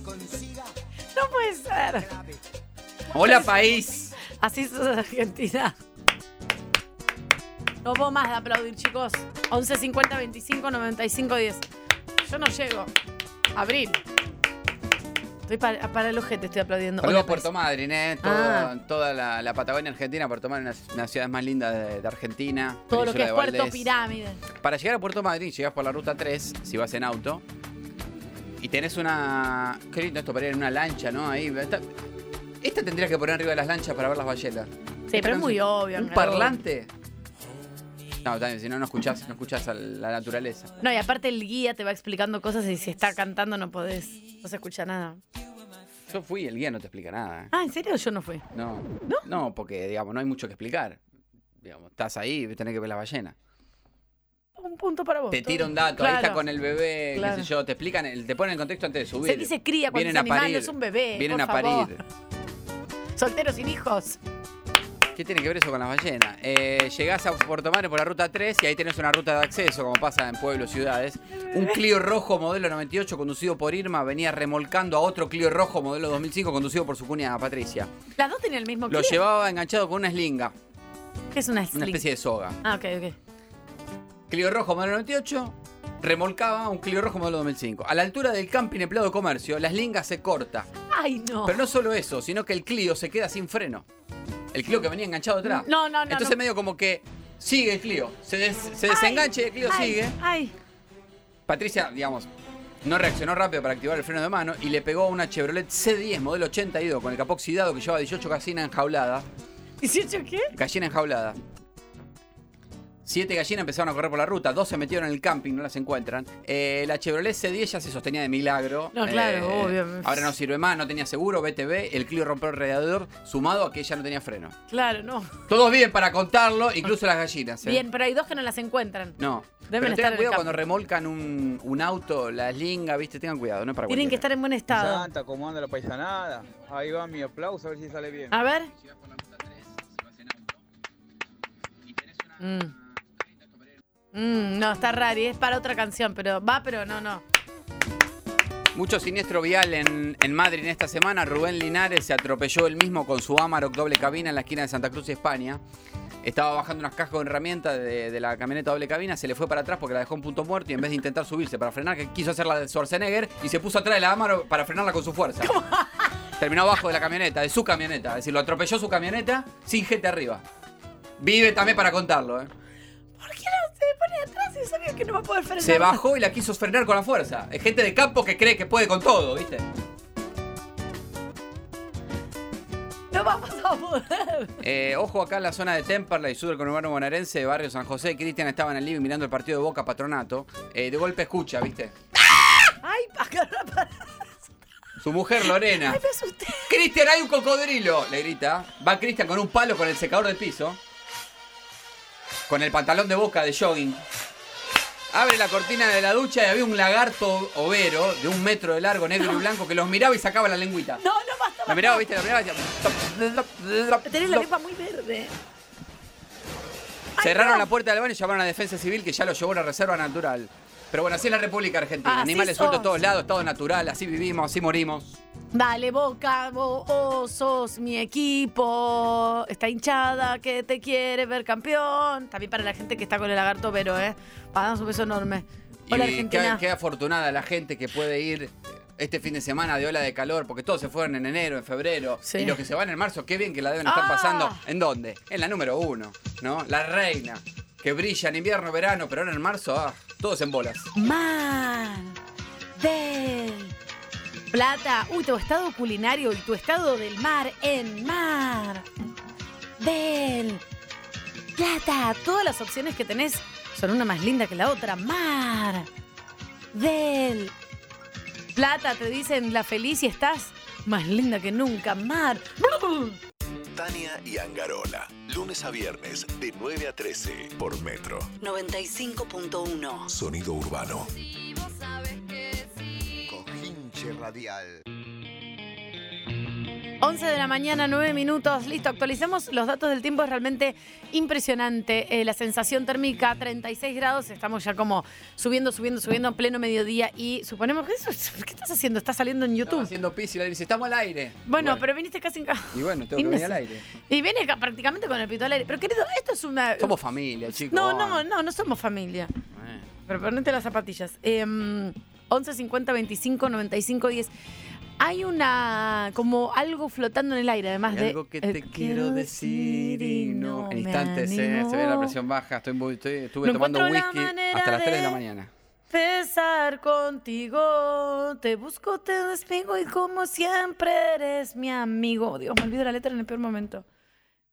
[SPEAKER 7] No puede ser.
[SPEAKER 8] Hola país.
[SPEAKER 7] Así sos Argentina. No puedo más de aplaudir, chicos. 11 50 25 95 10. Yo no llego. Abril. Estoy para, para el ojete, estoy aplaudiendo.
[SPEAKER 8] Saludos a
[SPEAKER 7] Hola,
[SPEAKER 8] Puerto
[SPEAKER 7] país.
[SPEAKER 8] Madryn, ¿eh? Todo-
[SPEAKER 7] Ah.
[SPEAKER 8] Toda la, la Patagonia Argentina, Puerto Madryn, una de las ciudades más lindas de, de Argentina.
[SPEAKER 7] Todo lo
[SPEAKER 8] Península
[SPEAKER 7] que es
[SPEAKER 8] de
[SPEAKER 7] Puerto
[SPEAKER 8] Valdés.
[SPEAKER 7] Pirámide.
[SPEAKER 8] Para llegar a Puerto Madryn, llegás por la ruta 3, si vas en auto. Y tenés una. Qué lindo esto para ir en una lancha, ¿no? Ahí. Esta, esta tendrías que poner arriba de las lanchas para ver las ballenas.
[SPEAKER 7] Sí, pero es muy obvio.
[SPEAKER 8] Un
[SPEAKER 7] Angaró.
[SPEAKER 8] parlante. No, también, si no, no escuchás, no escuchás a la naturaleza.
[SPEAKER 7] No, y aparte el guía te va explicando cosas y si está cantando no podés. No se escucha nada.
[SPEAKER 8] Yo fui, el guía no te explica nada. ¿eh?
[SPEAKER 7] Ah, ¿en serio? Yo no fui.
[SPEAKER 8] No, no. porque, digamos, no hay mucho que explicar. Digamos, estás ahí y tenés que ver las ballenas.
[SPEAKER 7] Un punto para vos.
[SPEAKER 8] Te
[SPEAKER 7] Oh, todo.
[SPEAKER 8] tira un dato, ahí
[SPEAKER 7] Claro.
[SPEAKER 8] está con el bebé,
[SPEAKER 7] Claro.
[SPEAKER 8] qué sé yo, te explican, el- te ponen el contexto antes de subir.
[SPEAKER 7] Sé que se cría cuando es
[SPEAKER 8] Vienen a
[SPEAKER 7] animal,
[SPEAKER 8] parir.
[SPEAKER 7] es un bebé,
[SPEAKER 8] Vienen
[SPEAKER 7] por
[SPEAKER 8] a parir.
[SPEAKER 7] Solteros sin hijos.
[SPEAKER 8] ¿Qué tiene que ver eso con las ballenas? Eh, llegás a Puerto Madre por la ruta 3 y ahí tenés una ruta de acceso, como pasa en pueblos, ciudades. Un Clio rojo modelo 98 conducido por Irma venía remolcando a otro Clio rojo modelo 2005 conducido por su cuñada Patricia.
[SPEAKER 7] Las dos tienen el mismo
[SPEAKER 8] Lo
[SPEAKER 7] cliente.
[SPEAKER 8] llevaba enganchado con una eslinga,
[SPEAKER 7] ¿Qué es una
[SPEAKER 8] una
[SPEAKER 7] sling?
[SPEAKER 8] especie de soga.
[SPEAKER 7] Ah, ok, ok.
[SPEAKER 8] Clio rojo modelo 98 remolcaba un Clio rojo modelo 2005. A la altura del camping empleado de comercio, la eslinga se corta.
[SPEAKER 7] Ay, no.
[SPEAKER 8] Pero no solo eso, sino que el Clio se queda sin freno. El Clio que venía enganchado atrás.
[SPEAKER 7] No, no, no,
[SPEAKER 8] Entonces
[SPEAKER 7] no.
[SPEAKER 8] medio como que sigue el Clio. Se, des- se desengancha y el Clio
[SPEAKER 7] ay,
[SPEAKER 8] sigue.
[SPEAKER 7] Ay.
[SPEAKER 8] Patricia, digamos, no reaccionó rápido para activar el freno de mano y le pegó a una Chevrolet C10 modelo 82 con el capó oxidado que llevaba 18 gallinas enjauladas.
[SPEAKER 7] ¿18 qué?
[SPEAKER 8] Gallina enjaulada. Siete gallinas empezaron a correr por la ruta, dos se metieron en el camping, no las encuentran. Eh, la Chevrolet C10 ya se sostenía de milagro.
[SPEAKER 7] No, claro,
[SPEAKER 8] Eh.
[SPEAKER 7] obvio.
[SPEAKER 8] Ahora no sirve más, no tenía seguro, BTV, el Clio rompió el radiador, sumado a que ella no tenía freno.
[SPEAKER 7] Claro, no.
[SPEAKER 8] Todos bien para contarlo, incluso las gallinas. ¿eh?
[SPEAKER 7] Bien, pero hay dos que no las encuentran.
[SPEAKER 8] No.
[SPEAKER 7] Deben
[SPEAKER 8] Pero
[SPEAKER 7] estar en
[SPEAKER 8] tengan
[SPEAKER 7] el
[SPEAKER 8] cuidado
[SPEAKER 7] camping.
[SPEAKER 8] cuando remolcan un, un auto, la eslinga, viste, tengan cuidado, no es para
[SPEAKER 7] Tienen que
[SPEAKER 8] cualquiera.
[SPEAKER 7] estar en buen estado.
[SPEAKER 1] Santa, ¿cómo anda la paisanada? Ahí va mi aplauso, a ver si sale bien.
[SPEAKER 7] A ver. Mm. Mm, no, está raro. y Es para otra canción, pero va, pero no, no.
[SPEAKER 8] Mucho siniestro vial en, en Madrid en esta semana. Rubén Linares se atropelló él mismo con su Amarok doble cabina en la esquina de Santa Cruz, España. Estaba bajando unas cajas con herramientas de, de la camioneta doble cabina, se le fue para atrás porque la dejó en punto muerto y en vez de intentar subirse para frenar, que quiso hacer la de Schwarzenegger y se puso atrás de la Amarok para frenarla con su fuerza. (laughs) Terminó abajo de la camioneta, de su camioneta. Es decir, lo atropelló su camioneta sin gente arriba. Vive también para contarlo, ¿eh?
[SPEAKER 7] ¿Por qué no se pone atrás y sabía que no va a poder frenar?
[SPEAKER 8] Se bajó y la quiso frenar con la fuerza. Es gente de campo que cree que puede con todo, ¿viste?
[SPEAKER 7] No vamos a poder.
[SPEAKER 8] Eh, ojo acá en la zona de Temperley, sur del conurbano bonaerense, de barrio San José. Cristian estaba en el living mirando el partido de Boca Patronato. Eh, de golpe escucha, ¿viste?
[SPEAKER 7] (laughs) Ay, agarra para.
[SPEAKER 8] Su mujer Lorena.
[SPEAKER 7] Ay, me asusté.
[SPEAKER 8] ¡Cristian, hay un cocodrilo! Le grita. Va Cristian con un palo con el secador del piso. Con el pantalón de boca de jogging. Abre la cortina de la ducha y había un lagarto overo de un metro de largo, negro y blanco, que los miraba y sacaba la lengüita.
[SPEAKER 7] No, no basta.
[SPEAKER 8] La miraba, viste, la miraba y decía, "Top, top, top, top".
[SPEAKER 7] Tenés la lengua muy verde.
[SPEAKER 8] Cerraron la puerta del baño y llamaron a Defensa Civil que ya lo llevó a la Reserva Natural. Pero bueno, así es la República Argentina.
[SPEAKER 7] Así
[SPEAKER 8] Animales sueltos
[SPEAKER 7] sos.
[SPEAKER 8] a todos lados, estado natural, así vivimos, así morimos.
[SPEAKER 7] Dale, boca, vos sos mi equipo. Está hinchada que te quiere ver campeón. También para la gente que está con el lagarto, pero, ¿eh? Pagamos un beso enorme. Hola,
[SPEAKER 8] y qué,
[SPEAKER 7] Argentina.
[SPEAKER 8] qué afortunada la gente que puede ir este fin de semana de ola de calor, porque todos se fueron en enero, en febrero.
[SPEAKER 7] Sí.
[SPEAKER 8] Y los que se van en marzo, qué bien que la deben estar
[SPEAKER 7] Ah.
[SPEAKER 8] pasando. ¿En dónde? En la número uno, ¿no? La reina, que brilla en invierno, verano, pero ahora en marzo, ah, todos en bolas.
[SPEAKER 7] Man del Plata. Uy, tu estado culinario y tu estado del mar en Mar del Plata. Todas las opciones que tenés son una más linda que la otra. Mar del Plata, te dicen la feliz y estás más linda que nunca. Mar.
[SPEAKER 2] Tania y Angarola. Lunes a viernes de 9 a 13 por Metro.
[SPEAKER 6] 95.1.
[SPEAKER 2] Sonido urbano.
[SPEAKER 23] Si vos sabés
[SPEAKER 4] Noche Radial.
[SPEAKER 7] 11 de la mañana, 9 minutos, listo, actualizamos los datos del tiempo, es realmente impresionante. Eh, la sensación térmica, 36 grados, estamos ya como subiendo, subiendo, subiendo en pleno mediodía y suponemos que eso, (laughs) ¿qué estás haciendo? ¿Estás saliendo en YouTube?
[SPEAKER 8] haciendo pis y la dice, estamos al aire.
[SPEAKER 7] Bueno, pero viniste casi en casa.
[SPEAKER 8] Y bueno, tengo que venir al aire.
[SPEAKER 7] (laughs) Y vienes ca- prácticamente con el pito al aire. Pero querido, esto es una...
[SPEAKER 8] Somos familia, chicos.
[SPEAKER 7] No, no, no, no somos familia. Pero ponete las zapatillas. Em, 11 50 25 95 10. Hay una. como algo flotando en el aire, además
[SPEAKER 8] Hay
[SPEAKER 7] de.
[SPEAKER 8] algo que te
[SPEAKER 7] eh,
[SPEAKER 8] quiero decir y no. En
[SPEAKER 7] me
[SPEAKER 8] instantes eh,
[SPEAKER 7] animo.
[SPEAKER 8] se ve la presión baja. Estoy, muy- estoy- estuve
[SPEAKER 7] No
[SPEAKER 8] tomando
[SPEAKER 7] encuentro la
[SPEAKER 8] whisky
[SPEAKER 7] manera
[SPEAKER 8] hasta las 3 de la
[SPEAKER 7] de-
[SPEAKER 8] mañana.
[SPEAKER 7] Pesar contigo, te busco, te despigo y como siempre eres mi amigo. Dios, me olvido la letra en el peor momento.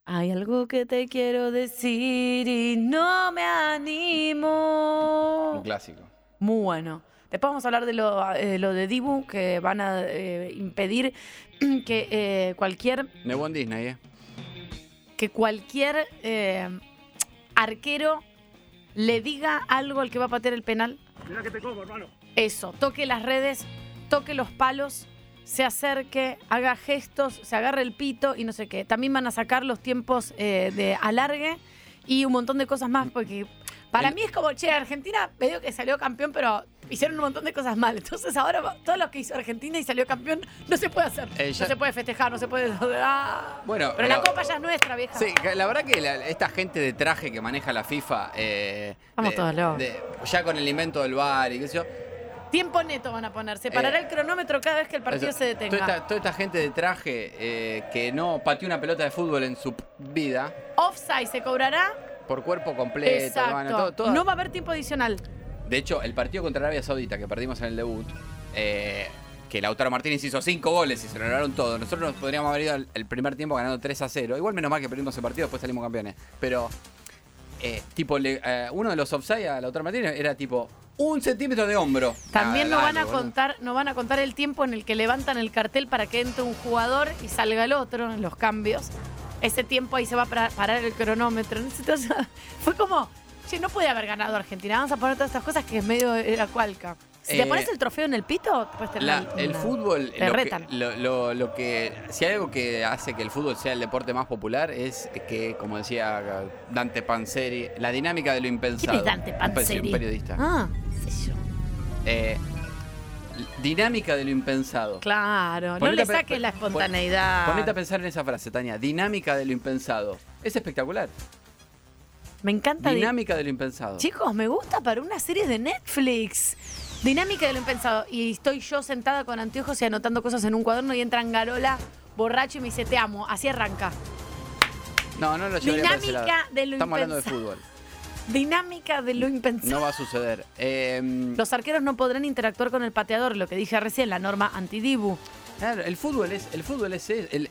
[SPEAKER 7] Hay algo que te quiero decir y no me animo.
[SPEAKER 8] Un clásico.
[SPEAKER 7] Muy bueno. Después vamos a hablar de lo, eh, lo de Dibu, que van a eh, impedir (clears throat) que eh, cualquier,
[SPEAKER 8] Nuevo en Disney, ¿eh?
[SPEAKER 7] que cualquier eh, arquero le diga algo al que va a patear el penal.
[SPEAKER 5] Mira que te como, hermano.
[SPEAKER 7] Eso, toque las redes, toque los palos, se acerque, haga gestos, se agarre el pito y no sé qué. También van a sacar los tiempos eh, de alargue y un montón de cosas más, porque para mí es como, che, Argentina medio que salió campeón, pero hicieron un montón de cosas mal. Entonces ahora va- todo lo que hizo Argentina y salió campeón no se puede hacer.
[SPEAKER 8] Eh, ya-
[SPEAKER 7] No se puede festejar, no se puede... (laughs) Ah.
[SPEAKER 8] Bueno,
[SPEAKER 7] pero la
[SPEAKER 8] pero-
[SPEAKER 7] copa ya es nuestra, vieja.
[SPEAKER 8] Sí, que la verdad que la- esta gente de traje que maneja la FIFA. eh,
[SPEAKER 7] Vamos
[SPEAKER 8] de-
[SPEAKER 7] todos locos.
[SPEAKER 8] de- Ya con el invento del bar y qué sé yo.
[SPEAKER 7] Tiempo neto van a poner. Se parará
[SPEAKER 8] Eh,
[SPEAKER 7] el cronómetro cada vez que el partido
[SPEAKER 8] Eso,
[SPEAKER 7] se detenga.
[SPEAKER 8] Toda esta, toda esta gente de traje eh, que no pateó una pelota de fútbol en su p- vida,
[SPEAKER 7] Offside se cobrará
[SPEAKER 8] por cuerpo completo, hermano, todo- toda-
[SPEAKER 7] No va a haber tiempo adicional.
[SPEAKER 8] De hecho, el partido contra Arabia Saudita que perdimos en el debut, eh, que Lautaro Martínez hizo cinco goles y se lo ganaron todo. Nosotros nos podríamos haber ido al- el primer tiempo ganando 3 a 0. Igual menos mal que perdimos el partido, después salimos campeones. Pero, eh, tipo, le- eh, uno de los offside a Lautaro Martínez era tipo un centímetro de hombro.
[SPEAKER 7] También
[SPEAKER 8] no
[SPEAKER 7] no van a contar, no van a contar el tiempo en el que levantan el cartel para que entre un jugador y salga el otro en los cambios. Ese tiempo ahí se va a pra- parar el cronómetro. (laughs) Entonces, fue como, che, no puede haber ganado Argentina. Vamos a poner todas estas cosas que es medio era cualca. Si te
[SPEAKER 8] Eh,
[SPEAKER 7] pones el trofeo en el pito, te puedes tener
[SPEAKER 8] La-
[SPEAKER 7] una-
[SPEAKER 8] el fútbol,
[SPEAKER 7] te
[SPEAKER 8] lo que,
[SPEAKER 7] retan.
[SPEAKER 8] lo- lo- lo que- si hay algo que hace que el fútbol sea el deporte más popular es que, como decía Dante Panzeri, la dinámica de lo impensado.
[SPEAKER 7] Dante
[SPEAKER 8] Un pe-
[SPEAKER 7] Panzeri?
[SPEAKER 8] Un periodista.
[SPEAKER 7] Ah, qué sé yo.
[SPEAKER 8] Eh, l- dinámica de lo impensado.
[SPEAKER 7] Claro, no
[SPEAKER 8] Ponete
[SPEAKER 7] le
[SPEAKER 8] a pe-
[SPEAKER 7] saques la espontaneidad.
[SPEAKER 8] Ponete a pensar en esa frase, Tania. Dinámica de lo impensado. Es espectacular.
[SPEAKER 7] Me encanta. di-
[SPEAKER 8] Dinámica de lo impensado.
[SPEAKER 7] Chicos, me gusta para una serie de Netflix. Dinámica de lo impensado. Y estoy yo sentada con anteojos y anotando cosas en un cuaderno y entra Garola borracho y me dice, te amo. Así arranca.
[SPEAKER 8] No, no lo llevaría por ese lado.
[SPEAKER 7] Dinámica de lo
[SPEAKER 8] Estamos hablando de
[SPEAKER 7] impensado.
[SPEAKER 8] fútbol.
[SPEAKER 7] Dinámica de lo impensado.
[SPEAKER 8] No va a suceder. Eh,
[SPEAKER 7] Los arqueros no podrán interactuar con el pateador, lo que dije recién, la norma antidibu.
[SPEAKER 8] Claro, el fútbol es, el fútbol es, es- el-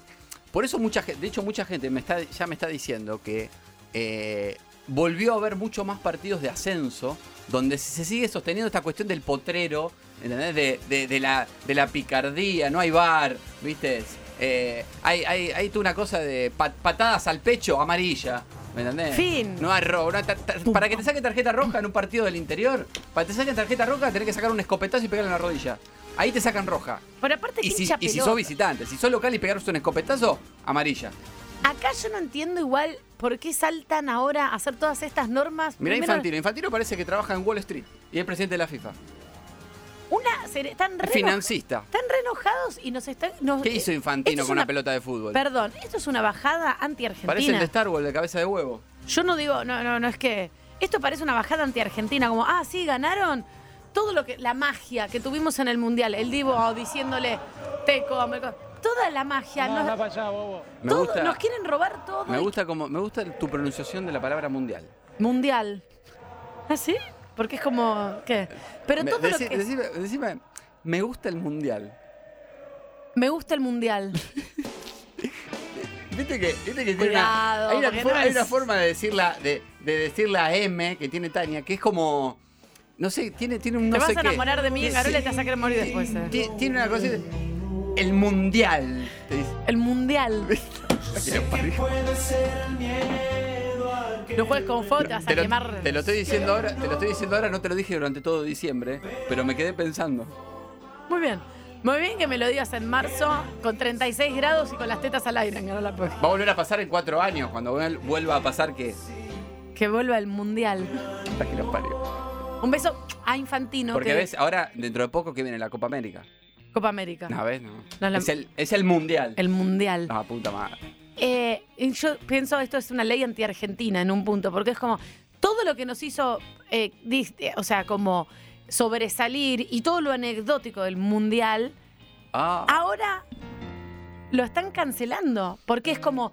[SPEAKER 8] por eso mucha gente, de hecho mucha gente me está, ya me está diciendo que eh, volvió a haber mucho más partidos de ascenso donde se sigue sosteniendo esta cuestión del potrero, ¿entendés? De, de- de la, de la picardía, no hay bar, ¿viste? Eh, hay, hay, hay toda una cosa de pa- patadas al pecho amarilla. ¿Me entendés?
[SPEAKER 7] Fin.
[SPEAKER 8] No hay robo. no hay tar- tar- para que te saquen tarjeta roja en un partido del interior, para que te saquen tarjeta roja, tenés que sacar un escopetazo y pegarle en la rodilla. Ahí te sacan roja.
[SPEAKER 7] Pero aparte,
[SPEAKER 8] Y
[SPEAKER 7] qué
[SPEAKER 8] si,
[SPEAKER 7] hincha
[SPEAKER 8] y si
[SPEAKER 7] pelota.
[SPEAKER 8] sos visitante, si sos local y pegaros un escopetazo, amarilla.
[SPEAKER 7] Acá yo no entiendo igual por qué saltan ahora a hacer todas estas normas.
[SPEAKER 8] Mirá
[SPEAKER 7] Primero,
[SPEAKER 8] Infantino. Infantino parece que trabaja en Wall Street y es presidente de la FIFA.
[SPEAKER 7] Una, se- están re,
[SPEAKER 8] Financista.
[SPEAKER 7] están re enojados y nos están... nos- eh,
[SPEAKER 8] ¿Qué hizo
[SPEAKER 7] esto
[SPEAKER 8] Infantino
[SPEAKER 7] es
[SPEAKER 8] con una
[SPEAKER 7] una-
[SPEAKER 8] pelota de fútbol?
[SPEAKER 7] Perdón, esto es una bajada
[SPEAKER 8] Parece el de
[SPEAKER 7] anti-argentina.
[SPEAKER 8] Star Wars, de cabeza de huevo.
[SPEAKER 7] Yo no digo, no, no, no es que. Esto parece una bajada anti-argentina, como, ah, sí, ganaron todo lo que. La magia que tuvimos en el mundial. El Divo diciéndole, te como, el co-". Toda la magia. nos,
[SPEAKER 8] Me
[SPEAKER 7] todo-
[SPEAKER 8] gusta-
[SPEAKER 7] nos quieren robar todo.
[SPEAKER 8] Me
[SPEAKER 7] el
[SPEAKER 8] gusta como me gusta tu pronunciación de la palabra mundial.
[SPEAKER 7] mundial. ¿Ah, sí? Porque es como. ¿Qué? Pero
[SPEAKER 8] Me-
[SPEAKER 7] todo
[SPEAKER 8] decí-
[SPEAKER 7] lo que.
[SPEAKER 8] decime, decime, me gusta el mundial.
[SPEAKER 7] Me gusta el mundial.
[SPEAKER 8] Viste que, viste que tiene
[SPEAKER 7] Cuidado,
[SPEAKER 8] una, hay, una
[SPEAKER 7] porque
[SPEAKER 8] forma,
[SPEAKER 7] no
[SPEAKER 8] hay
[SPEAKER 7] es-
[SPEAKER 8] una forma de decir la, de, de decir la M que tiene Tania, que es como. No sé, tiene, tiene un no
[SPEAKER 7] te vas
[SPEAKER 8] sé
[SPEAKER 7] a
[SPEAKER 8] qué.
[SPEAKER 7] enamorar de mí,
[SPEAKER 8] Sí,
[SPEAKER 7] Garola, y te vas a querer morir después. eh.
[SPEAKER 8] Ti- Tiene una cosa. El (laughs) mundial. Te dice.
[SPEAKER 7] El
[SPEAKER 8] (laughs)
[SPEAKER 7] mundial. No juegues con fotos, vas a
[SPEAKER 8] Te lo,
[SPEAKER 7] quemar.
[SPEAKER 8] te lo estoy diciendo ahora, te lo estoy diciendo ahora, no te lo dije durante todo diciembre, pero me quedé pensando.
[SPEAKER 7] Muy bien. Muy bien que me lo digas en marzo, con 36 grados y con las tetas al aire, en Ganó la Puebla.
[SPEAKER 8] Va a volver a pasar en cuatro años, cuando vuel- vuelva a pasar que...
[SPEAKER 7] Que vuelva el mundial.
[SPEAKER 8] Puta que los parió.
[SPEAKER 7] Un beso a Infantino.
[SPEAKER 8] Porque
[SPEAKER 7] que-
[SPEAKER 8] ves, ahora dentro de poco que viene la Copa América.
[SPEAKER 7] Copa América.
[SPEAKER 8] No, ves, no.
[SPEAKER 7] No, la-
[SPEAKER 8] es, el, es el mundial.
[SPEAKER 7] El mundial.
[SPEAKER 8] Ah, puta madre.
[SPEAKER 7] Eh, y yo pienso esto es una ley anti-argentina en un punto, porque es como todo lo que nos hizo, eh, dis- eh, o sea, como sobresalir y todo lo anecdótico del mundial,
[SPEAKER 8] Ah.
[SPEAKER 7] ahora lo están cancelando, porque es como,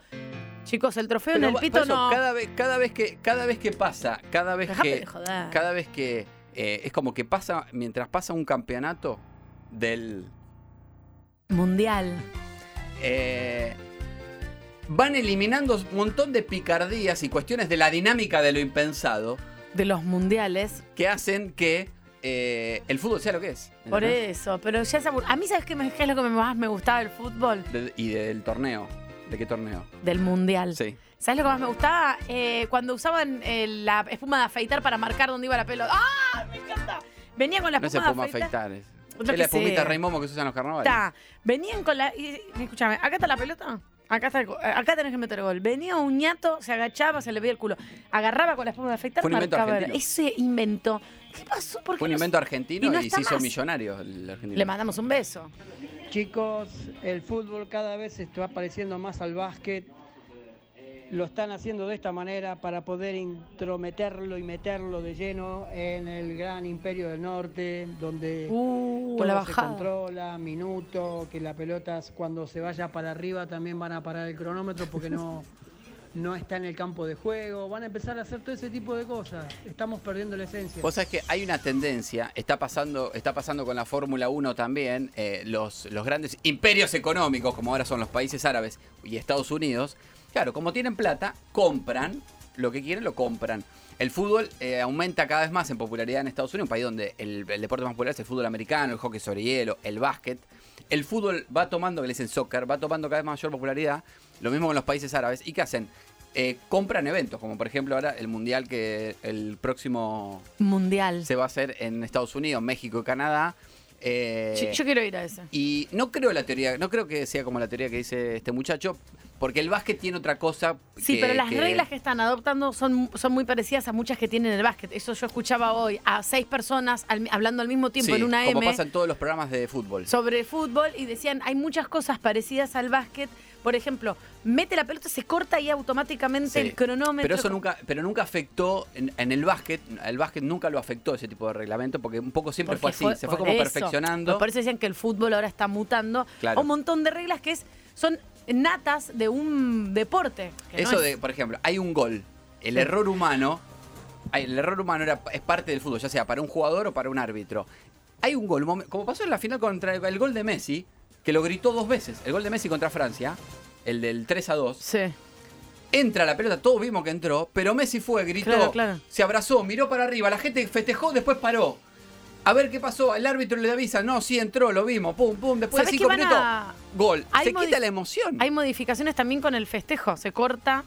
[SPEAKER 7] chicos, el trofeo
[SPEAKER 8] Pero
[SPEAKER 7] en el
[SPEAKER 8] va-
[SPEAKER 7] pito
[SPEAKER 8] por eso,
[SPEAKER 7] no.
[SPEAKER 8] Cada vez, cada vez que, cada vez que pasa, cada vez
[SPEAKER 7] Dejame
[SPEAKER 8] que,
[SPEAKER 7] de joder.
[SPEAKER 8] cada vez que eh, es como que pasa, mientras pasa un campeonato del
[SPEAKER 7] Mundial.
[SPEAKER 8] eh, van eliminando un montón de picardías y cuestiones de la dinámica de lo impensado
[SPEAKER 7] de los mundiales
[SPEAKER 8] que hacen que eh, el fútbol sea lo que es.
[SPEAKER 7] Por
[SPEAKER 8] ¿entendés?
[SPEAKER 7] eso, pero ya es abur- A mí, ¿sabes qué, me- qué es lo que más me gustaba del fútbol?
[SPEAKER 8] De- y del torneo. ¿De qué torneo?
[SPEAKER 7] Del mundial.
[SPEAKER 8] Sí.
[SPEAKER 7] ¿Sabes lo que más me gustaba? Eh, cuando usaban eh, la espuma de afeitar para marcar dónde iba la pelota. ¡Ah! ¡Me encanta! Venía con la
[SPEAKER 8] no es
[SPEAKER 7] espuma
[SPEAKER 8] espuma
[SPEAKER 7] de afeitar.
[SPEAKER 8] afeitar. Es,
[SPEAKER 7] Lo
[SPEAKER 8] es
[SPEAKER 7] que
[SPEAKER 8] la espumita
[SPEAKER 7] sea.
[SPEAKER 8] Rey Momo que se usa en los carnavales.
[SPEAKER 7] Está. Venían con la. y- y escúchame, acá está la pelota. Acá, está el go- eh, acá tenés que meter gol. Venía un ñato, se agachaba, se le veía el culo. Agarraba con la espuma de afeitar,
[SPEAKER 8] Fue un invento
[SPEAKER 7] marcaba.
[SPEAKER 8] argentino.
[SPEAKER 7] Ese inventó. ¿Qué pasó? ¿Por qué
[SPEAKER 8] Fue un
[SPEAKER 7] no
[SPEAKER 8] invento
[SPEAKER 7] se- y
[SPEAKER 8] argentino y,
[SPEAKER 7] no está
[SPEAKER 8] se hizo
[SPEAKER 7] más?
[SPEAKER 8] millonario el argentino.
[SPEAKER 7] Le mandamos un beso.
[SPEAKER 19] Chicos, el fútbol cada vez se está pareciendo más al básquet. Lo están haciendo de esta manera para poder intrometerlo y meterlo de lleno en el gran imperio del norte, donde
[SPEAKER 7] Uh,
[SPEAKER 19] todo
[SPEAKER 7] la
[SPEAKER 19] se
[SPEAKER 7] bajada.
[SPEAKER 19] controla, minuto, que las pelotas cuando se vaya para arriba también van a parar el cronómetro porque
[SPEAKER 7] (laughs)
[SPEAKER 19] no, no está en el campo de juego. Van a empezar a hacer todo ese tipo de cosas. Estamos perdiendo la esencia.
[SPEAKER 8] Vos sabés que hay una tendencia, está pasando, está pasando con la Fórmula 1 también, eh, los, los grandes imperios económicos, como ahora son los países árabes y Estados Unidos, claro, como tienen plata, compran, lo que quieren lo compran. El fútbol eh, aumenta cada vez más en popularidad en Estados Unidos, un país donde el, el deporte más popular es el fútbol americano, el hockey sobre hielo, el básquet. El fútbol va tomando, que le dicen soccer, va tomando cada vez mayor popularidad, lo mismo con los países árabes. ¿Y qué hacen? Eh, compran eventos, como por ejemplo ahora el mundial que el próximo
[SPEAKER 7] Mundial.
[SPEAKER 8] se va a hacer en Estados Unidos, México y Canadá. Eh,
[SPEAKER 7] Yo, yo quiero ir a ese.
[SPEAKER 8] Y no creo la teoría, no creo que sea como la teoría que dice este muchacho, porque el básquet tiene otra cosa.
[SPEAKER 7] Sí, pero las reglas que están adoptando son, son muy parecidas a muchas que tienen el básquet. Eso yo escuchaba hoy a seis personas al- hablando al mismo tiempo
[SPEAKER 8] Sí,
[SPEAKER 7] en una
[SPEAKER 8] como
[SPEAKER 7] M
[SPEAKER 8] pasa en todos los programas de fútbol.
[SPEAKER 7] sobre fútbol y decían, hay muchas cosas parecidas al básquet. Por ejemplo, mete la pelota, se corta y automáticamente
[SPEAKER 8] Sí.
[SPEAKER 7] el cronómetro.
[SPEAKER 8] Pero eso nunca, pero nunca afectó en, en el básquet, el básquet nunca lo afectó ese tipo de reglamento, porque un poco siempre fue
[SPEAKER 7] Porque
[SPEAKER 8] así, se fue
[SPEAKER 7] por
[SPEAKER 8] como
[SPEAKER 7] eso.
[SPEAKER 8] perfeccionando.
[SPEAKER 7] Por eso decían que el fútbol ahora está mutando.
[SPEAKER 8] Claro.
[SPEAKER 7] Un montón de reglas que es, son natas de un deporte. que no
[SPEAKER 8] Eso
[SPEAKER 7] es-
[SPEAKER 8] de, por ejemplo, hay un gol. El error humano. ay, El error humano era, es parte del fútbol, ya sea para un jugador o para un árbitro. Hay un gol, mom- como pasó en la final contra el, el gol de Messi, que lo gritó dos veces. El gol de Messi contra Francia, el del 3 a 2. Entra la pelota, todos vimos que entró, pero Messi fue, gritó,
[SPEAKER 7] Claro, claro.
[SPEAKER 8] se abrazó, miró para arriba, la gente festejó, después paró. A ver qué pasó, el árbitro le avisa, no, sí entró, lo vimos, pum, pum, después de
[SPEAKER 7] ¿Sabés
[SPEAKER 8] cinco
[SPEAKER 7] que van
[SPEAKER 8] minutos,
[SPEAKER 7] a-
[SPEAKER 8] gol.
[SPEAKER 7] Hay
[SPEAKER 8] Se
[SPEAKER 7] modi-
[SPEAKER 8] quita la emoción.
[SPEAKER 7] Hay modificaciones también con el festejo. Se corta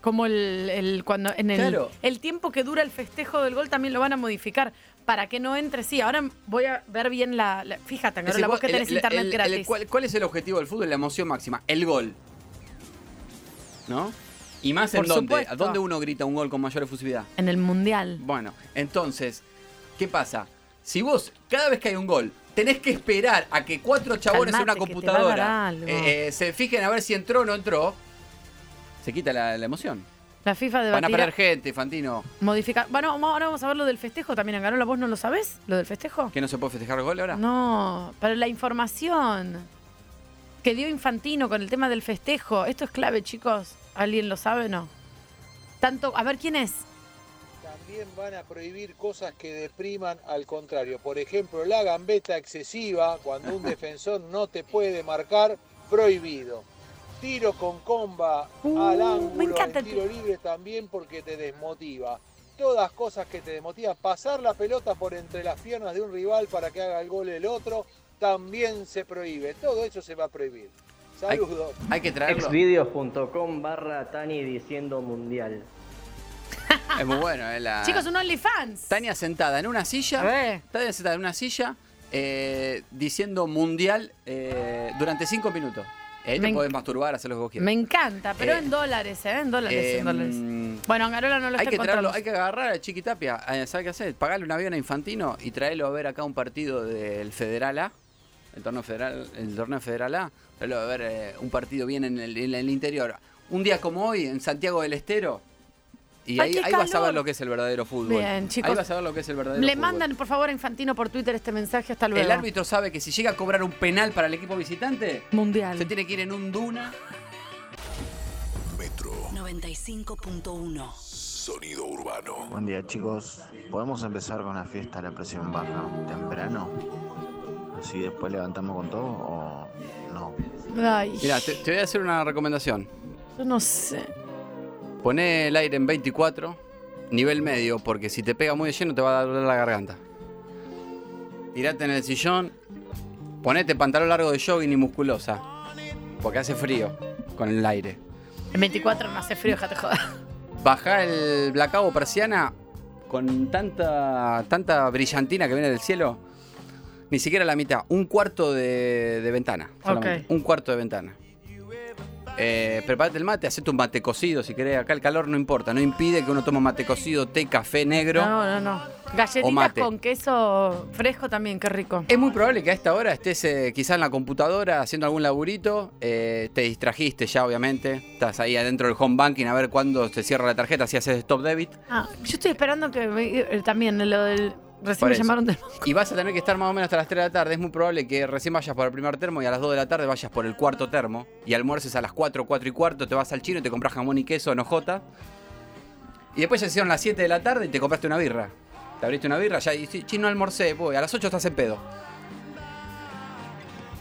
[SPEAKER 7] como el, el- cuando en el,
[SPEAKER 8] Claro.
[SPEAKER 7] el tiempo que dura el festejo del gol también lo van a modificar para que no entre. Sí, ahora voy a ver bien la. la- fíjate,
[SPEAKER 8] Es
[SPEAKER 7] Angarola,
[SPEAKER 8] decir,
[SPEAKER 7] vos que
[SPEAKER 8] el-
[SPEAKER 7] tenés
[SPEAKER 8] el-
[SPEAKER 7] internet
[SPEAKER 8] el- el-
[SPEAKER 7] gratis.
[SPEAKER 8] ¿cuál, cuál es el objetivo del fútbol? La emoción máxima, el gol. ¿No? Y más
[SPEAKER 7] Por
[SPEAKER 8] en dónde.
[SPEAKER 7] supuesto.
[SPEAKER 8] ¿A dónde uno grita un gol con mayor efusividad?
[SPEAKER 7] En el mundial.
[SPEAKER 8] Bueno, entonces, ¿qué pasa? Si vos, cada vez que hay un gol, tenés que esperar a que cuatro chabones en una
[SPEAKER 7] Calmate, que te va a dar
[SPEAKER 8] computadora
[SPEAKER 7] algo.
[SPEAKER 8] eh, eh, se fijen a ver si entró o no entró, se quita la, la emoción.
[SPEAKER 7] La FIFA
[SPEAKER 8] Van a
[SPEAKER 7] debatirá.
[SPEAKER 8] perder gente, Fantino,
[SPEAKER 7] Modificar. Bueno, vamos- ahora vamos a ver lo del festejo también, Angarola. ¿Vos no lo sabés? ¿Lo del festejo?
[SPEAKER 8] que no se puede festejar el gol ahora.
[SPEAKER 7] No, pero la información que dio Infantino con el tema del festejo, esto es clave, chicos. ¿Alguien lo sabe o no? Tanto, a ver quién es.
[SPEAKER 4] También van a prohibir cosas que depriman al contrario. Por ejemplo, la gambeta excesiva,
[SPEAKER 8] (laughs)
[SPEAKER 4] cuando un defensor no te puede marcar, prohibido. Tiro con comba
[SPEAKER 8] Uh,
[SPEAKER 4] al ángulo,
[SPEAKER 7] encanta
[SPEAKER 4] el
[SPEAKER 7] el
[SPEAKER 4] tiro
[SPEAKER 7] tiro.
[SPEAKER 4] libre también porque te desmotiva. Todas cosas que te desmotivan. Pasar la pelota por entre las piernas de un rival para que haga el gol el otro, también se prohíbe. Todo eso se va a prohibir. Saludos.
[SPEAKER 8] Hay que traerlo.
[SPEAKER 13] Exvideos.com barra Tani diciendo mundial.
[SPEAKER 8] (laughs) Es muy bueno, eh, la-
[SPEAKER 7] Chicos, un OnlyFans.
[SPEAKER 8] Tania sentada en una silla.
[SPEAKER 7] A ver.
[SPEAKER 8] Tania sentada en una silla eh, diciendo mundial eh, durante cinco minutos. Eh, Ahí
[SPEAKER 7] Me
[SPEAKER 8] te
[SPEAKER 7] enc-
[SPEAKER 8] podés masturbar, hacer lo que vos quieras.
[SPEAKER 7] Me encanta, pero
[SPEAKER 8] Eh,
[SPEAKER 7] en dólares, ¿eh? En dólares, en
[SPEAKER 8] em,
[SPEAKER 7] dólares. Bueno, Angarola no lo
[SPEAKER 8] hay
[SPEAKER 7] está
[SPEAKER 8] que traerlo,
[SPEAKER 7] encontrando.
[SPEAKER 8] hay que agarrar a Chiquitapia, ¿sabes qué hacer? Pagarle un avión a Infantino y traerlo a ver acá un partido del Federal A, el torneo federal, el torneo federal A, traerlo a ver eh, un partido bien en el, en el interior. Un día como hoy, en Santiago del Estero,
[SPEAKER 7] Ay,
[SPEAKER 8] y ahí,
[SPEAKER 7] qué
[SPEAKER 8] ahí vas a
[SPEAKER 7] calor.
[SPEAKER 8] ver lo que es el verdadero fútbol.
[SPEAKER 7] Bien, chicos.
[SPEAKER 8] Ahí vas a ver lo que es el verdadero
[SPEAKER 7] Le
[SPEAKER 8] fútbol.
[SPEAKER 7] mandan, por favor, a Infantino por Twitter este mensaje. Hasta luego.
[SPEAKER 8] El árbitro sabe que si llega a cobrar un penal para el equipo visitante,
[SPEAKER 7] Mundial.
[SPEAKER 8] se tiene que ir en un duna.
[SPEAKER 5] 95.1.
[SPEAKER 2] Sonido urbano.
[SPEAKER 17] Buen día, chicos. ¿Podemos empezar con la fiesta de la presión baja temprano? Así después levantamos con todo o no.
[SPEAKER 7] Ay,
[SPEAKER 8] Mira, te, te voy a hacer una recomendación.
[SPEAKER 7] yo no sé.
[SPEAKER 8] Poné el aire en 24, nivel medio, porque si te pega muy de lleno te va a doler la garganta. Tirate en el sillón, ponete pantalón largo de jogging y musculosa, porque hace frío con el aire.
[SPEAKER 7] En 24 no hace frío, déjate joder.
[SPEAKER 8] Bajá el blackout persiana con tanta, tanta brillantina que viene del cielo, ni siquiera la mitad, un cuarto de, de ventana. solamente, Un cuarto de ventana. Eh, preparate el mate, hacete un mate cocido si querés. Acá el calor no importa, no impide que uno tome mate cocido, té, café negro.
[SPEAKER 7] No, no, no.
[SPEAKER 8] O
[SPEAKER 7] Galletitas
[SPEAKER 8] mate.
[SPEAKER 7] con queso fresco también, qué rico.
[SPEAKER 8] Es muy probable que a esta hora estés eh, quizá en la computadora haciendo algún laburito, eh, te distrajiste ya obviamente, estás ahí adentro del home banking a ver cuándo se cierra la tarjeta, si haces stop debit.
[SPEAKER 7] Ah, yo estoy esperando que me- eh, también lo del. Recién
[SPEAKER 8] Por
[SPEAKER 7] me
[SPEAKER 8] eso.
[SPEAKER 7] llamaron del.
[SPEAKER 8] Y vas a tener que estar más o menos hasta las 3 de la tarde. Es muy probable que recién vayas por el primer termo y a las 2 de la tarde vayas por el cuarto termo. Y almuerces a las 4, 4 y cuarto, te vas al chino y te compras jamón y queso en OJ. Y después ya se hicieron las 7 de la tarde y te compraste una birra. Te abriste una birra, ya dices, chino almorcé, voy. A las 8 estás en pedo.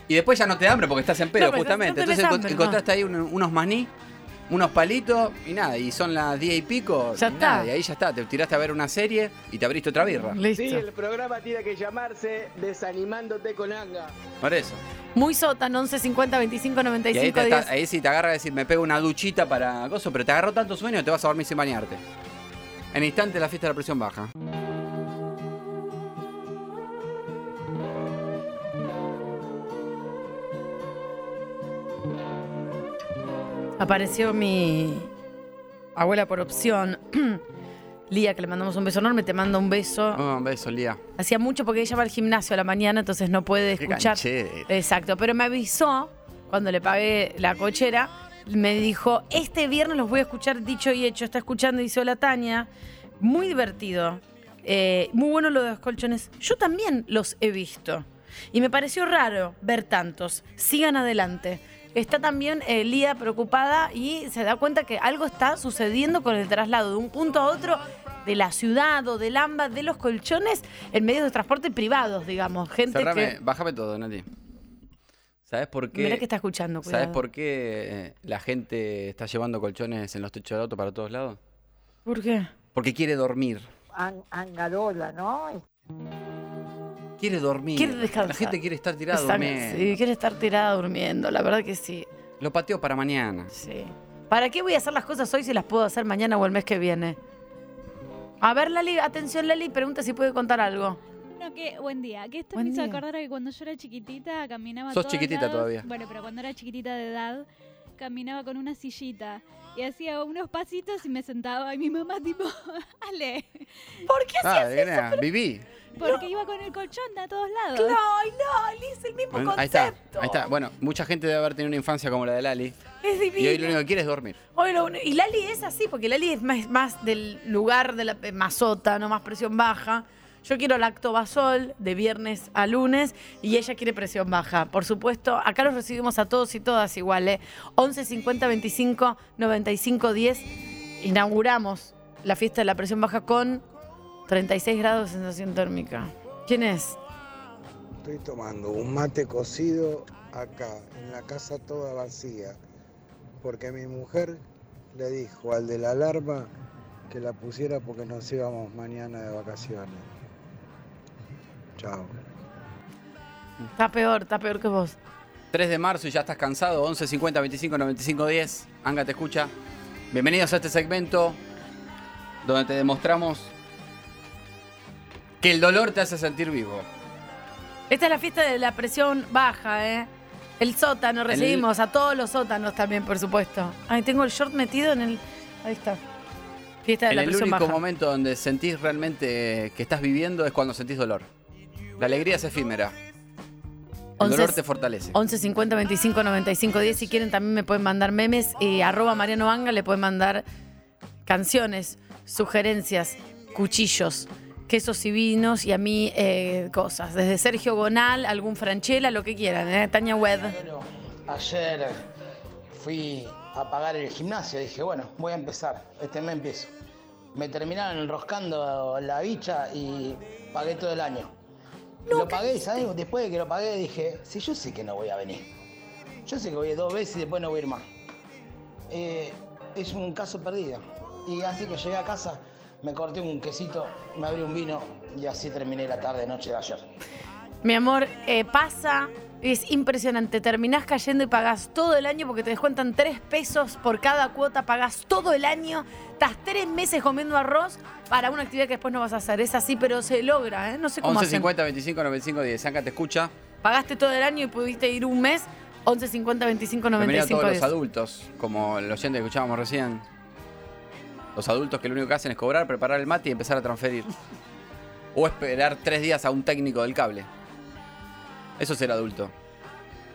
[SPEAKER 8] Y después ya no te da hambre porque estás en pedo,
[SPEAKER 7] No, pero estás-
[SPEAKER 8] justamente.
[SPEAKER 7] no tenés
[SPEAKER 8] Entonces encont-
[SPEAKER 7] hambre, no.
[SPEAKER 8] encontraste ahí un- unos maní, unos palitos y nada. Y son las 10 y pico.
[SPEAKER 7] Ya
[SPEAKER 8] y nada,
[SPEAKER 7] está.
[SPEAKER 8] y ahí ya está. Te tiraste a ver una serie y te abriste otra birra.
[SPEAKER 7] Listo.
[SPEAKER 14] programa tiene que llamarse Desanimándote con Anga.
[SPEAKER 8] Por eso.
[SPEAKER 7] (laughs) Muy sotan, 11 50 25
[SPEAKER 8] Y ahí,
[SPEAKER 7] 95
[SPEAKER 8] te,
[SPEAKER 7] 10.
[SPEAKER 8] ta- ahí sí te agarra a decir, me pego una duchita para gozo, pero te agarró tanto sueño que te vas a dormir sin bañarte. En instante la fiesta de la presión baja.
[SPEAKER 7] Mm. Apareció mi abuela por opción. (clears throat) Lía, que le mandamos un beso enorme, te mando un beso.
[SPEAKER 8] Oh, un beso, Lía.
[SPEAKER 7] Hacía mucho porque ella va al gimnasio a la mañana, entonces no puede
[SPEAKER 8] Qué
[SPEAKER 7] escuchar.
[SPEAKER 8] canchera.
[SPEAKER 7] Exacto, pero me avisó cuando le pagué la cochera, me dijo, este viernes los voy a escuchar dicho y hecho, está escuchando, dice hola Tania, muy divertido, Eh, muy bueno lo de los colchones, yo también los he visto y me pareció raro ver tantos, sigan adelante. Está también eh, Lía preocupada y se da cuenta que algo está sucediendo con el traslado de un punto a otro de la ciudad o del AMBA, de los colchones, en medios de transporte privados, digamos. Gente
[SPEAKER 8] Cerrame,
[SPEAKER 7] que...
[SPEAKER 8] bájame todo, Nati. ¿Sabes por qué?
[SPEAKER 7] Mirá que está escuchando, cuidado.
[SPEAKER 8] ¿Sabes por qué eh, la gente está llevando colchones en los techos de auto para todos lados?
[SPEAKER 7] ¿Por qué?
[SPEAKER 8] Porque quiere dormir.
[SPEAKER 5] An- Angarola, ¿no?
[SPEAKER 8] Quiere dormir.
[SPEAKER 7] Quiere descansar.
[SPEAKER 8] La gente quiere estar tirada
[SPEAKER 7] Está-
[SPEAKER 8] durmiendo.
[SPEAKER 7] sí, quiere estar tirada durmiendo, la verdad que sí.
[SPEAKER 8] Lo pateo para mañana.
[SPEAKER 7] Sí. ¿Para qué voy a hacer las cosas hoy si las puedo hacer mañana o el mes que viene? A ver, Lali, atención, Lali, pregunta si puede contar algo.
[SPEAKER 9] Bueno, que, buen día. Que esto
[SPEAKER 7] Buen
[SPEAKER 9] me hizo
[SPEAKER 7] día.
[SPEAKER 9] acordar a que cuando yo era chiquitita caminaba. a
[SPEAKER 8] Sos
[SPEAKER 9] todos
[SPEAKER 8] chiquitita
[SPEAKER 9] lados.
[SPEAKER 8] todavía.
[SPEAKER 9] Bueno, pero cuando era chiquitita de edad caminaba con una sillita y hacía unos pasitos y me sentaba y mi mamá tipo, (laughs) Ale, ¿por qué
[SPEAKER 8] Ah,
[SPEAKER 9] hacías
[SPEAKER 8] de
[SPEAKER 9] eso?
[SPEAKER 8] nada, viví.
[SPEAKER 9] Porque iba con el colchón a todos lados.
[SPEAKER 7] No, no, es el mismo
[SPEAKER 8] Ahí está, ahí está. Bueno, mucha gente debe haber tenido una infancia como la de Lali.
[SPEAKER 7] Es
[SPEAKER 8] Y hoy lo
[SPEAKER 7] divino.
[SPEAKER 8] único que quiere es dormir.
[SPEAKER 7] Hoy lo uno- y Lali es así, porque Lali es más, más del lugar de la eh, más sótano, más presión baja. Yo quiero lactobasol de viernes a lunes y ella quiere presión baja. Por supuesto, acá los recibimos a todos y todas ¿eh? iguales. 11 50 25 95 10. Inauguramos la fiesta de la presión baja con 36 grados de sensación térmica. ¿Quién es?
[SPEAKER 14] Estoy tomando un mate cocido acá, en la casa toda vacía, porque mi mujer le dijo al de la alarma que la pusiera porque nos íbamos mañana de vacaciones. Chao.
[SPEAKER 7] Está peor, está peor que vos.
[SPEAKER 8] 3 de marzo y ya estás cansado. 11 50 25 95 10. Anga te escucha. Bienvenidos a este segmento donde te demostramos que el dolor te hace sentir vivo.
[SPEAKER 7] Esta es la fiesta de la presión baja, ¿eh? El sótano, recibimos a todos los sótanos también, por supuesto. Ay, tengo el short metido en el. Ahí está. Fiesta de
[SPEAKER 8] En
[SPEAKER 7] la
[SPEAKER 8] el
[SPEAKER 7] presión
[SPEAKER 8] único
[SPEAKER 7] baja.
[SPEAKER 8] momento donde sentís realmente que estás viviendo es cuando sentís dolor. La alegría es efímera. El
[SPEAKER 7] Once-
[SPEAKER 8] dolor te fortalece.
[SPEAKER 7] 11 50 25 95 10. Si quieren, también me pueden mandar memes. Y arroba Mariano Vanga le pueden mandar canciones, sugerencias, cuchillos, quesos y vinos. Y a mí, eh, cosas. Desde Sergio Gonal, algún Franchella, lo que quieran. ¿eh? Tania Webb.
[SPEAKER 3] Ayer fui a pagar el gimnasio. Dije, bueno, voy a empezar. Este mes empiezo. Me terminaron enroscando la bicha y pagué todo el año. lo pagué, y ¿sabes? Después de que lo pagué dije, sí, yo sé que no voy a venir. Yo sé que voy dos veces y después no voy a ir más. Eh, es un caso perdido. Y así que llegué a casa, me corté un quesito, me abrí un vino y así terminé la tarde, noche de ayer.
[SPEAKER 7] Mi amor, eh, pasa. Es impresionante. Terminás cayendo y pagás todo el año porque te descuentan tres pesos por cada cuota. Pagás todo el año. Estás tres meses comiendo arroz para una actividad que después no vas a hacer. Es así, pero se logra, ¿eh? No sé cómo
[SPEAKER 8] 11
[SPEAKER 7] hacen.
[SPEAKER 8] 50 25 95 10. Sanca te escucha.
[SPEAKER 7] Pagaste todo el año y pudiste ir un mes. 11, 50, 25,
[SPEAKER 8] Bienvenido a
[SPEAKER 7] 95.
[SPEAKER 8] todos los
[SPEAKER 7] 10.
[SPEAKER 8] adultos, como el oyente que escuchábamos recién. Los adultos que lo único que hacen es cobrar, preparar el mate y empezar a transferir. O esperar tres días a un técnico del cable. Eso es ser adulto.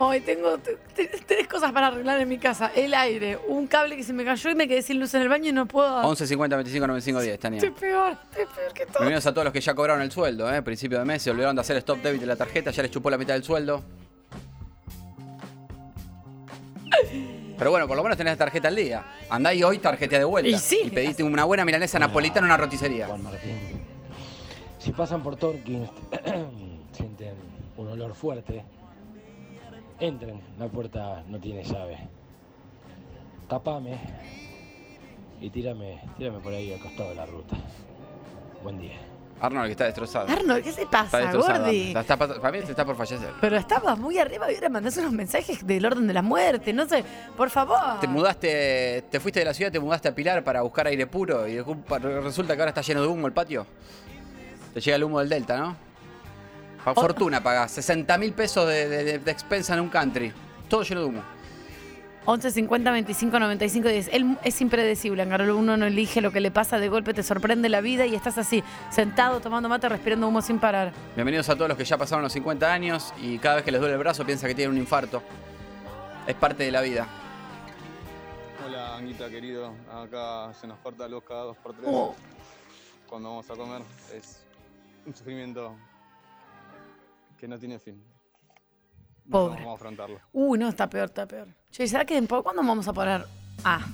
[SPEAKER 7] Hoy tengo t- t- tres cosas para arreglar en mi casa. El aire, un cable que se me cayó y me quedé sin luz en el baño y no puedo...
[SPEAKER 8] 11 50 25 95 10, Tania.
[SPEAKER 7] Estoy peor, estoy peor que todo.
[SPEAKER 8] Bienvenidos a todos los que ya cobraron el sueldo, ¿eh? Principio de mes, se olvidaron de hacer stop debit de la tarjeta, ya les chupó la mitad del sueldo. Pero bueno, por lo menos tenés la tarjeta al día. Andá y hoy tarjeta de vuelta.
[SPEAKER 6] Y sí.
[SPEAKER 8] pediste una buena milanesa napolitana en una roticería.
[SPEAKER 6] Si pasan por Torkins, (clears throat) sienten un olor fuerte, entren, la puerta no tiene llave. Tapame y tírame, tírame por ahí al costado de la ruta. Buen día.
[SPEAKER 8] Arnold que está destrozado.
[SPEAKER 7] Arnold, ¿qué se
[SPEAKER 8] Está
[SPEAKER 7] pasa,
[SPEAKER 8] destrozado.
[SPEAKER 7] Gordi?
[SPEAKER 8] Está- está- para mí está por fallecer.
[SPEAKER 7] Pero estabas muy arriba y ahora mandás unos mensajes del orden de la muerte, no sé. Por favor.
[SPEAKER 8] Te mudaste, te fuiste de la ciudad, te mudaste a Pilar para buscar aire puro y de culpa- resulta que ahora está lleno de humo el patio. Te llega el humo del Delta, ¿no? Pa- Fortuna pagás, 60 mil pesos de, de- de- de expensa en un country. Todo lleno de humo.
[SPEAKER 7] 11 50 25 95 10. Él es impredecible, Angarolo. Uno no elige lo que le pasa, de golpe te sorprende la vida y estás así, sentado, tomando mate, respirando humo sin parar.
[SPEAKER 8] Bienvenidos a todos los que ya pasaron los 50 años y cada vez que les duele el brazo piensa que tienen un infarto. Es parte de la vida.
[SPEAKER 23] Hola, Anguita, querido. Acá se nos corta la luz cada dos por tres. Cuando vamos a comer es un sufrimiento que no tiene fin. No
[SPEAKER 7] Pobre.
[SPEAKER 23] sabemos cómo afrontarlo.
[SPEAKER 7] Uy, no, está peor, está peor. Che, ¿sabes qué? ¿Cuándo vamos a parar? Ah.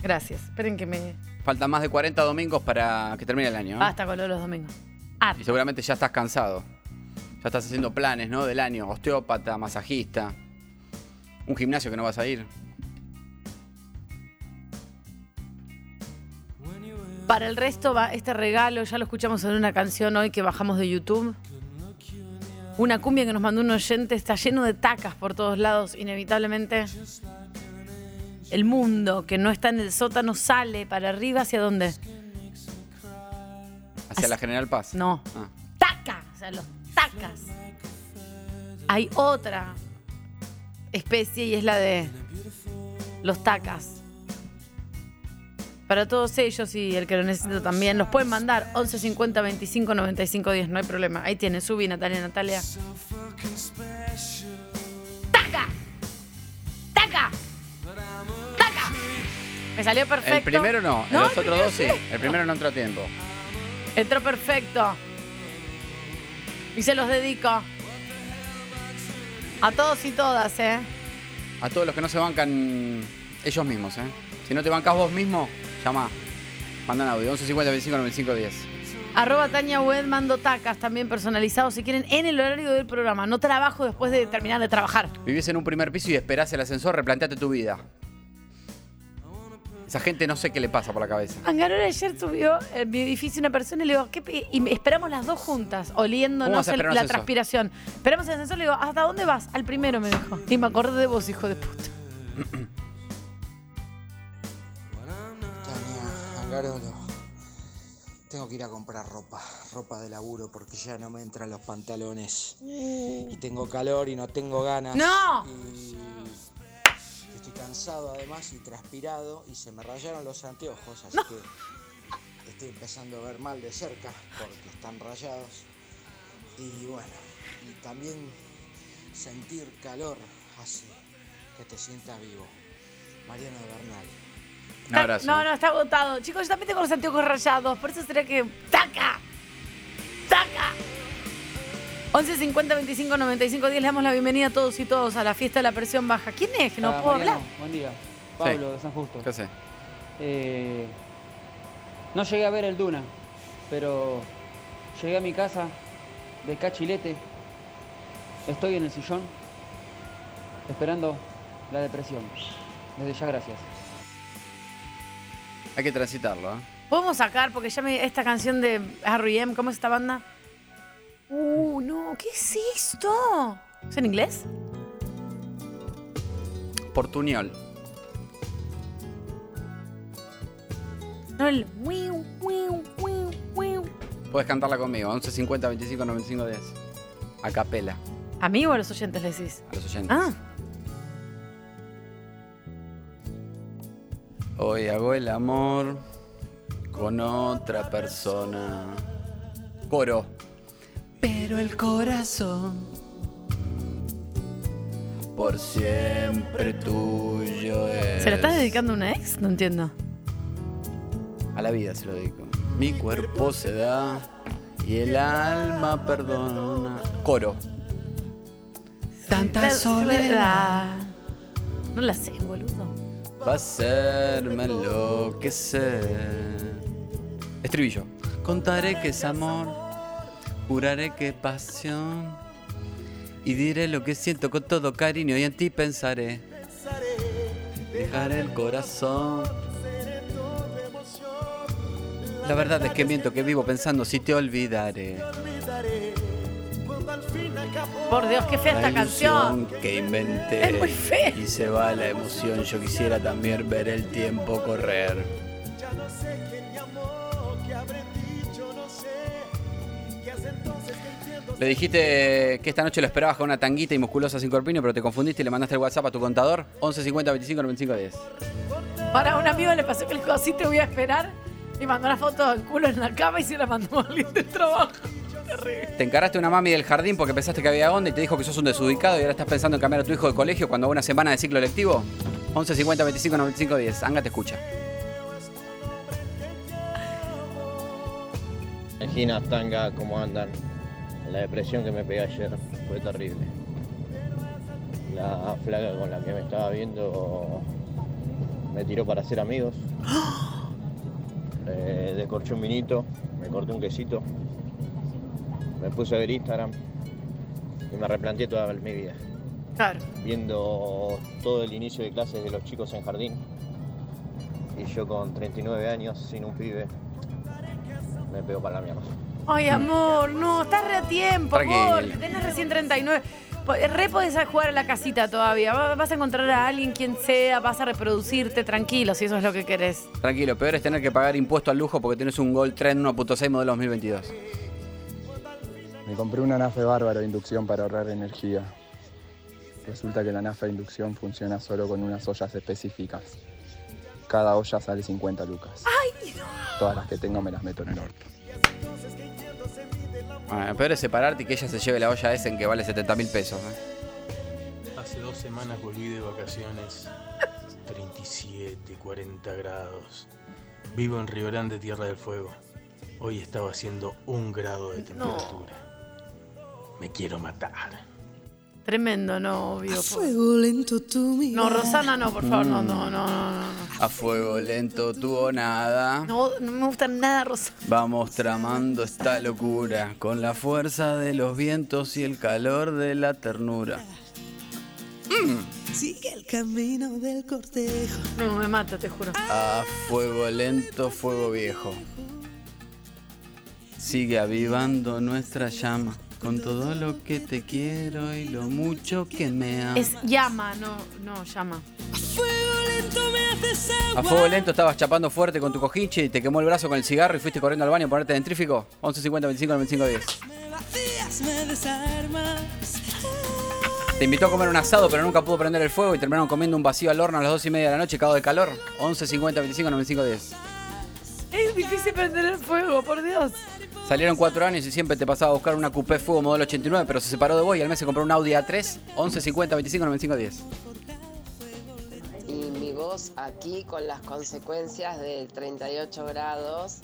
[SPEAKER 7] Gracias. Esperen que me.
[SPEAKER 8] Faltan más de 40 domingos para que termine el año. ¿eh?
[SPEAKER 7] Basta con lo de los domingos.
[SPEAKER 8] Y seguramente ya estás cansado. Ya estás haciendo planes, ¿no? Del año. Osteópata, masajista. Un gimnasio que no vas a ir.
[SPEAKER 7] Para el resto va este regalo, ya lo escuchamos en una canción hoy que bajamos de YouTube. Una cumbia que nos mandó un oyente, está lleno de tacas por todos lados, inevitablemente. El mundo que no está en el sótano sale para arriba, ¿hacia dónde?
[SPEAKER 8] Hacia la General Paz.
[SPEAKER 7] No.
[SPEAKER 8] Ah.
[SPEAKER 7] ¡Taca! O sea, los tacas. Hay otra especie y es la de los tacas. Para todos ellos y el que lo necesita también, los pueden mandar 11 50 25 95 10, no hay problema. Ahí tienen, subí Natalia, Natalia. ¡Taca! ¡Taca! (clears throat) ¡Taca! Me salió perfecto.
[SPEAKER 8] El primero no,
[SPEAKER 7] No,
[SPEAKER 8] los
[SPEAKER 7] el
[SPEAKER 8] otros dos sí.
[SPEAKER 7] primero
[SPEAKER 8] El primero no entró a tiempo.
[SPEAKER 7] Entró perfecto. Y se los dedico. A todos y todas, ¿eh?
[SPEAKER 8] A todos los que no se bancan ellos mismos, ¿eh? Si no te bancas vos mismo, llama. Mandan audio. 11 50 25 95 10.
[SPEAKER 7] Arroba Tania Wed, mando tacas también personalizados si quieren en el horario del programa. No trabajo después de terminar de trabajar.
[SPEAKER 8] Vivís en un primer piso y esperás el ascensor, replanteate tu vida. Esa gente no sé qué le pasa por la cabeza.
[SPEAKER 7] Angarola ayer subió en mi edificio una persona y le digo, ¿qué pe- y me- esperamos las dos juntas,
[SPEAKER 8] ¿Cómo
[SPEAKER 7] oliéndonos
[SPEAKER 8] vas a
[SPEAKER 7] el-
[SPEAKER 8] esperar un
[SPEAKER 7] la
[SPEAKER 8] ascensor?
[SPEAKER 7] transpiración. Esperamos el ascensor, le digo, ¿hasta dónde vas? Al primero me dijo. Y me acordé de vos, hijo de puta.
[SPEAKER 24] Angarolo.
[SPEAKER 15] Tengo que ir a comprar ropa, ropa de laburo, porque ya no me entran los pantalones. Y tengo calor y no tengo ganas.
[SPEAKER 7] ¡No!
[SPEAKER 15] Y estoy cansado además y transpirado y se me rayaron los anteojos, así que estoy empezando a ver mal de cerca porque están rayados. Y bueno, y también sentir calor hace que te sientas vivo. Mariano Bernal.
[SPEAKER 8] Un abrazo.
[SPEAKER 7] No, no, está agotado. Chicos, yo también tengo los anteojos rayados. Por eso será que. ¡Taca! ¡Taca! 11 50 25 95 10 le damos la bienvenida a todos y todos a la fiesta de la presión baja. ¿Quién es? Que no
[SPEAKER 16] Ah,
[SPEAKER 7] puedo
[SPEAKER 16] Mariano,
[SPEAKER 7] hablar.
[SPEAKER 16] Buen día. Pablo de San Justo. Eh, no llegué a ver el Duna, pero llegué a mi casa de cachilete. Estoy en el sillón esperando la depresión. Desde ya, gracias.
[SPEAKER 8] Hay que transitarlo, ¿eh?
[SPEAKER 7] Podemos sacar, porque ya me. Esta canción de R.E.M., ¿cómo es esta banda? Uh, no, ¿qué es esto? ¿Es en inglés?
[SPEAKER 8] Portuñol.
[SPEAKER 7] No, el. wiu, wiu, wiu, wiu.
[SPEAKER 8] Puedes cantarla conmigo. 11 50 25 95 10. A capela.
[SPEAKER 7] ¿A mí o a los oyentes le decís?
[SPEAKER 8] A los oyentes.
[SPEAKER 7] Ah,
[SPEAKER 8] Hoy hago el amor con otra persona. Coro.
[SPEAKER 18] Pero el corazón
[SPEAKER 8] Por siempre tuyo es.
[SPEAKER 7] ¿se la estás dedicando a una ex? No entiendo.
[SPEAKER 8] A la vida se lo dedico. Mi cuerpo se da y el alma perdona. Coro.
[SPEAKER 18] tanta
[SPEAKER 7] La
[SPEAKER 18] soledad.
[SPEAKER 7] No la sé, boludo.
[SPEAKER 8] Va a hacerme enloquecer. Estribillo. Contaré que es amor, juraré que es pasión. Y diré lo que siento con todo cariño y en ti pensaré. Dejaré el corazón. La verdad es que miento que vivo pensando si te olvidaré.
[SPEAKER 7] Por Dios, qué fea
[SPEAKER 8] La
[SPEAKER 7] esta canción.
[SPEAKER 8] ilusión que inventé.
[SPEAKER 7] Es muy fea.
[SPEAKER 8] Y se va la emoción. Yo quisiera también ver el tiempo correr.
[SPEAKER 18] Ya no sé quién me amó, qué habré dicho, no sé. Y hace entonces que entiendo.
[SPEAKER 8] Le dijiste que esta noche lo esperabas con una tanguita y musculosa sin corpiño, pero te confundiste y le mandaste el WhatsApp a tu contador. 11 50 25 95 10.
[SPEAKER 7] Para un amigo le pasó que el dijo, así te voy a esperar. Y mandó una foto del culo en la cama y se la mandó a alguien del trabajo. Terrible.
[SPEAKER 8] Te encaraste a una mami del jardín porque pensaste que había onda y te dijo que sos un desubicado y ahora estás pensando en cambiar a tu hijo de colegio cuando va una semana de ciclo lectivo. 11 50 25 95 10. Anga te escucha.
[SPEAKER 10] Imagina, tanga, cómo andan. La depresión que me pegué ayer fue terrible. La flaca con la que me estaba viendo me tiró para ser amigos. Eh, descorché un vinito, me corté un quesito, me puse a ver Instagram y me replanteé toda mi vida.
[SPEAKER 7] Claro.
[SPEAKER 10] Viendo todo el inicio de clases de los chicos en jardín y yo con 39 años sin un pibe me pego para la mierda.
[SPEAKER 7] Ay,
[SPEAKER 8] Mm.
[SPEAKER 7] amor, no, estás re a tiempo, amor.
[SPEAKER 10] Tranquila.
[SPEAKER 7] Tenés recién 39. Po- eh, Re podés jugar a la casita todavía. Va- Vas a encontrar a alguien, quien sea, vas a reproducirte tranquilo, si eso es lo que querés.
[SPEAKER 8] Tranquilo, peor es tener que pagar impuesto al lujo porque tienes un Gold Trend 1.6 modelo 2022.
[SPEAKER 23] Me compré una nafe bárbaro de inducción para ahorrar energía. Resulta que la nafe de inducción funciona solo con unas ollas específicas. Cada olla sale 50 lucas. Todas las que tengo me las meto en el orto.
[SPEAKER 8] Bueno, peor es separarte y que ella se lleve la olla esa en que vale 70 mil pesos. ¿eh?
[SPEAKER 24] Hace dos semanas volví de vacaciones. 37, 40 grados. Vivo en Río Grande, Tierra del Fuego. Hoy estaba haciendo un grado de temperatura. Me quiero matar.
[SPEAKER 7] Tremendo, no, obvio.
[SPEAKER 18] Fuego lento tú mi
[SPEAKER 7] No, Rosana, no, por favor, no,
[SPEAKER 8] Mm.
[SPEAKER 7] no, no, no. no.
[SPEAKER 8] A fuego lento tu o nada.
[SPEAKER 7] No, no me gusta nada Rosana.
[SPEAKER 8] Vamos tramando esta locura con la fuerza de los vientos y el calor de la ternura. Mm.
[SPEAKER 18] Sigue el camino del cortejo.
[SPEAKER 7] No, me mata, te juro.
[SPEAKER 8] A fuego lento, fuego viejo. Sigue avivando nuestra llama con todo lo que te quiero y lo mucho que me amas.
[SPEAKER 7] Es llama, no, no, llama.
[SPEAKER 18] Fuego
[SPEAKER 11] lento me haces agua.
[SPEAKER 8] A fuego lento estabas chapando fuerte con tu cojinche y te quemó el brazo con el cigarro y fuiste corriendo al baño a ponerte dentrífico. 11 50 25 95 10.
[SPEAKER 11] Me vacías, me desarmas.
[SPEAKER 8] Te invitó a comer un asado pero nunca pudo prender el fuego y terminaron comiendo un vacío al horno a las 2 y media de la noche, cagado de calor. 11 50 25 95 10.
[SPEAKER 7] Es difícil prender el fuego, por Dios.
[SPEAKER 8] Salieron 4 años y siempre te pasaba a buscar una coupé fuego modelo 89 pero se separó de vos y al mes se compró un Audi A3. 11 50 25 95 10.
[SPEAKER 12] y mi voz aquí con las consecuencias de 38 grados,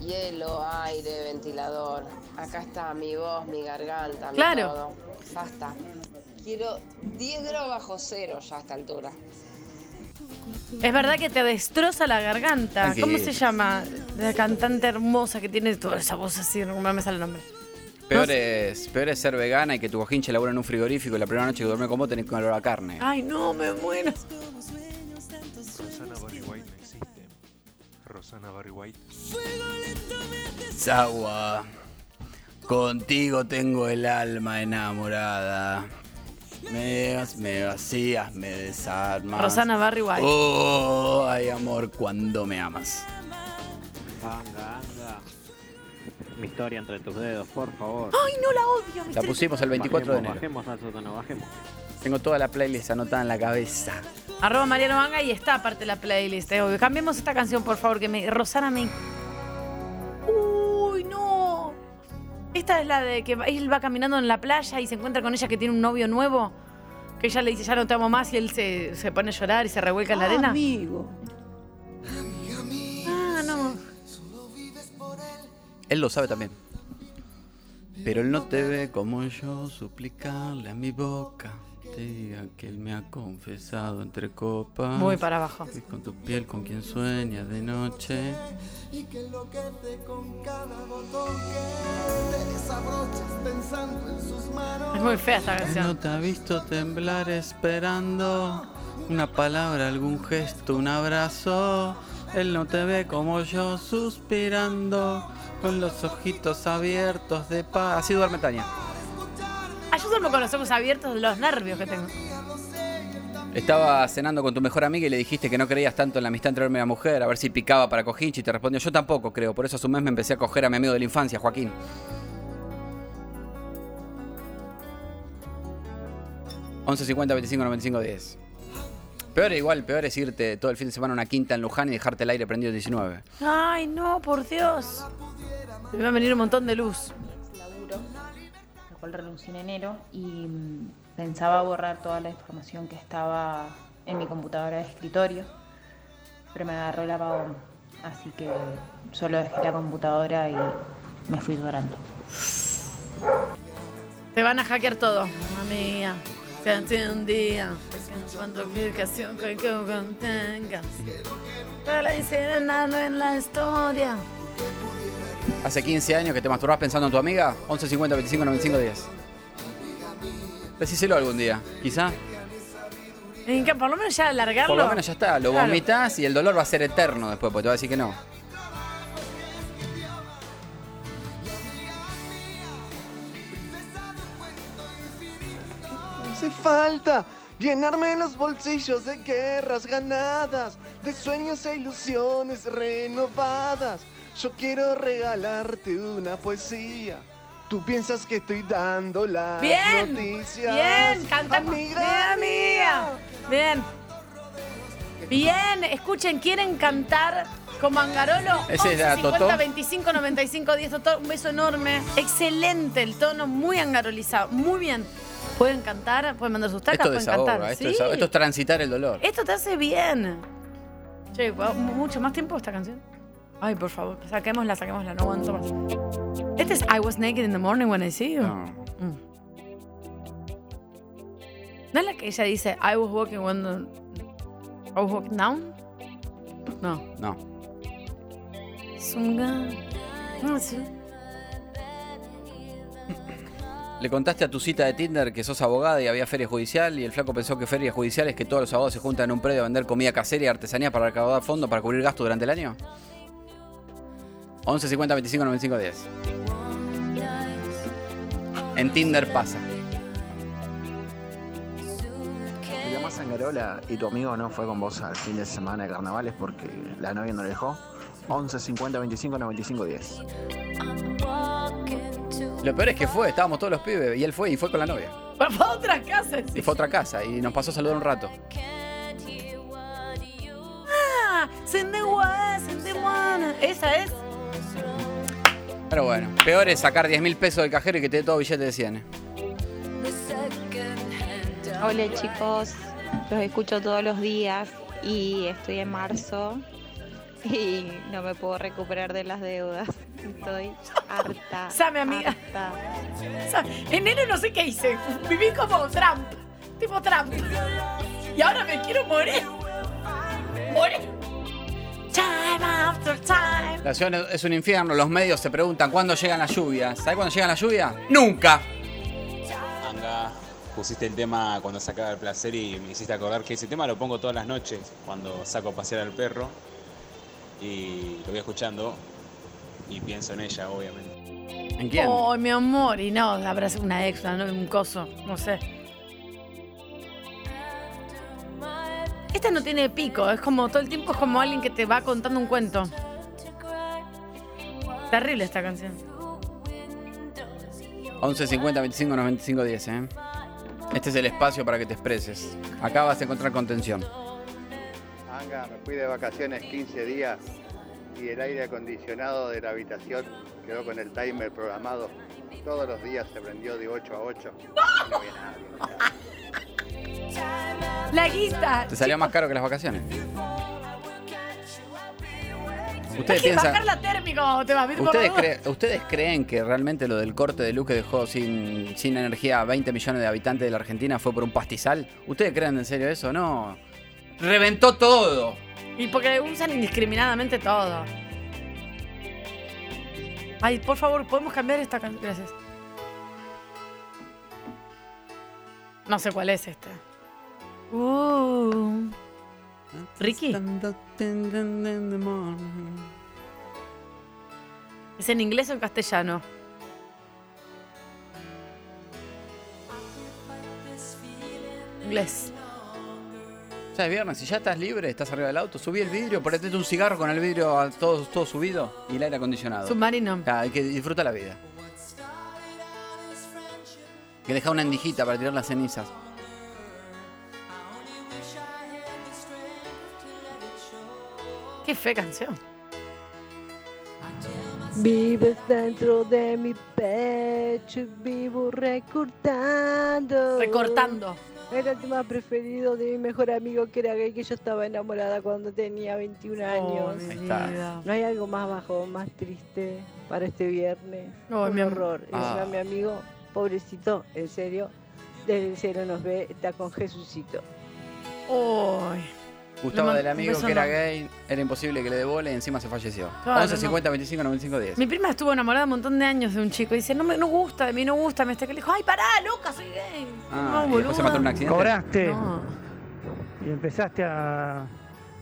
[SPEAKER 12] hielo, aire, ventilador. Acá está mi voz, mi garganta, mi
[SPEAKER 7] Claro.
[SPEAKER 12] todo. Basta. Quiero 10 grados bajo cero ya a esta altura.
[SPEAKER 7] Es verdad que te destroza la garganta.
[SPEAKER 8] Ay, qué
[SPEAKER 7] ¿Cómo
[SPEAKER 8] lindo.
[SPEAKER 7] se llama? La cantante hermosa que tiene toda esa voz así, no me sale el nombre.
[SPEAKER 8] Peor es, peor es ser vegana y que tu cojinche labura en un frigorífico y la primera noche que duerme con vos tenés que olor a carne.
[SPEAKER 7] Ay, no, me muero.
[SPEAKER 20] Rosana Barry White no existe. Rosana Barry White.
[SPEAKER 8] Sagua, contigo tengo el alma enamorada. Me, vas- me vacías, me desarmas.
[SPEAKER 7] Rosana Barry White.
[SPEAKER 8] Oh, ay amor, cuando me amas.
[SPEAKER 21] Anda, anda. Mi historia entre tus dedos, por favor.
[SPEAKER 7] Ay, no la odio.
[SPEAKER 8] La pusimos el 24 de enero.
[SPEAKER 21] Bajemos al sótano, bajemos.
[SPEAKER 8] Tengo toda la playlist anotada en la cabeza.
[SPEAKER 7] Arroba Mariano Manga y está aparte la playlist. eh, obvio. Cambiemos esta canción, por favor, que me. Rosana me. Uy, no. Esta es la de que él va caminando en la playa y se encuentra con ella que tiene un novio nuevo. Que ella le dice, ya no te amo más, y él se, se pone a llorar y se revuelca en la arena.
[SPEAKER 19] Amigo.
[SPEAKER 7] Ah, no.
[SPEAKER 8] Él lo sabe también. Pero él no te ve como yo, suplicarle a mi boca. Te diga que él me ha confesado entre copas.
[SPEAKER 7] Voy para abajo.
[SPEAKER 8] Y con tu piel con quien sueñas de noche.
[SPEAKER 18] Y que enloquece con cada botón que te desabrochas pensando en sus manos.
[SPEAKER 7] Es muy fea esta canción.
[SPEAKER 8] No te ha visto temblar esperando una palabra, algún gesto, un abrazo. Él no te ve como yo suspirando con los ojitos abiertos de paz. Así duerme Tania.
[SPEAKER 7] Ay, Ah, yo duermo con los ojos abiertos de los nervios que tengo.
[SPEAKER 8] Estaba cenando con tu mejor amiga y le dijiste que no creías tanto en la amistad entre hombre y mujer, a ver si picaba para cojinche y te respondió, yo tampoco creo, por eso hace un mes me empecé a coger a mi amigo de la infancia, Joaquín. ...11.50, 25, 95, 10. Peor igual, peor es irte todo el fin de semana a una quinta en Luján y dejarte el aire prendido 19.
[SPEAKER 7] Ay, no, por Dios. Me va a venir un montón de luz.
[SPEAKER 25] laburo, lo cual renuncié en enero y mm, pensaba borrar toda la información que estaba en mi computadora de escritorio, pero me agarró el apagón, así que solo dejé la computadora y me fui llorando.
[SPEAKER 7] Te van a hackear todo. Mamma mía. Canción un día. Cuando aplicación que yo contengas. Para enseñarnos en la historia.
[SPEAKER 8] ¿Hace 15 años que te masturbás pensando en tu amiga? 11.50, 25, 95, 10. Decíselo algún día, quizá.
[SPEAKER 7] En que E por lo menos ya alargarlo.
[SPEAKER 8] Por lo menos ya está, lo
[SPEAKER 7] Claro.
[SPEAKER 8] vomitas y el dolor va a ser eterno después, porque te va a decir que no.
[SPEAKER 18] Hace falta llenarme los bolsillos de guerras ganadas, de sueños e ilusiones renovadas. Yo quiero regalarte una poesía. Tú piensas que estoy dando las
[SPEAKER 7] Bien.
[SPEAKER 18] noticias.
[SPEAKER 7] Bien, canta.
[SPEAKER 18] Amiga
[SPEAKER 7] bien, mía. Bien. Bien, escuchen, ¿quieren cantar como Angarolo?
[SPEAKER 8] Ese es la
[SPEAKER 7] 11,
[SPEAKER 8] Totó.
[SPEAKER 7] 25, 95, 10, Totó. Un beso enorme. Excelente el tono, muy angarolizado. Muy bien. Pueden cantar, pueden mandar sus tacas,
[SPEAKER 8] Esto
[SPEAKER 7] pueden
[SPEAKER 8] desahoga,
[SPEAKER 7] cantar. pues,
[SPEAKER 8] esto,
[SPEAKER 7] Sí.
[SPEAKER 8] desahoga, esto es transitar el dolor.
[SPEAKER 7] Esto te hace bien. Che, ¿puedo- mucho más tiempo esta canción. Ay, por favor, saquémosla, saquémosla, no aguanto más. Este es I was naked in the morning Mm. when I see you.
[SPEAKER 8] No.
[SPEAKER 7] ¿No es la que ella dice I was walking when the- I was walking down? No.
[SPEAKER 8] No.
[SPEAKER 7] Es un gan- no, Ah, sí.
[SPEAKER 8] Le contaste a tu cita de Tinder que sos abogada y había feria judicial y el flaco pensó que feria judicial es que todos los abogados se juntan en un predio a vender comida casera y artesanía para recaudar fondos para cubrir gastos durante el año. 11 50 25 95 10. En Tinder pasa.
[SPEAKER 17] Te llamas
[SPEAKER 26] estás en Garola y tu amigo no fue con vos al fin de semana de carnavales porque la novia no le dejó, 11 50 25 95 10.
[SPEAKER 8] Lo peor es que fue, estábamos todos los pibes y él fue y fue con la novia.
[SPEAKER 7] Fue a otra casa.
[SPEAKER 8] Y fue a otra casa y nos pasó a saludar un rato.
[SPEAKER 7] Ah, send the one, send the one. Esa es.
[SPEAKER 8] Pero bueno, peor es sacar 10 mil pesos del cajero y que te dé todo billete de ¿eh? 100.
[SPEAKER 9] Hola chicos, los escucho todos los días y estoy en marzo y no me puedo recuperar de las deudas. Estoy
[SPEAKER 7] (laughs)
[SPEAKER 9] harta.
[SPEAKER 7] Same, amiga. Same. Enero no sé qué hice. Viví como Trump. Tipo Trump. Y ahora me quiero morir. Morir. Time after time.
[SPEAKER 8] La ciudad es un infierno, los medios se preguntan cuándo llegan las lluvias. ¿Sabes cuándo llegan las lluvias? ¡Nunca!
[SPEAKER 27] Anga, pusiste el tema cuando se acaba el placer y me hiciste acordar que ese tema lo pongo todas las noches cuando saco a pasear al perro y lo voy escuchando y pienso en ella, obviamente.
[SPEAKER 8] ¿En
[SPEAKER 7] Ay, mi amor. Y no, habrá sido una ex, una novia, un coso. No sé. Esta no tiene pico. Es como todo el tiempo es como alguien que te va contando un cuento. Terrible esta canción.
[SPEAKER 8] 11 50 25 95 10, ¿eh? Este es el espacio para que te expreses. Acá vas a encontrar contención.
[SPEAKER 11] Anga, me fui de vacaciones 15 días y el aire acondicionado de la habitación quedó con el timer programado. Todos los días se prendió de 8 a 8. No había nadie.
[SPEAKER 7] La guita.
[SPEAKER 8] Te salió más caro que las vacaciones. Ustedes
[SPEAKER 7] Hay que
[SPEAKER 8] piensan.
[SPEAKER 7] bajar la térmica cuando te vas, ¿viste? Por
[SPEAKER 8] ¿Ustedes,
[SPEAKER 7] la duda.
[SPEAKER 8] cre- ¿Ustedes creen que realmente lo del corte de luz que dejó sin, sin energía a 20 millones de habitantes de la Argentina fue por un pastizal? ¿Ustedes creen en serio eso? No. Reventó todo.
[SPEAKER 7] Y porque le usan indiscriminadamente todo. Ay, por favor, ¿podemos cambiar esta canción? Gracias. No sé cuál es este. esta. Uh. Ricky. Mm. ¿Es en inglés o en castellano? Inglés.
[SPEAKER 8] Ya es viernes, si ya estás libre, estás arriba del auto, subí el vidrio, ponete un cigarro con el vidrio a todo, todo subido y el aire acondicionado.
[SPEAKER 7] Submarino.
[SPEAKER 8] Ah, hay que disfruta la vida. Que deja una endijita para tirar las cenizas.
[SPEAKER 7] Qué fe canción.
[SPEAKER 17] Vives dentro de mi pecho y vivo recortando.
[SPEAKER 7] Recortando.
[SPEAKER 17] Era el tema preferido de mi mejor amigo que era gay, que yo estaba enamorada cuando tenía 21
[SPEAKER 7] Oh,
[SPEAKER 17] años.
[SPEAKER 7] mi Ahí está. vida.
[SPEAKER 17] No hay algo más bajo, más triste para este viernes.
[SPEAKER 7] No,
[SPEAKER 17] Un
[SPEAKER 7] mi am-
[SPEAKER 17] horror. Y encima
[SPEAKER 7] Ah.
[SPEAKER 17] mi amigo, pobrecito, en serio, desde el cielo nos ve, está con Jesucito.
[SPEAKER 7] Uy.
[SPEAKER 8] Gustavo
[SPEAKER 7] Le mando
[SPEAKER 8] del
[SPEAKER 7] un
[SPEAKER 8] amigo
[SPEAKER 7] beso
[SPEAKER 8] que era
[SPEAKER 7] enorme.
[SPEAKER 8] gay, era imposible que le dé bola y encima se falleció.
[SPEAKER 7] Claro,
[SPEAKER 8] 11 50 25 95 10.
[SPEAKER 7] Mi prima estuvo enamorada un montón de años de un chico y dice, no me no gusta de mí, no gusta, me está que le dijo, ay, pará, loca, soy gay.
[SPEAKER 8] Ah,
[SPEAKER 7] no,
[SPEAKER 8] y después se mató en un accidente.
[SPEAKER 24] Cobraste.
[SPEAKER 7] No.
[SPEAKER 24] Y empezaste a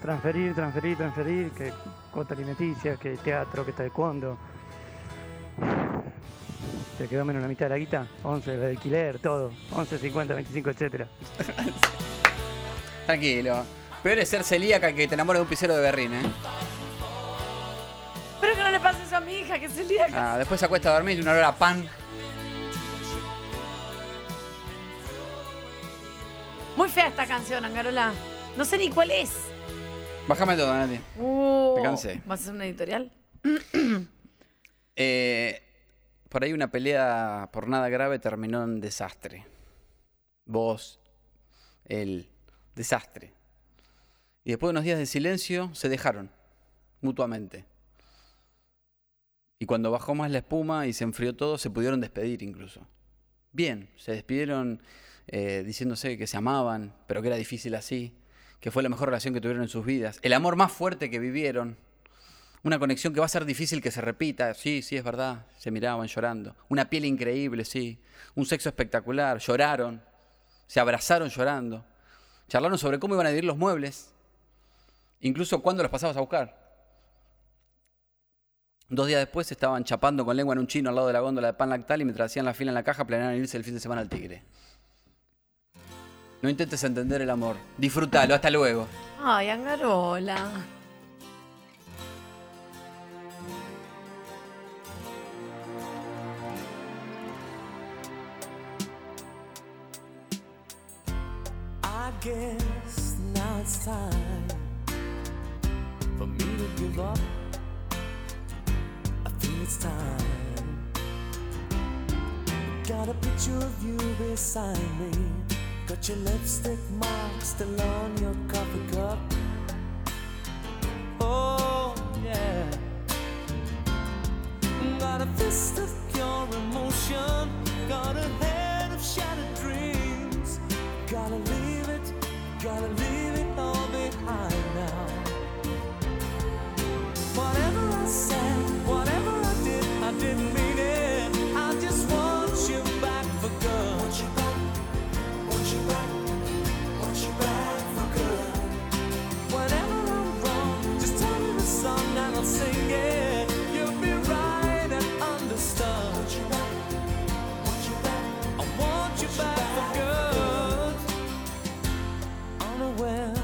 [SPEAKER 24] transferir, transferir, transferir, que cuota alimenticia, que teatro, que taekwondo. Te quedó menos la mitad de la guita, 11 de alquiler, todo, 11, 50, 25, etcétera.
[SPEAKER 8] Tranquilo. Peor es ser celíaca que te enamores de un pisero de berrín, ¿eh?
[SPEAKER 7] Pero que no le pase eso a mi hija, que es el día que...
[SPEAKER 8] Ah, después se acuesta a dormir y una hora pan.
[SPEAKER 7] Muy fea esta canción, Angarola. No sé ni cuál es.
[SPEAKER 8] Bájame todo, Nati.
[SPEAKER 7] Uh,
[SPEAKER 8] Te cansé.
[SPEAKER 7] ¿Vas a hacer una editorial?
[SPEAKER 8] Eh, por ahí una pelea por nada grave terminó en desastre. Vos, el desastre. Y después de unos días de silencio se dejaron mutuamente. Y cuando bajó más la espuma y se enfrió todo, se pudieron despedir incluso. Bien, se despidieron eh, diciéndose que se amaban, pero que era difícil así, que fue la mejor relación que tuvieron en sus vidas, el amor más fuerte que vivieron, una conexión que va a ser difícil que se repita, sí, sí, es verdad, se miraban llorando, una piel increíble, sí, un sexo espectacular, lloraron, se abrazaron llorando, charlaron sobre cómo iban a dividir los muebles, incluso cuándo los pasabas a buscar. Dos días después estaban chapando con lengua en un chino al lado de la góndola de pan lactal y mientras hacían la fila en la caja planeaban irse el fin de semana al Tigre. No intentes entender el amor. Disfrútalo, hasta luego.
[SPEAKER 7] Ay, Angarola.
[SPEAKER 11] I guess now it's time for me to give up. I think it's time. Got a picture of you beside me. Got your lipstick mark still on your coffee cup. Oh, yeah. Got a fist of pure emotion. Got a head of shattered dreams. Gotta leave it, gotta leave it all behind now. Whatever I said, whatever I did, I didn't mean it. I just want you back for good. Want you back, want you back, want you back for good. Whenever I'm wrong, just tell me the song and I'll sing it. You'll be right and understood. Want you back, want you back, I want you back for good. Unaware,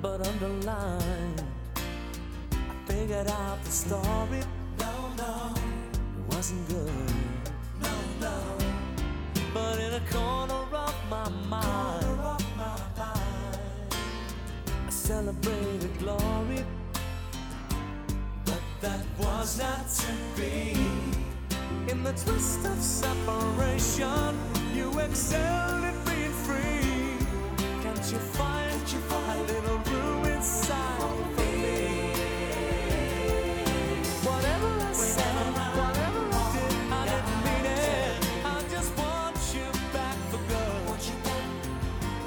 [SPEAKER 11] but underlined. I figured out the story. No, no, it wasn't good. No, no. But in a corner of my mind, I celebrated glory. But that was not to be. In the twist of separation, you excelled at being free. Can't you find, a little room inside for me? Whatever I said, whatever I did, I didn't mean it. I just want you back for good. Want you back,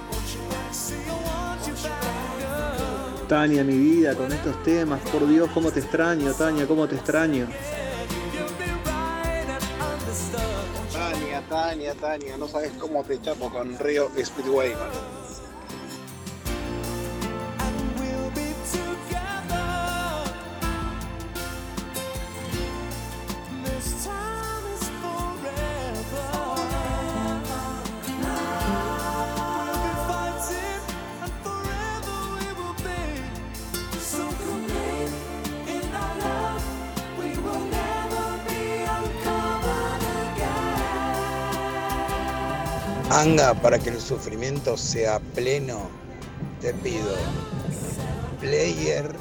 [SPEAKER 11] want you back. See, I want you back for good.
[SPEAKER 3] Tania, mi vida, con estos temas, por Dios, cómo te extraño, Tania, cómo te extraño.
[SPEAKER 4] Tania, Tania, Tania, no sabes cómo te chapo con Río Speedway. man.
[SPEAKER 15] Anga, para que el sufrimiento sea pleno, te pido Player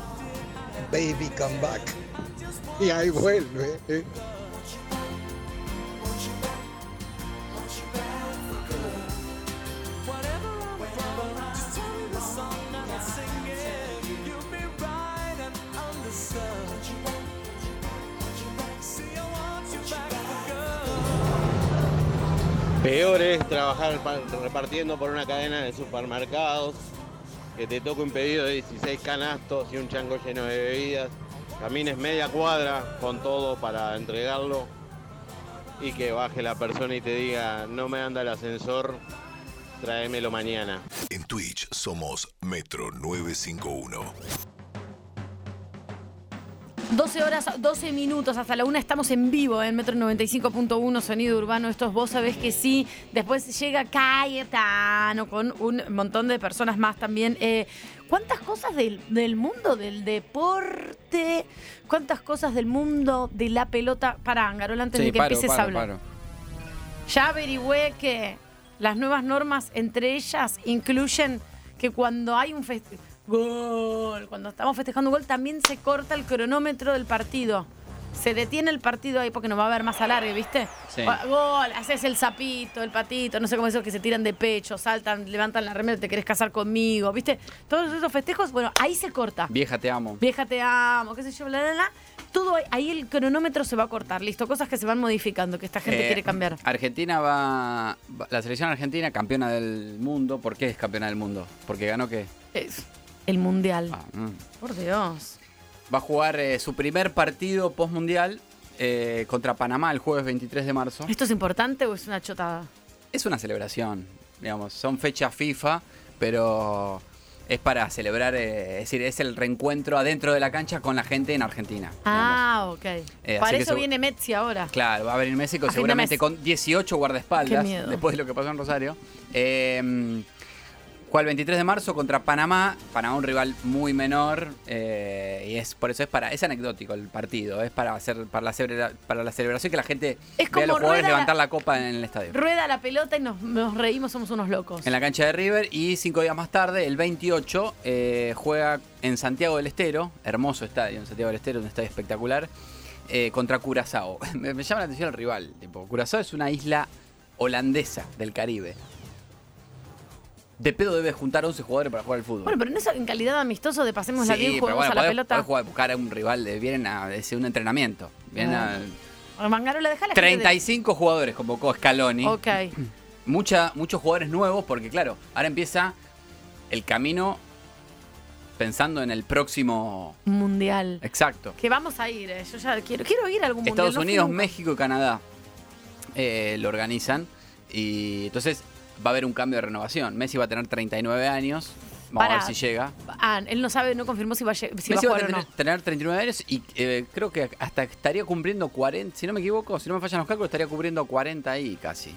[SPEAKER 15] Baby Come Back. Y ahí vuelve. ¿eh?
[SPEAKER 10] Peor es trabajar pa- repartiendo por una cadena de supermercados, que te toque un pedido de 16 canastos y un chango lleno de bebidas, camines media cuadra con todo para entregarlo y que baje la persona y te diga, no me anda el ascensor, tráemelo mañana.
[SPEAKER 5] En Twitch somos Metro 951.
[SPEAKER 7] 12 horas, 12 minutos, hasta la una estamos en vivo en Metro 95.1, sonido urbano. Esto es vos sabés que sí. Después llega Cayetano con un montón de personas más también. Eh, ¿Cuántas cosas del, del mundo del deporte? ¿Cuántas cosas del mundo de la pelota? Para, Angarola, antes de que empieces a hablar. Ya averigüé que las nuevas normas, entre ellas, incluyen que cuando hay un feste- gol, cuando estamos festejando un gol, también se corta el cronómetro del partido. Se detiene el partido ahí porque no va a haber más alargue, ¿viste?
[SPEAKER 8] Sí.
[SPEAKER 7] O- Gol, haces el sapito, el patito, no sé cómo esos que se tiran de pecho, saltan, levantan la remera, te querés casar conmigo, ¿viste? Todos esos festejos, bueno, ahí se corta.
[SPEAKER 8] Vieja, te amo.
[SPEAKER 7] Vieja, te amo, qué sé yo, bla, bla, bla. Todo ahí- ahí el cronómetro se va a cortar, listo. Cosas que se van modificando, que esta gente
[SPEAKER 8] Eh,
[SPEAKER 7] quiere cambiar.
[SPEAKER 8] Argentina va, va- La selección argentina, campeona del mundo. ¿Por qué es campeona del mundo? Porque ganó qué?
[SPEAKER 7] Es el mundial.
[SPEAKER 8] Mm.
[SPEAKER 7] Por Dios.
[SPEAKER 8] Va a jugar eh, su primer partido postmundial eh, contra Panamá el jueves 23 de marzo.
[SPEAKER 7] ¿Esto es importante o es una chotada?
[SPEAKER 8] Es una celebración, digamos, son fechas FIFA, pero es para celebrar, eh, es decir, es el reencuentro adentro de la cancha con la gente en Argentina.
[SPEAKER 7] Ah, ok.
[SPEAKER 8] Eh, así
[SPEAKER 7] Para
[SPEAKER 8] que
[SPEAKER 7] eso
[SPEAKER 8] segu-
[SPEAKER 7] viene Metzi ahora.
[SPEAKER 8] Claro, va a venir México
[SPEAKER 7] fin de
[SPEAKER 8] seguramente
[SPEAKER 7] mes.
[SPEAKER 8] con 18
[SPEAKER 7] Qué
[SPEAKER 8] guardaespaldas
[SPEAKER 7] miedo.
[SPEAKER 8] después de lo que pasó en Rosario. Eh, Juega el 23 de marzo contra Panamá. Panamá un rival muy menor. eh, y es por eso es para. Es anecdótico el partido. Es para hacer para la, celebra- para la celebración que la gente vea a
[SPEAKER 7] como
[SPEAKER 8] los jugadores
[SPEAKER 7] rueda-
[SPEAKER 8] levantar la copa en el estadio.
[SPEAKER 7] Rueda la pelota y nos, nos reímos, somos unos locos.
[SPEAKER 8] En la cancha de River y cinco días más tarde, el 28, eh, juega en Santiago del Estero, hermoso estadio en Santiago del Estero, un estadio espectacular, eh, contra Curazao. (laughs) me, me llama la atención el rival, tipo, Curazao es una isla holandesa del Caribe. De pedo debe juntar 11 jugadores para jugar al fútbol.
[SPEAKER 7] Bueno, pero en eso, en calidad de amistoso, de pasemos la
[SPEAKER 8] Sí,
[SPEAKER 7] bien,
[SPEAKER 8] pero
[SPEAKER 7] jugamos
[SPEAKER 8] bueno,
[SPEAKER 7] a la
[SPEAKER 8] podés-
[SPEAKER 7] pelota.
[SPEAKER 8] podés jugar- buscar a un rival, de- vienen a es un entrenamiento. Vienen a-
[SPEAKER 7] Mangarola, deja la gente Ah. de-
[SPEAKER 8] 35 jugadores convocó Scaloni. (clears throat)
[SPEAKER 7] Ok.
[SPEAKER 8] mucha, muchos jugadores nuevos, porque claro, ahora empieza el camino pensando en el próximo.
[SPEAKER 7] Mundial.
[SPEAKER 8] Exacto.
[SPEAKER 7] Que vamos a ir, eh, yo ya quiero, quiero ir a algún mundial.
[SPEAKER 8] Estados
[SPEAKER 7] no fui
[SPEAKER 8] Unidos,
[SPEAKER 7] nunca.
[SPEAKER 8] México y Canadá eh, lo organizan. Y entonces va a haber un cambio de renovación. Messi va a tener 39 años. Vamos a
[SPEAKER 7] Pará.
[SPEAKER 8] ver si llega.
[SPEAKER 7] Ah, él no sabe, no confirmó si va a, lle- si va a
[SPEAKER 8] Messi va a
[SPEAKER 7] jugar o
[SPEAKER 8] tener,
[SPEAKER 7] no.
[SPEAKER 8] tener 39 años y eh, creo que hasta estaría cumpliendo 40, si no me equivoco, si no me fallan los cálculos, estaría cubriendo 40 ahí casi.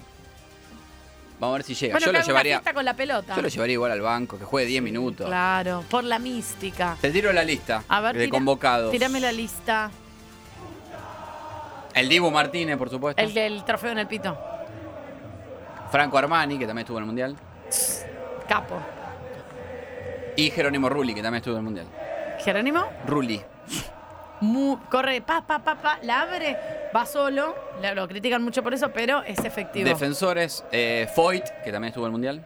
[SPEAKER 8] Vamos a ver si llega.
[SPEAKER 7] Bueno,
[SPEAKER 8] yo
[SPEAKER 7] que
[SPEAKER 8] lo
[SPEAKER 7] haga una
[SPEAKER 8] llevaría.
[SPEAKER 7] fiesta con la pelota.
[SPEAKER 8] Yo lo llevaría igual al banco, que juegue 10 minutos.
[SPEAKER 7] Claro, por la mística.
[SPEAKER 8] Te tiro la lista
[SPEAKER 7] A ver,
[SPEAKER 8] de
[SPEAKER 7] tira-
[SPEAKER 8] convocados.
[SPEAKER 7] Tírame la lista.
[SPEAKER 8] El Dibu Martínez, por supuesto.
[SPEAKER 7] El del trofeo en el pito.
[SPEAKER 8] Franco Armani, que también estuvo en el Mundial.
[SPEAKER 7] Capo.
[SPEAKER 8] Y Jerónimo Rulli, que también estuvo en el Mundial.
[SPEAKER 7] Jerónimo,
[SPEAKER 8] Rulli.
[SPEAKER 7] mu- corre, pa, pa, pa, pa, la abre, va solo. la- Lo critican mucho por eso, pero es efectivo.
[SPEAKER 8] Defensores, eh, Foyt, que también estuvo en el Mundial.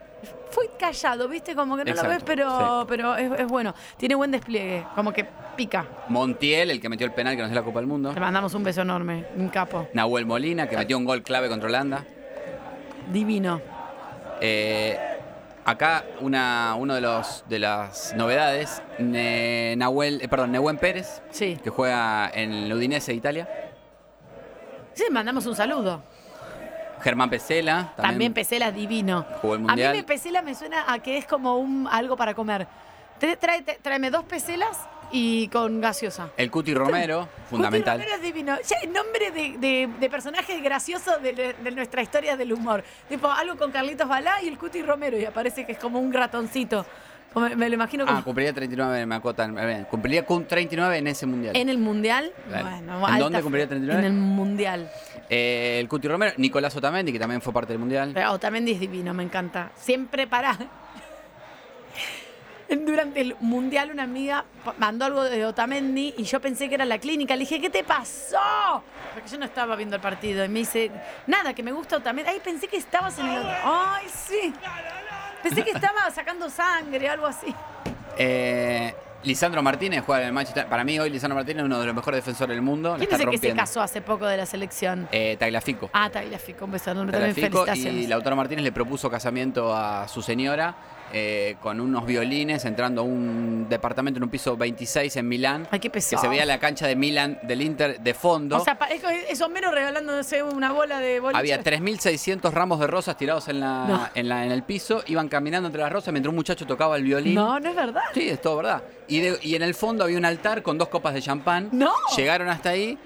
[SPEAKER 7] Fue callado, ¿viste? Como que no
[SPEAKER 8] Exacto,
[SPEAKER 7] lo ves, pero, pero es, es bueno. Tiene buen despliegue, como que pica.
[SPEAKER 8] Montiel, el que metió el penal que nos dio la Copa del Mundo.
[SPEAKER 7] Le mandamos un beso enorme, un capo.
[SPEAKER 8] Nahuel Molina, que metió un gol clave contra Holanda.
[SPEAKER 7] Divino.
[SPEAKER 8] Eh, acá una uno de los de las novedades, Ne- Nahuel, eh, perdón, Nehuen Pérez, que juega en el Udinese de Italia.
[SPEAKER 7] Sí, mandamos un saludo.
[SPEAKER 8] Germán Pesela,
[SPEAKER 7] También,
[SPEAKER 8] también,
[SPEAKER 7] Pesela divino.
[SPEAKER 8] jugó el
[SPEAKER 7] A mí
[SPEAKER 8] Mundial.
[SPEAKER 7] me Pesela me suena a que es como un algo para comer. Tra- trae- te- tráeme dos Peselas y con gaseosa.
[SPEAKER 8] El Cuti Romero, fundamental.
[SPEAKER 7] Pero es divino. Ya, el nombre de, de, de personaje gracioso de, de nuestra historia del humor. Tipo, algo con Carlitos Balá y el Cuti Romero. Y aparece que es como un ratoncito. Como- me lo imagino como
[SPEAKER 8] Ah, cumpliría 39, me acotan. eh, Cumpliría con 39 en ese mundial.
[SPEAKER 7] en el Mundial.
[SPEAKER 8] Claro.
[SPEAKER 7] Bueno,
[SPEAKER 8] ¿En
[SPEAKER 7] alta
[SPEAKER 8] dónde
[SPEAKER 7] fe-
[SPEAKER 8] cumpliría 39?
[SPEAKER 7] En el Mundial.
[SPEAKER 8] Eh, el Cuti Romero, Nicolás Otamendi, que también fue parte del mundial.
[SPEAKER 7] Pero Otamendi Oh, es divino, me encanta. Siempre para. (laughs) Durante el mundial una amiga pa- mandó algo de Otamendi y yo pensé que era la clínica. Le dije, ¿qué te pasó? Porque yo no estaba viendo el partido. Y me dice, nada, que me gusta Otamendi. Ay, pensé que estabas en el... otro- Ay, sí. Pensé que estaba sacando sangre, algo así.
[SPEAKER 8] Eh, Lisandro Martínez juega en el Manchester. Para mí hoy Lisandro Martínez es uno de los mejores defensores del mundo. La
[SPEAKER 7] ¿Quién
[SPEAKER 8] está
[SPEAKER 7] es el que se
[SPEAKER 8] rompiendo.
[SPEAKER 7] casó hace poco de la selección?
[SPEAKER 8] Eh, Tagliafico.
[SPEAKER 7] Ah, Tagliafico, un beso enorme. También
[SPEAKER 8] Tagliafico,
[SPEAKER 7] felicitaciones.
[SPEAKER 8] y Lautaro Martínez le propuso casamiento a su señora eh, con unos violines entrando a un departamento en un piso 26 en Milán. Que
[SPEAKER 7] pesado.
[SPEAKER 8] se veía la cancha de Milán del Inter de fondo.
[SPEAKER 7] O sea, pa- es, es Homero regalándose una bola de boliche.
[SPEAKER 8] Había 3.600 ramos de rosas tirados en, la,
[SPEAKER 7] No.
[SPEAKER 8] en, la- en el piso. Iban caminando entre las rosas mientras un muchacho tocaba el violín.
[SPEAKER 7] No, no es verdad.
[SPEAKER 8] Sí, es todo verdad. Y, de- y en el fondo había un altar con dos copas de champán.
[SPEAKER 7] No.
[SPEAKER 8] Llegaron hasta ahí,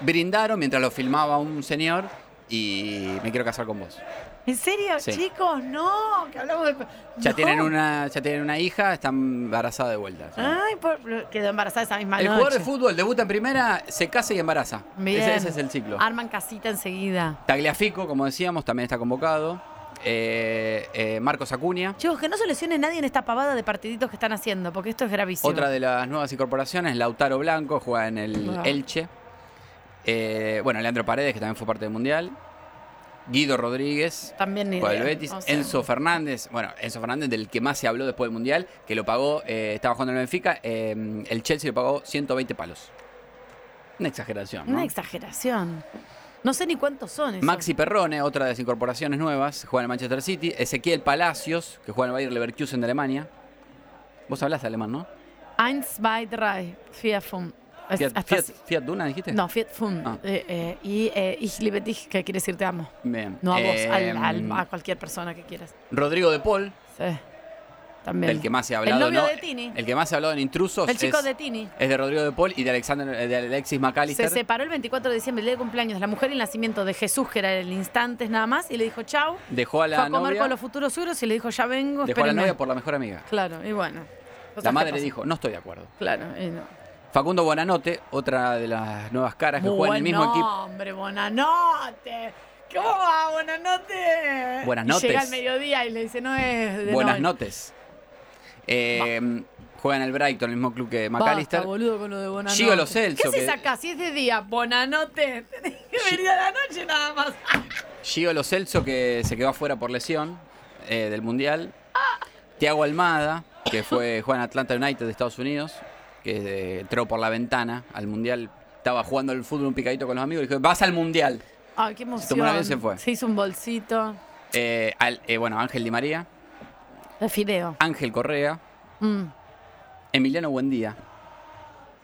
[SPEAKER 8] brindaron mientras lo filmaba un señor y me quiero casar con vos.
[SPEAKER 7] ¿En serio?
[SPEAKER 8] Sí.
[SPEAKER 7] Chicos, no, que hablamos de...
[SPEAKER 8] Ya,
[SPEAKER 7] No.
[SPEAKER 8] tienen una, ya tienen una hija, están embarazadas de vuelta.
[SPEAKER 7] Ay, por- quedó embarazada esa misma
[SPEAKER 8] el
[SPEAKER 7] Ah, noche.
[SPEAKER 8] jugador de fútbol debuta en primera, se casa y embaraza.
[SPEAKER 7] Bien.
[SPEAKER 8] Ese, ese es el ciclo.
[SPEAKER 7] Arman casita enseguida.
[SPEAKER 8] Tagliafico, como decíamos, también está convocado. Eh, eh, Marcos Acuña.
[SPEAKER 7] Chicos, que no se lesione nadie en esta pavada de partiditos que están haciendo, porque esto es gravísimo.
[SPEAKER 8] Otra de las nuevas incorporaciones, Lautaro Blanco, juega en el
[SPEAKER 7] Ah.
[SPEAKER 8] Elche. Eh, bueno, Leandro Paredes, que también fue parte del Mundial. Guido Rodríguez,
[SPEAKER 7] También
[SPEAKER 8] juega del
[SPEAKER 7] idea,
[SPEAKER 8] Betis.
[SPEAKER 7] o sea.
[SPEAKER 8] Enzo Fernández, bueno, Enzo Fernández, del que más se habló después del Mundial, que lo pagó, eh, estaba jugando en el Benfica, eh, el Chelsea lo pagó 120 palos. Una exageración, ¿no?
[SPEAKER 7] Una exageración. No sé ni cuántos son esos.
[SPEAKER 8] Maxi Perrone, otra de las incorporaciones nuevas, juega en el Manchester City. Ezequiel Palacios, que juega en el Bayer Leverkusen de Alemania. Vos hablaste alemán, ¿no?
[SPEAKER 7] Eins, zwei, drei, vier, fünf. Es-
[SPEAKER 8] Fiat,
[SPEAKER 7] hasta
[SPEAKER 8] Fiat-
[SPEAKER 7] si-
[SPEAKER 8] Fiat Duna, dijiste.
[SPEAKER 7] No, Fiat Fun.
[SPEAKER 8] Ah.
[SPEAKER 7] Eh, eh, y eh, ich liebe dich, que quiere decir te amo.
[SPEAKER 8] Bien.
[SPEAKER 7] No a vos, al-
[SPEAKER 8] Em,
[SPEAKER 7] al- a cualquier persona que quieras.
[SPEAKER 8] Rodrigo de Paul.
[SPEAKER 7] Sí. También.
[SPEAKER 8] Del que más se ha hablado.
[SPEAKER 7] El novio
[SPEAKER 8] ¿no?
[SPEAKER 7] de Tini.
[SPEAKER 8] El que más se ha hablado en intrusos.
[SPEAKER 7] El chico
[SPEAKER 8] es,
[SPEAKER 7] de Tini.
[SPEAKER 8] Es de Rodrigo de Paul y de, Alexander, eh, de Alexis McAllister.
[SPEAKER 7] Se separó el 24 de diciembre, el día de cumpleaños de la mujer y el nacimiento de Jesús, que era el instante nada más, y le dijo chau.
[SPEAKER 8] Dejó a
[SPEAKER 7] fue
[SPEAKER 8] la
[SPEAKER 7] a comer
[SPEAKER 8] novia.
[SPEAKER 7] con los futuros suegros y le dijo ya vengo.
[SPEAKER 8] Dejó a la
[SPEAKER 7] espérenme".
[SPEAKER 8] novia por la mejor amiga.
[SPEAKER 7] Claro, y bueno. cosas
[SPEAKER 8] La
[SPEAKER 7] que
[SPEAKER 8] madre
[SPEAKER 7] pasan.
[SPEAKER 8] dijo, no estoy de acuerdo.
[SPEAKER 7] Claro, y no.
[SPEAKER 8] Facundo Buonanote, otra de las nuevas caras que juega en el mismo
[SPEAKER 7] Buen
[SPEAKER 8] equipo.
[SPEAKER 7] nombre, Buenanote. ¿Cómo va, Buenanote?
[SPEAKER 8] Buenas
[SPEAKER 7] Y
[SPEAKER 8] noches.
[SPEAKER 7] Llega al mediodía y le dice, no es de
[SPEAKER 8] Buenas
[SPEAKER 7] noche.
[SPEAKER 8] notes. Eh, juega en el Brighton, el mismo club que
[SPEAKER 7] Basta,
[SPEAKER 8] McAllister.
[SPEAKER 7] boludo, con lo de Buenanote.
[SPEAKER 8] Gio Lo Celso,
[SPEAKER 7] ¿Qué haces
[SPEAKER 8] que-
[SPEAKER 7] acá? Si es de día, Buenanote. (laughs) Tenés que venir a la noche nada más. (laughs)
[SPEAKER 8] Gio Lo Celso, que se quedó afuera por lesión eh, del Mundial. Tiago Almada, que fue juega en Atlanta United de Estados Unidos, que eh, entró por la ventana al Mundial. Estaba jugando el fútbol un picadito con los amigos y dijo, vas al Mundial.
[SPEAKER 7] Ay, qué emoción.
[SPEAKER 8] tomó un avión y se fue.
[SPEAKER 7] Se hizo un bolsito.
[SPEAKER 8] Eh, al- eh, bueno, Ángel Di María,
[SPEAKER 7] De fideo.
[SPEAKER 8] Ángel Correa,
[SPEAKER 7] Mm.
[SPEAKER 8] Emiliano Buendía.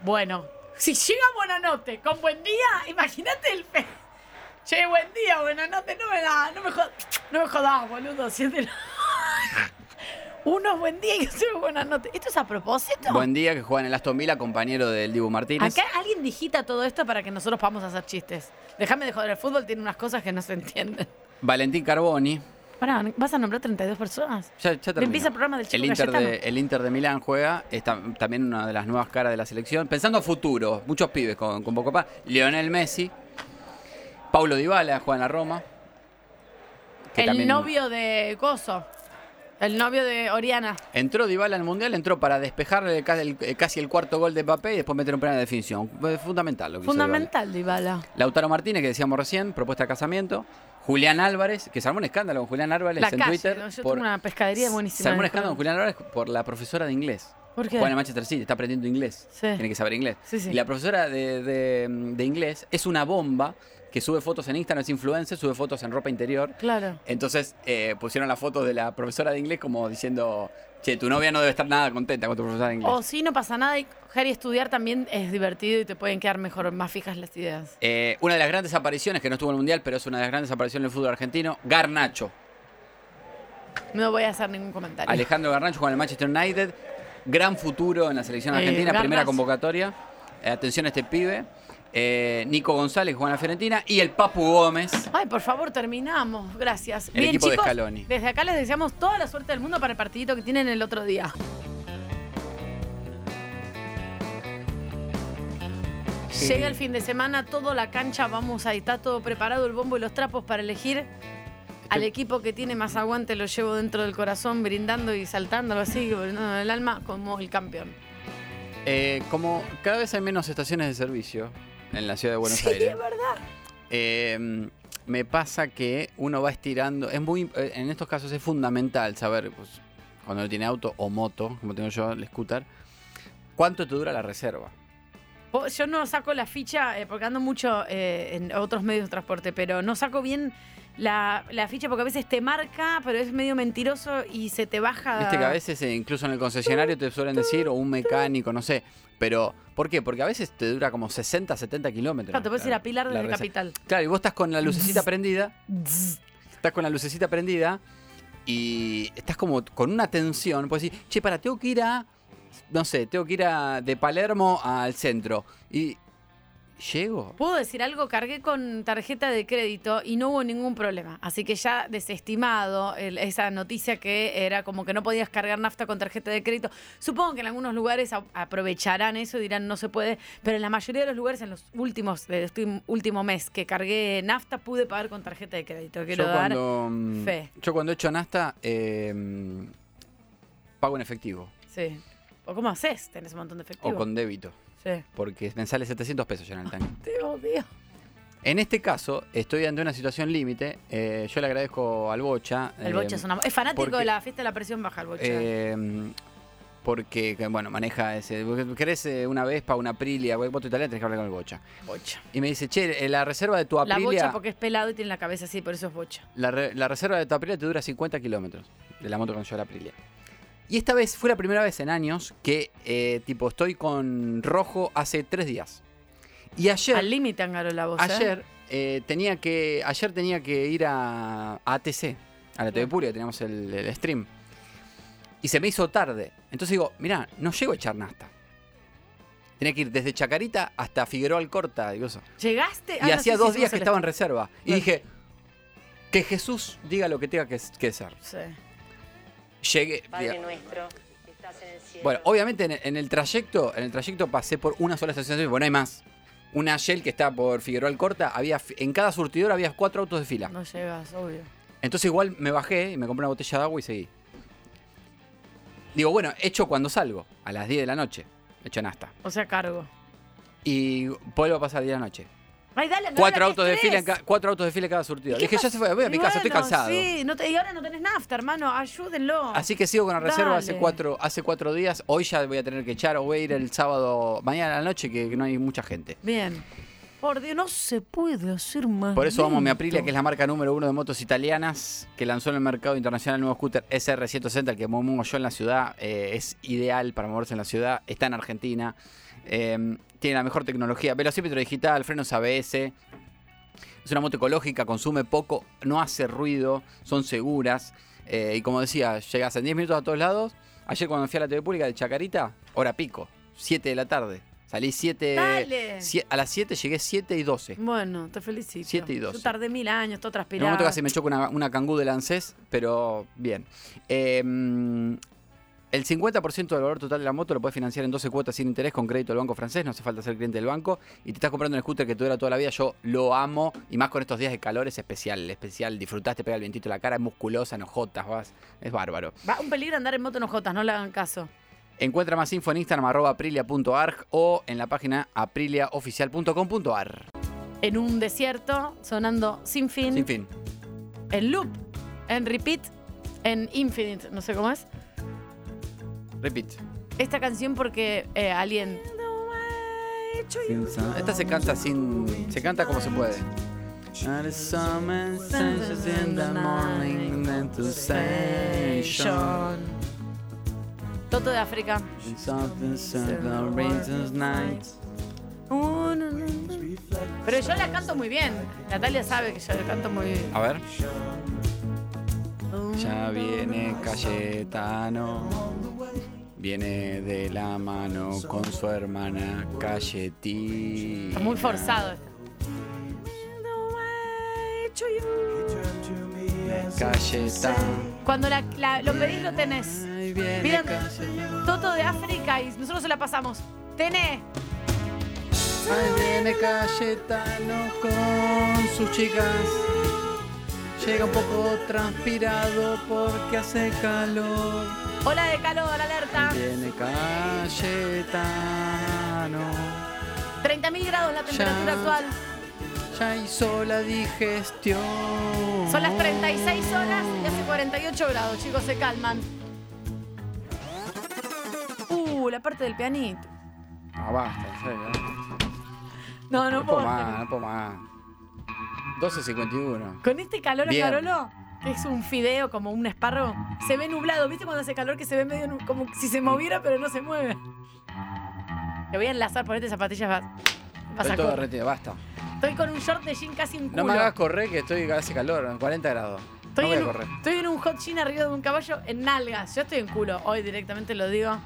[SPEAKER 7] Bueno, si llega Buenanote con buen día, imagínate el fe. Che, buen día, Buenanote, no me da, no me jodas, no me jodas, boludo, si es de la- (laughs) Uno es buen día y otro es Buenanote. ¿Esto es a propósito?
[SPEAKER 8] Buendía, que juega en el Aston Villa, compañero del Dibu Martínez.
[SPEAKER 7] Acá alguien digita todo esto para que nosotros podamos hacer chistes. Déjame de joder, el fútbol tiene unas cosas que no se entienden.
[SPEAKER 8] Valentín Carboni.
[SPEAKER 7] Pará, ¿vas a nombrar 32 personas?
[SPEAKER 8] Ya, ya termino.
[SPEAKER 7] Empieza el programa del Chico
[SPEAKER 8] el Inter, de,
[SPEAKER 7] Cayetano.
[SPEAKER 8] el Inter de Milán juega, es tam- también una de las nuevas caras de la selección. Pensando a futuro, muchos pibes con, con poco pa. Lionel Messi, Paulo Dybala juega en la Roma. que
[SPEAKER 7] El
[SPEAKER 8] también-
[SPEAKER 7] novio de Coso. El novio de Oriana.
[SPEAKER 8] Entró Dybala al Mundial, entró para despejarle ca- el- eh, casi el cuarto gol de Mbappé y después meter un penal de definición. Fue fundamental lo que hizo Dybala.
[SPEAKER 7] Fundamental, Dybala.
[SPEAKER 8] Lautaro Martínez, que decíamos recién, propuesta de casamiento. Julián Álvarez, que se armó un escándalo con Julián Álvarez
[SPEAKER 7] La
[SPEAKER 8] en
[SPEAKER 7] calle,
[SPEAKER 8] Twitter.
[SPEAKER 7] ¿no? Yo
[SPEAKER 8] por-
[SPEAKER 7] tengo una pescadería buenísima.
[SPEAKER 8] Se armó un
[SPEAKER 7] de
[SPEAKER 8] escándalo con Julián Álvarez por la profesora de inglés.
[SPEAKER 7] ¿Por qué?
[SPEAKER 8] Juega en el Manchester City, está aprendiendo inglés.
[SPEAKER 7] Sí.
[SPEAKER 8] Tiene que saber inglés.
[SPEAKER 7] Sí, sí.
[SPEAKER 8] Y la profesora de, de- de inglés es una bomba que sube fotos en Instagram, es influencer, sube fotos en ropa interior.
[SPEAKER 7] Claro.
[SPEAKER 8] Entonces eh, pusieron las fotos de la profesora de inglés como diciendo, che, tu novia no debe estar nada contenta con tu profesora de inglés.
[SPEAKER 7] O si no pasa nada y coger y estudiar también es divertido y te pueden quedar mejor, más fijas las ideas.
[SPEAKER 8] Eh, una de las grandes apariciones, que no estuvo en el Mundial, pero es una de las grandes apariciones del fútbol argentino, Garnacho.
[SPEAKER 7] No voy a hacer ningún comentario.
[SPEAKER 8] Alejandro Garnacho juega en el Manchester United. Gran futuro en la selección
[SPEAKER 7] Eh,
[SPEAKER 8] argentina,
[SPEAKER 7] Garnacho.
[SPEAKER 8] primera convocatoria. Eh, atención a este pibe. Eh, Nico González que juega en la Fiorentina. Y el Papu Gómez.
[SPEAKER 7] Ay, por favor, terminamos. Gracias.
[SPEAKER 8] El equipo de Scaloni.
[SPEAKER 7] Desde acá les deseamos toda la suerte del mundo para el partidito que tienen el otro día. Llega el fin de semana, toda la cancha, vamos ahí, está todo preparado, el bombo y los trapos para elegir al equipo que tiene más aguante, lo llevo dentro del corazón, brindando y saltándolo así, brindando en el alma, como el campeón.
[SPEAKER 8] Eh, como cada vez hay menos estaciones de servicio en la ciudad de Buenos
[SPEAKER 7] sí,
[SPEAKER 8] Aires.
[SPEAKER 7] es verdad.
[SPEAKER 8] eh, me pasa que uno va estirando. Es muy, eh, en estos casos es fundamental saber, pues, cuando uno tiene auto o moto, como tengo yo, el scooter, cuánto te dura la reserva.
[SPEAKER 7] Po- Yo no saco la ficha, eh, porque ando mucho eh, en otros medios de transporte, pero no saco bien la, la ficha porque a veces te marca, pero es medio mentiroso y se te baja.
[SPEAKER 8] Viste que a veces, eh, incluso en el concesionario, te suelen decir, o un mecánico, no sé. Pero, ¿por qué? Porque a veces te dura como 60, 70 kilómetros.
[SPEAKER 7] Claro, te puedes
[SPEAKER 8] la-
[SPEAKER 7] ir a Pilar
[SPEAKER 8] la
[SPEAKER 7] desde
[SPEAKER 8] reserva.
[SPEAKER 7] Capital.
[SPEAKER 8] Claro, y vos estás con la lucecita prendida. Estás con la lucecita prendida y estás como con una tensión. Puedes decir, che, para, tengo que ir a. No sé, tengo que ir a, de Palermo al centro. Y. ¿Llego?
[SPEAKER 7] Puedo decir algo, cargué con tarjeta de crédito y no hubo ningún problema. Así que ya desestimado el- esa noticia que era como que no podías cargar nafta con tarjeta de crédito. Supongo que en algunos lugares a- aprovecharán eso y dirán no se puede, pero en la mayoría de los lugares en los últimos, de este último mes que cargué nafta, pude pagar con tarjeta de crédito. Quiero
[SPEAKER 8] yo,
[SPEAKER 7] dar
[SPEAKER 8] cuando, mm,
[SPEAKER 7] fe.
[SPEAKER 8] yo cuando he hecho Nasta, eh, pago en efectivo
[SPEAKER 7] Sí. ¿O cómo haces? Tenés un montón de efectivo.
[SPEAKER 8] o con débito.
[SPEAKER 7] Sí.
[SPEAKER 8] Porque me sale 700 pesos llenar el tanque.
[SPEAKER 7] Te odio.
[SPEAKER 8] En este caso, estoy ante una situación límite. Eh, yo le agradezco al Bocha.
[SPEAKER 7] El bocha
[SPEAKER 8] eh,
[SPEAKER 7] es, una- es fanático
[SPEAKER 8] porque-
[SPEAKER 7] de la fiesta de la presión baja, el bocha.
[SPEAKER 8] Eh, porque, que, bueno, maneja ese. ¿Querés eh, una Vespa, una Aprilia? Vos tu italiana tenés que hablar con el Bocha.
[SPEAKER 7] Bocha.
[SPEAKER 8] Y me dice, che, eh, la reserva de tu
[SPEAKER 7] la bocha
[SPEAKER 8] Aprilia.
[SPEAKER 7] porque es pelado y tiene la cabeza así, por eso es bocha.
[SPEAKER 8] La, re- la reserva de tu Aprilia te dura 50 kilómetros. De la moto con yo la Aprilia. Y esta vez fue la primera vez en años que, eh, tipo, estoy con rojo hace tres días. Y ayer.
[SPEAKER 7] Al límite Angaro la voz. ¿eh?
[SPEAKER 8] Ayer eh, tenía que ayer tenía que ir a, a ATC, a la TV Pública, teníamos el, el stream. Y se me hizo tarde. Entonces digo, mirá, no llego a Charnasta. Tenía que ir desde Chacarita hasta Figueroa Alcorta. Digo eso.
[SPEAKER 7] Llegaste. Ah,
[SPEAKER 8] Y
[SPEAKER 7] no,
[SPEAKER 8] hacía
[SPEAKER 7] sí,
[SPEAKER 8] dos
[SPEAKER 7] sí,
[SPEAKER 8] días
[SPEAKER 7] sí,
[SPEAKER 8] que
[SPEAKER 7] sí.
[SPEAKER 8] estaba en reserva. Y dije, que Jesús diga lo que tenga que, que ser.
[SPEAKER 7] Sí.
[SPEAKER 8] Llegué.
[SPEAKER 9] Padre
[SPEAKER 8] diga-
[SPEAKER 9] nuestro, que estás en el cielo.
[SPEAKER 8] Bueno, obviamente en, en el trayecto, en el trayecto pasé por una sola estación de servicio, porque no hay más. Una Shell que está por Figueroa Alcorta, había, fi- en cada surtidor había cuatro autos de fila.
[SPEAKER 7] No llegas, obvio.
[SPEAKER 8] Entonces igual me bajé y me compré una botella de agua y seguí. Digo, bueno, hecho cuando salgo, a las 10 de la noche, hecho en hasta.
[SPEAKER 7] O sea, cargo.
[SPEAKER 8] Y vuelvo a pasar 10 de la noche.
[SPEAKER 7] Ay, dale, Antonella,
[SPEAKER 8] Cuatro
[SPEAKER 7] qué
[SPEAKER 8] autos, de fila en
[SPEAKER 7] estrés.
[SPEAKER 8] ca- cuatro autos de fila en cada surtido. Dije, ya se fue, voy a mi
[SPEAKER 7] Y
[SPEAKER 8] casa, estoy
[SPEAKER 7] bueno,
[SPEAKER 8] cansado.
[SPEAKER 7] Sí, no te- y ahora no tenés nafta, hermano. Ayúdenlo.
[SPEAKER 8] Así que sigo con la reserva hace
[SPEAKER 7] Dale.
[SPEAKER 8] cuatro, hace cuatro días. Hoy ya voy a tener que echar o voy a ir el sábado, mañana a la noche, que, que no hay mucha gente.
[SPEAKER 7] Bien. Por Dios, no se puede hacer más.
[SPEAKER 8] Por eso vamos a mi Aprilia, que
[SPEAKER 7] lento.
[SPEAKER 8] es la marca número uno de motos italianas, que lanzó en el mercado internacional el nuevo scooter SR160, el que muevo yo en la ciudad. eh, es ideal para moverse en la ciudad. Está en Argentina. eh, tiene la mejor tecnología. Velocímetro digital, frenos ABS. Es una moto ecológica, consume poco, no hace ruido, son seguras. eh, y como decía, llegas en 10 minutos a todos lados. Ayer cuando fui a la TV pública de Chacarita, hora pico, 7 de la tarde. Salí 7...
[SPEAKER 7] Dale.
[SPEAKER 8] A las 7 llegué 7 y 12.
[SPEAKER 7] Bueno, te felicito.
[SPEAKER 8] Siete y
[SPEAKER 7] Yo
[SPEAKER 8] doce.
[SPEAKER 7] tardé mil años, todo
[SPEAKER 8] En un
[SPEAKER 7] transpirado.
[SPEAKER 8] momento casi me choca una, una cangú del ANSES, pero bien. Eh, el 50% del valor total de la moto lo puedes financiar en 12 cuotas sin interés con crédito del banco francés, no hace falta ser cliente del banco. Y te estás comprando un scooter que te dura toda la vida, yo lo amo. Y más con estos días de calor es especial, especial. Disfrutaste, pega el vientito en la cara, es musculosa, no jotas, vas. Es bárbaro.
[SPEAKER 7] Va un peligro andar en moto en ojotas, no le hagan caso.
[SPEAKER 8] Encuentra más info en Instagram arroba aprilia.arg o en la página apriliaoficial.com.ar.
[SPEAKER 7] En un desierto, sonando sin fin,
[SPEAKER 8] Sin fin.
[SPEAKER 7] en loop, en repeat, en infinite, no sé cómo es.
[SPEAKER 8] Repeat.
[SPEAKER 7] Esta canción porque eh, alguien...
[SPEAKER 8] Esta se canta sin. se canta como se puede.
[SPEAKER 7] Toto de África. Pero yo la canto muy bien. Natalia sabe que yo la canto muy bien.
[SPEAKER 8] A ver. Ya viene Cayetano. Viene de la mano con su hermana Cayetina.
[SPEAKER 7] Está muy forzado esto.
[SPEAKER 8] Cayetano.
[SPEAKER 7] Cuando la, la- lo pedís, lo tenés. Pidan Toto de África y nosotros se la pasamos. Tené.
[SPEAKER 8] Ahí viene Cayetano con sus chicas. Llega un poco transpirado porque hace calor.
[SPEAKER 7] Hola de calor, alerta.
[SPEAKER 8] Viene Cayetano.
[SPEAKER 7] 30.000 grados la temperatura actual.
[SPEAKER 8] Ya hizo la digestión.
[SPEAKER 7] Son las 36 horas y hace 48 grados, chicos, se calman. Uh, la parte del pianito.
[SPEAKER 8] Ah, basta, en serio.
[SPEAKER 7] No, no
[SPEAKER 8] No puedo
[SPEAKER 7] puedo.
[SPEAKER 8] más, no puedo más. 12.51.
[SPEAKER 7] Con este calor,
[SPEAKER 8] Bien.
[SPEAKER 7] Carolo, que es un fideo como un espárrago, se ve nublado. ¿Viste cuando hace calor que se ve medio nu- como si se moviera, pero no se mueve? Te voy a enlazar, ponete zapatillas. Vas, vas a
[SPEAKER 8] Estoy todo
[SPEAKER 7] correr.
[SPEAKER 8] derretido, basta.
[SPEAKER 7] Estoy con un short de jean casi un culo.
[SPEAKER 8] No me hagas correr que estoy hace calor, 40 grados.
[SPEAKER 7] Estoy
[SPEAKER 8] no voy
[SPEAKER 7] en
[SPEAKER 8] a
[SPEAKER 7] un-
[SPEAKER 8] correr.
[SPEAKER 7] Estoy en un hot jean arriba de un caballo en nalgas. Yo estoy en culo. Hoy directamente lo digo.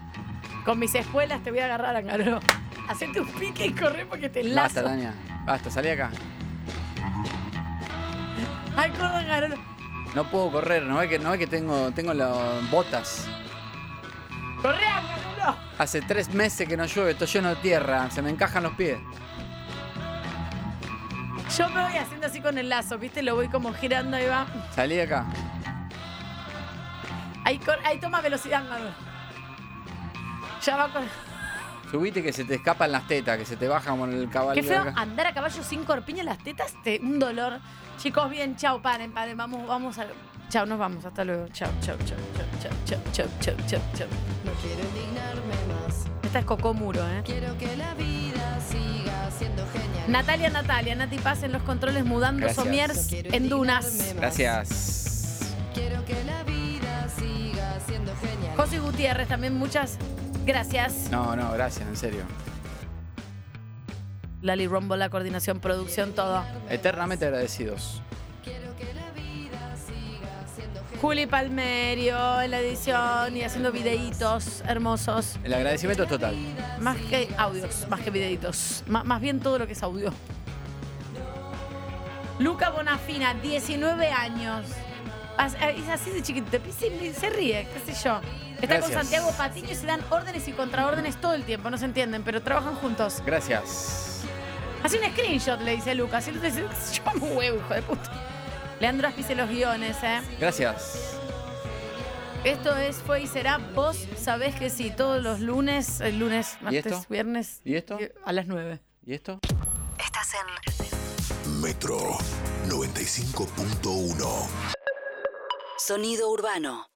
[SPEAKER 7] Con mis espuelas te voy a agarrar a caro. Hacerte un pique y correr porque te
[SPEAKER 8] Basta,
[SPEAKER 7] enlazo.
[SPEAKER 8] Tania. Basta, salí acá.
[SPEAKER 7] Ay, Córdoba, Carolo.
[SPEAKER 8] No puedo correr, no es que, no es que tengo, tengo las botas.
[SPEAKER 7] ¡Corre, Carolo!
[SPEAKER 8] Hace tres meses que no llueve, estoy lleno de tierra, se me encajan los pies.
[SPEAKER 7] Yo me voy haciendo así con el lazo, ¿viste? Lo voy como girando, ahí va.
[SPEAKER 8] Salí de acá.
[SPEAKER 7] Ahí, cor- ahí toma velocidad, Carolo. Ya va con...
[SPEAKER 8] Subite que se te escapan las tetas, que se te bajan con el caballo.
[SPEAKER 7] Qué feo
[SPEAKER 8] acá.
[SPEAKER 7] andar a caballo sin corpiña en las tetas. Te, un dolor. Chicos, bien, chao, paren, paren. Vamos, vamos a... Chao, nos vamos. Hasta luego. Chao, chao, chao, chao, chao, chao, chao, chao, chao.
[SPEAKER 14] No quiero indignarme más.
[SPEAKER 7] Esta es Cocó Muro, ¿eh?
[SPEAKER 14] Quiero que la vida siga siendo genial.
[SPEAKER 7] Natalia, Natalia, Nati Paz en los controles mudando
[SPEAKER 8] Gracias.
[SPEAKER 7] somiers en dunas.
[SPEAKER 8] Gracias.
[SPEAKER 14] Quiero que la vida siga siendo genial.
[SPEAKER 7] José Gutiérrez también, muchas gracias.
[SPEAKER 8] No, no, gracias, en serio.
[SPEAKER 7] Lali Rombo, la coordinación, producción, todo.
[SPEAKER 8] Eternamente agradecidos.
[SPEAKER 14] Quiero que la vida siga siendo
[SPEAKER 7] Juli Palmerio en la edición y haciendo videitos hermosos.
[SPEAKER 8] El agradecimiento es total.
[SPEAKER 7] Más que audios, más que videitos. Má- más bien todo lo que es audio. Luca Bonafina, 19 años. As- eh, Es así de chiquito. te- Se, se ríe, qué sé yo. Está con
[SPEAKER 8] Gracias.
[SPEAKER 7] Santiago Patiño y se dan órdenes y contraórdenes todo el tiempo. No se entienden, pero trabajan juntos.
[SPEAKER 8] Gracias.
[SPEAKER 7] Hace un screenshot, le dice Lucas. Y le dice, (laughs) yo me huevo, hijo de puta. Leandro Aspice los guiones, ¿eh?
[SPEAKER 8] Gracias.
[SPEAKER 7] Esto es Fue y Será. Vos sabés que sí, todos los lunes, el lunes,
[SPEAKER 8] ¿Y
[SPEAKER 7] martes,
[SPEAKER 8] esto?
[SPEAKER 7] viernes.
[SPEAKER 8] ¿Y esto?
[SPEAKER 7] A las 9.
[SPEAKER 8] ¿Y esto?
[SPEAKER 7] Estás en
[SPEAKER 5] Metro 95.1.
[SPEAKER 12] Sonido urbano.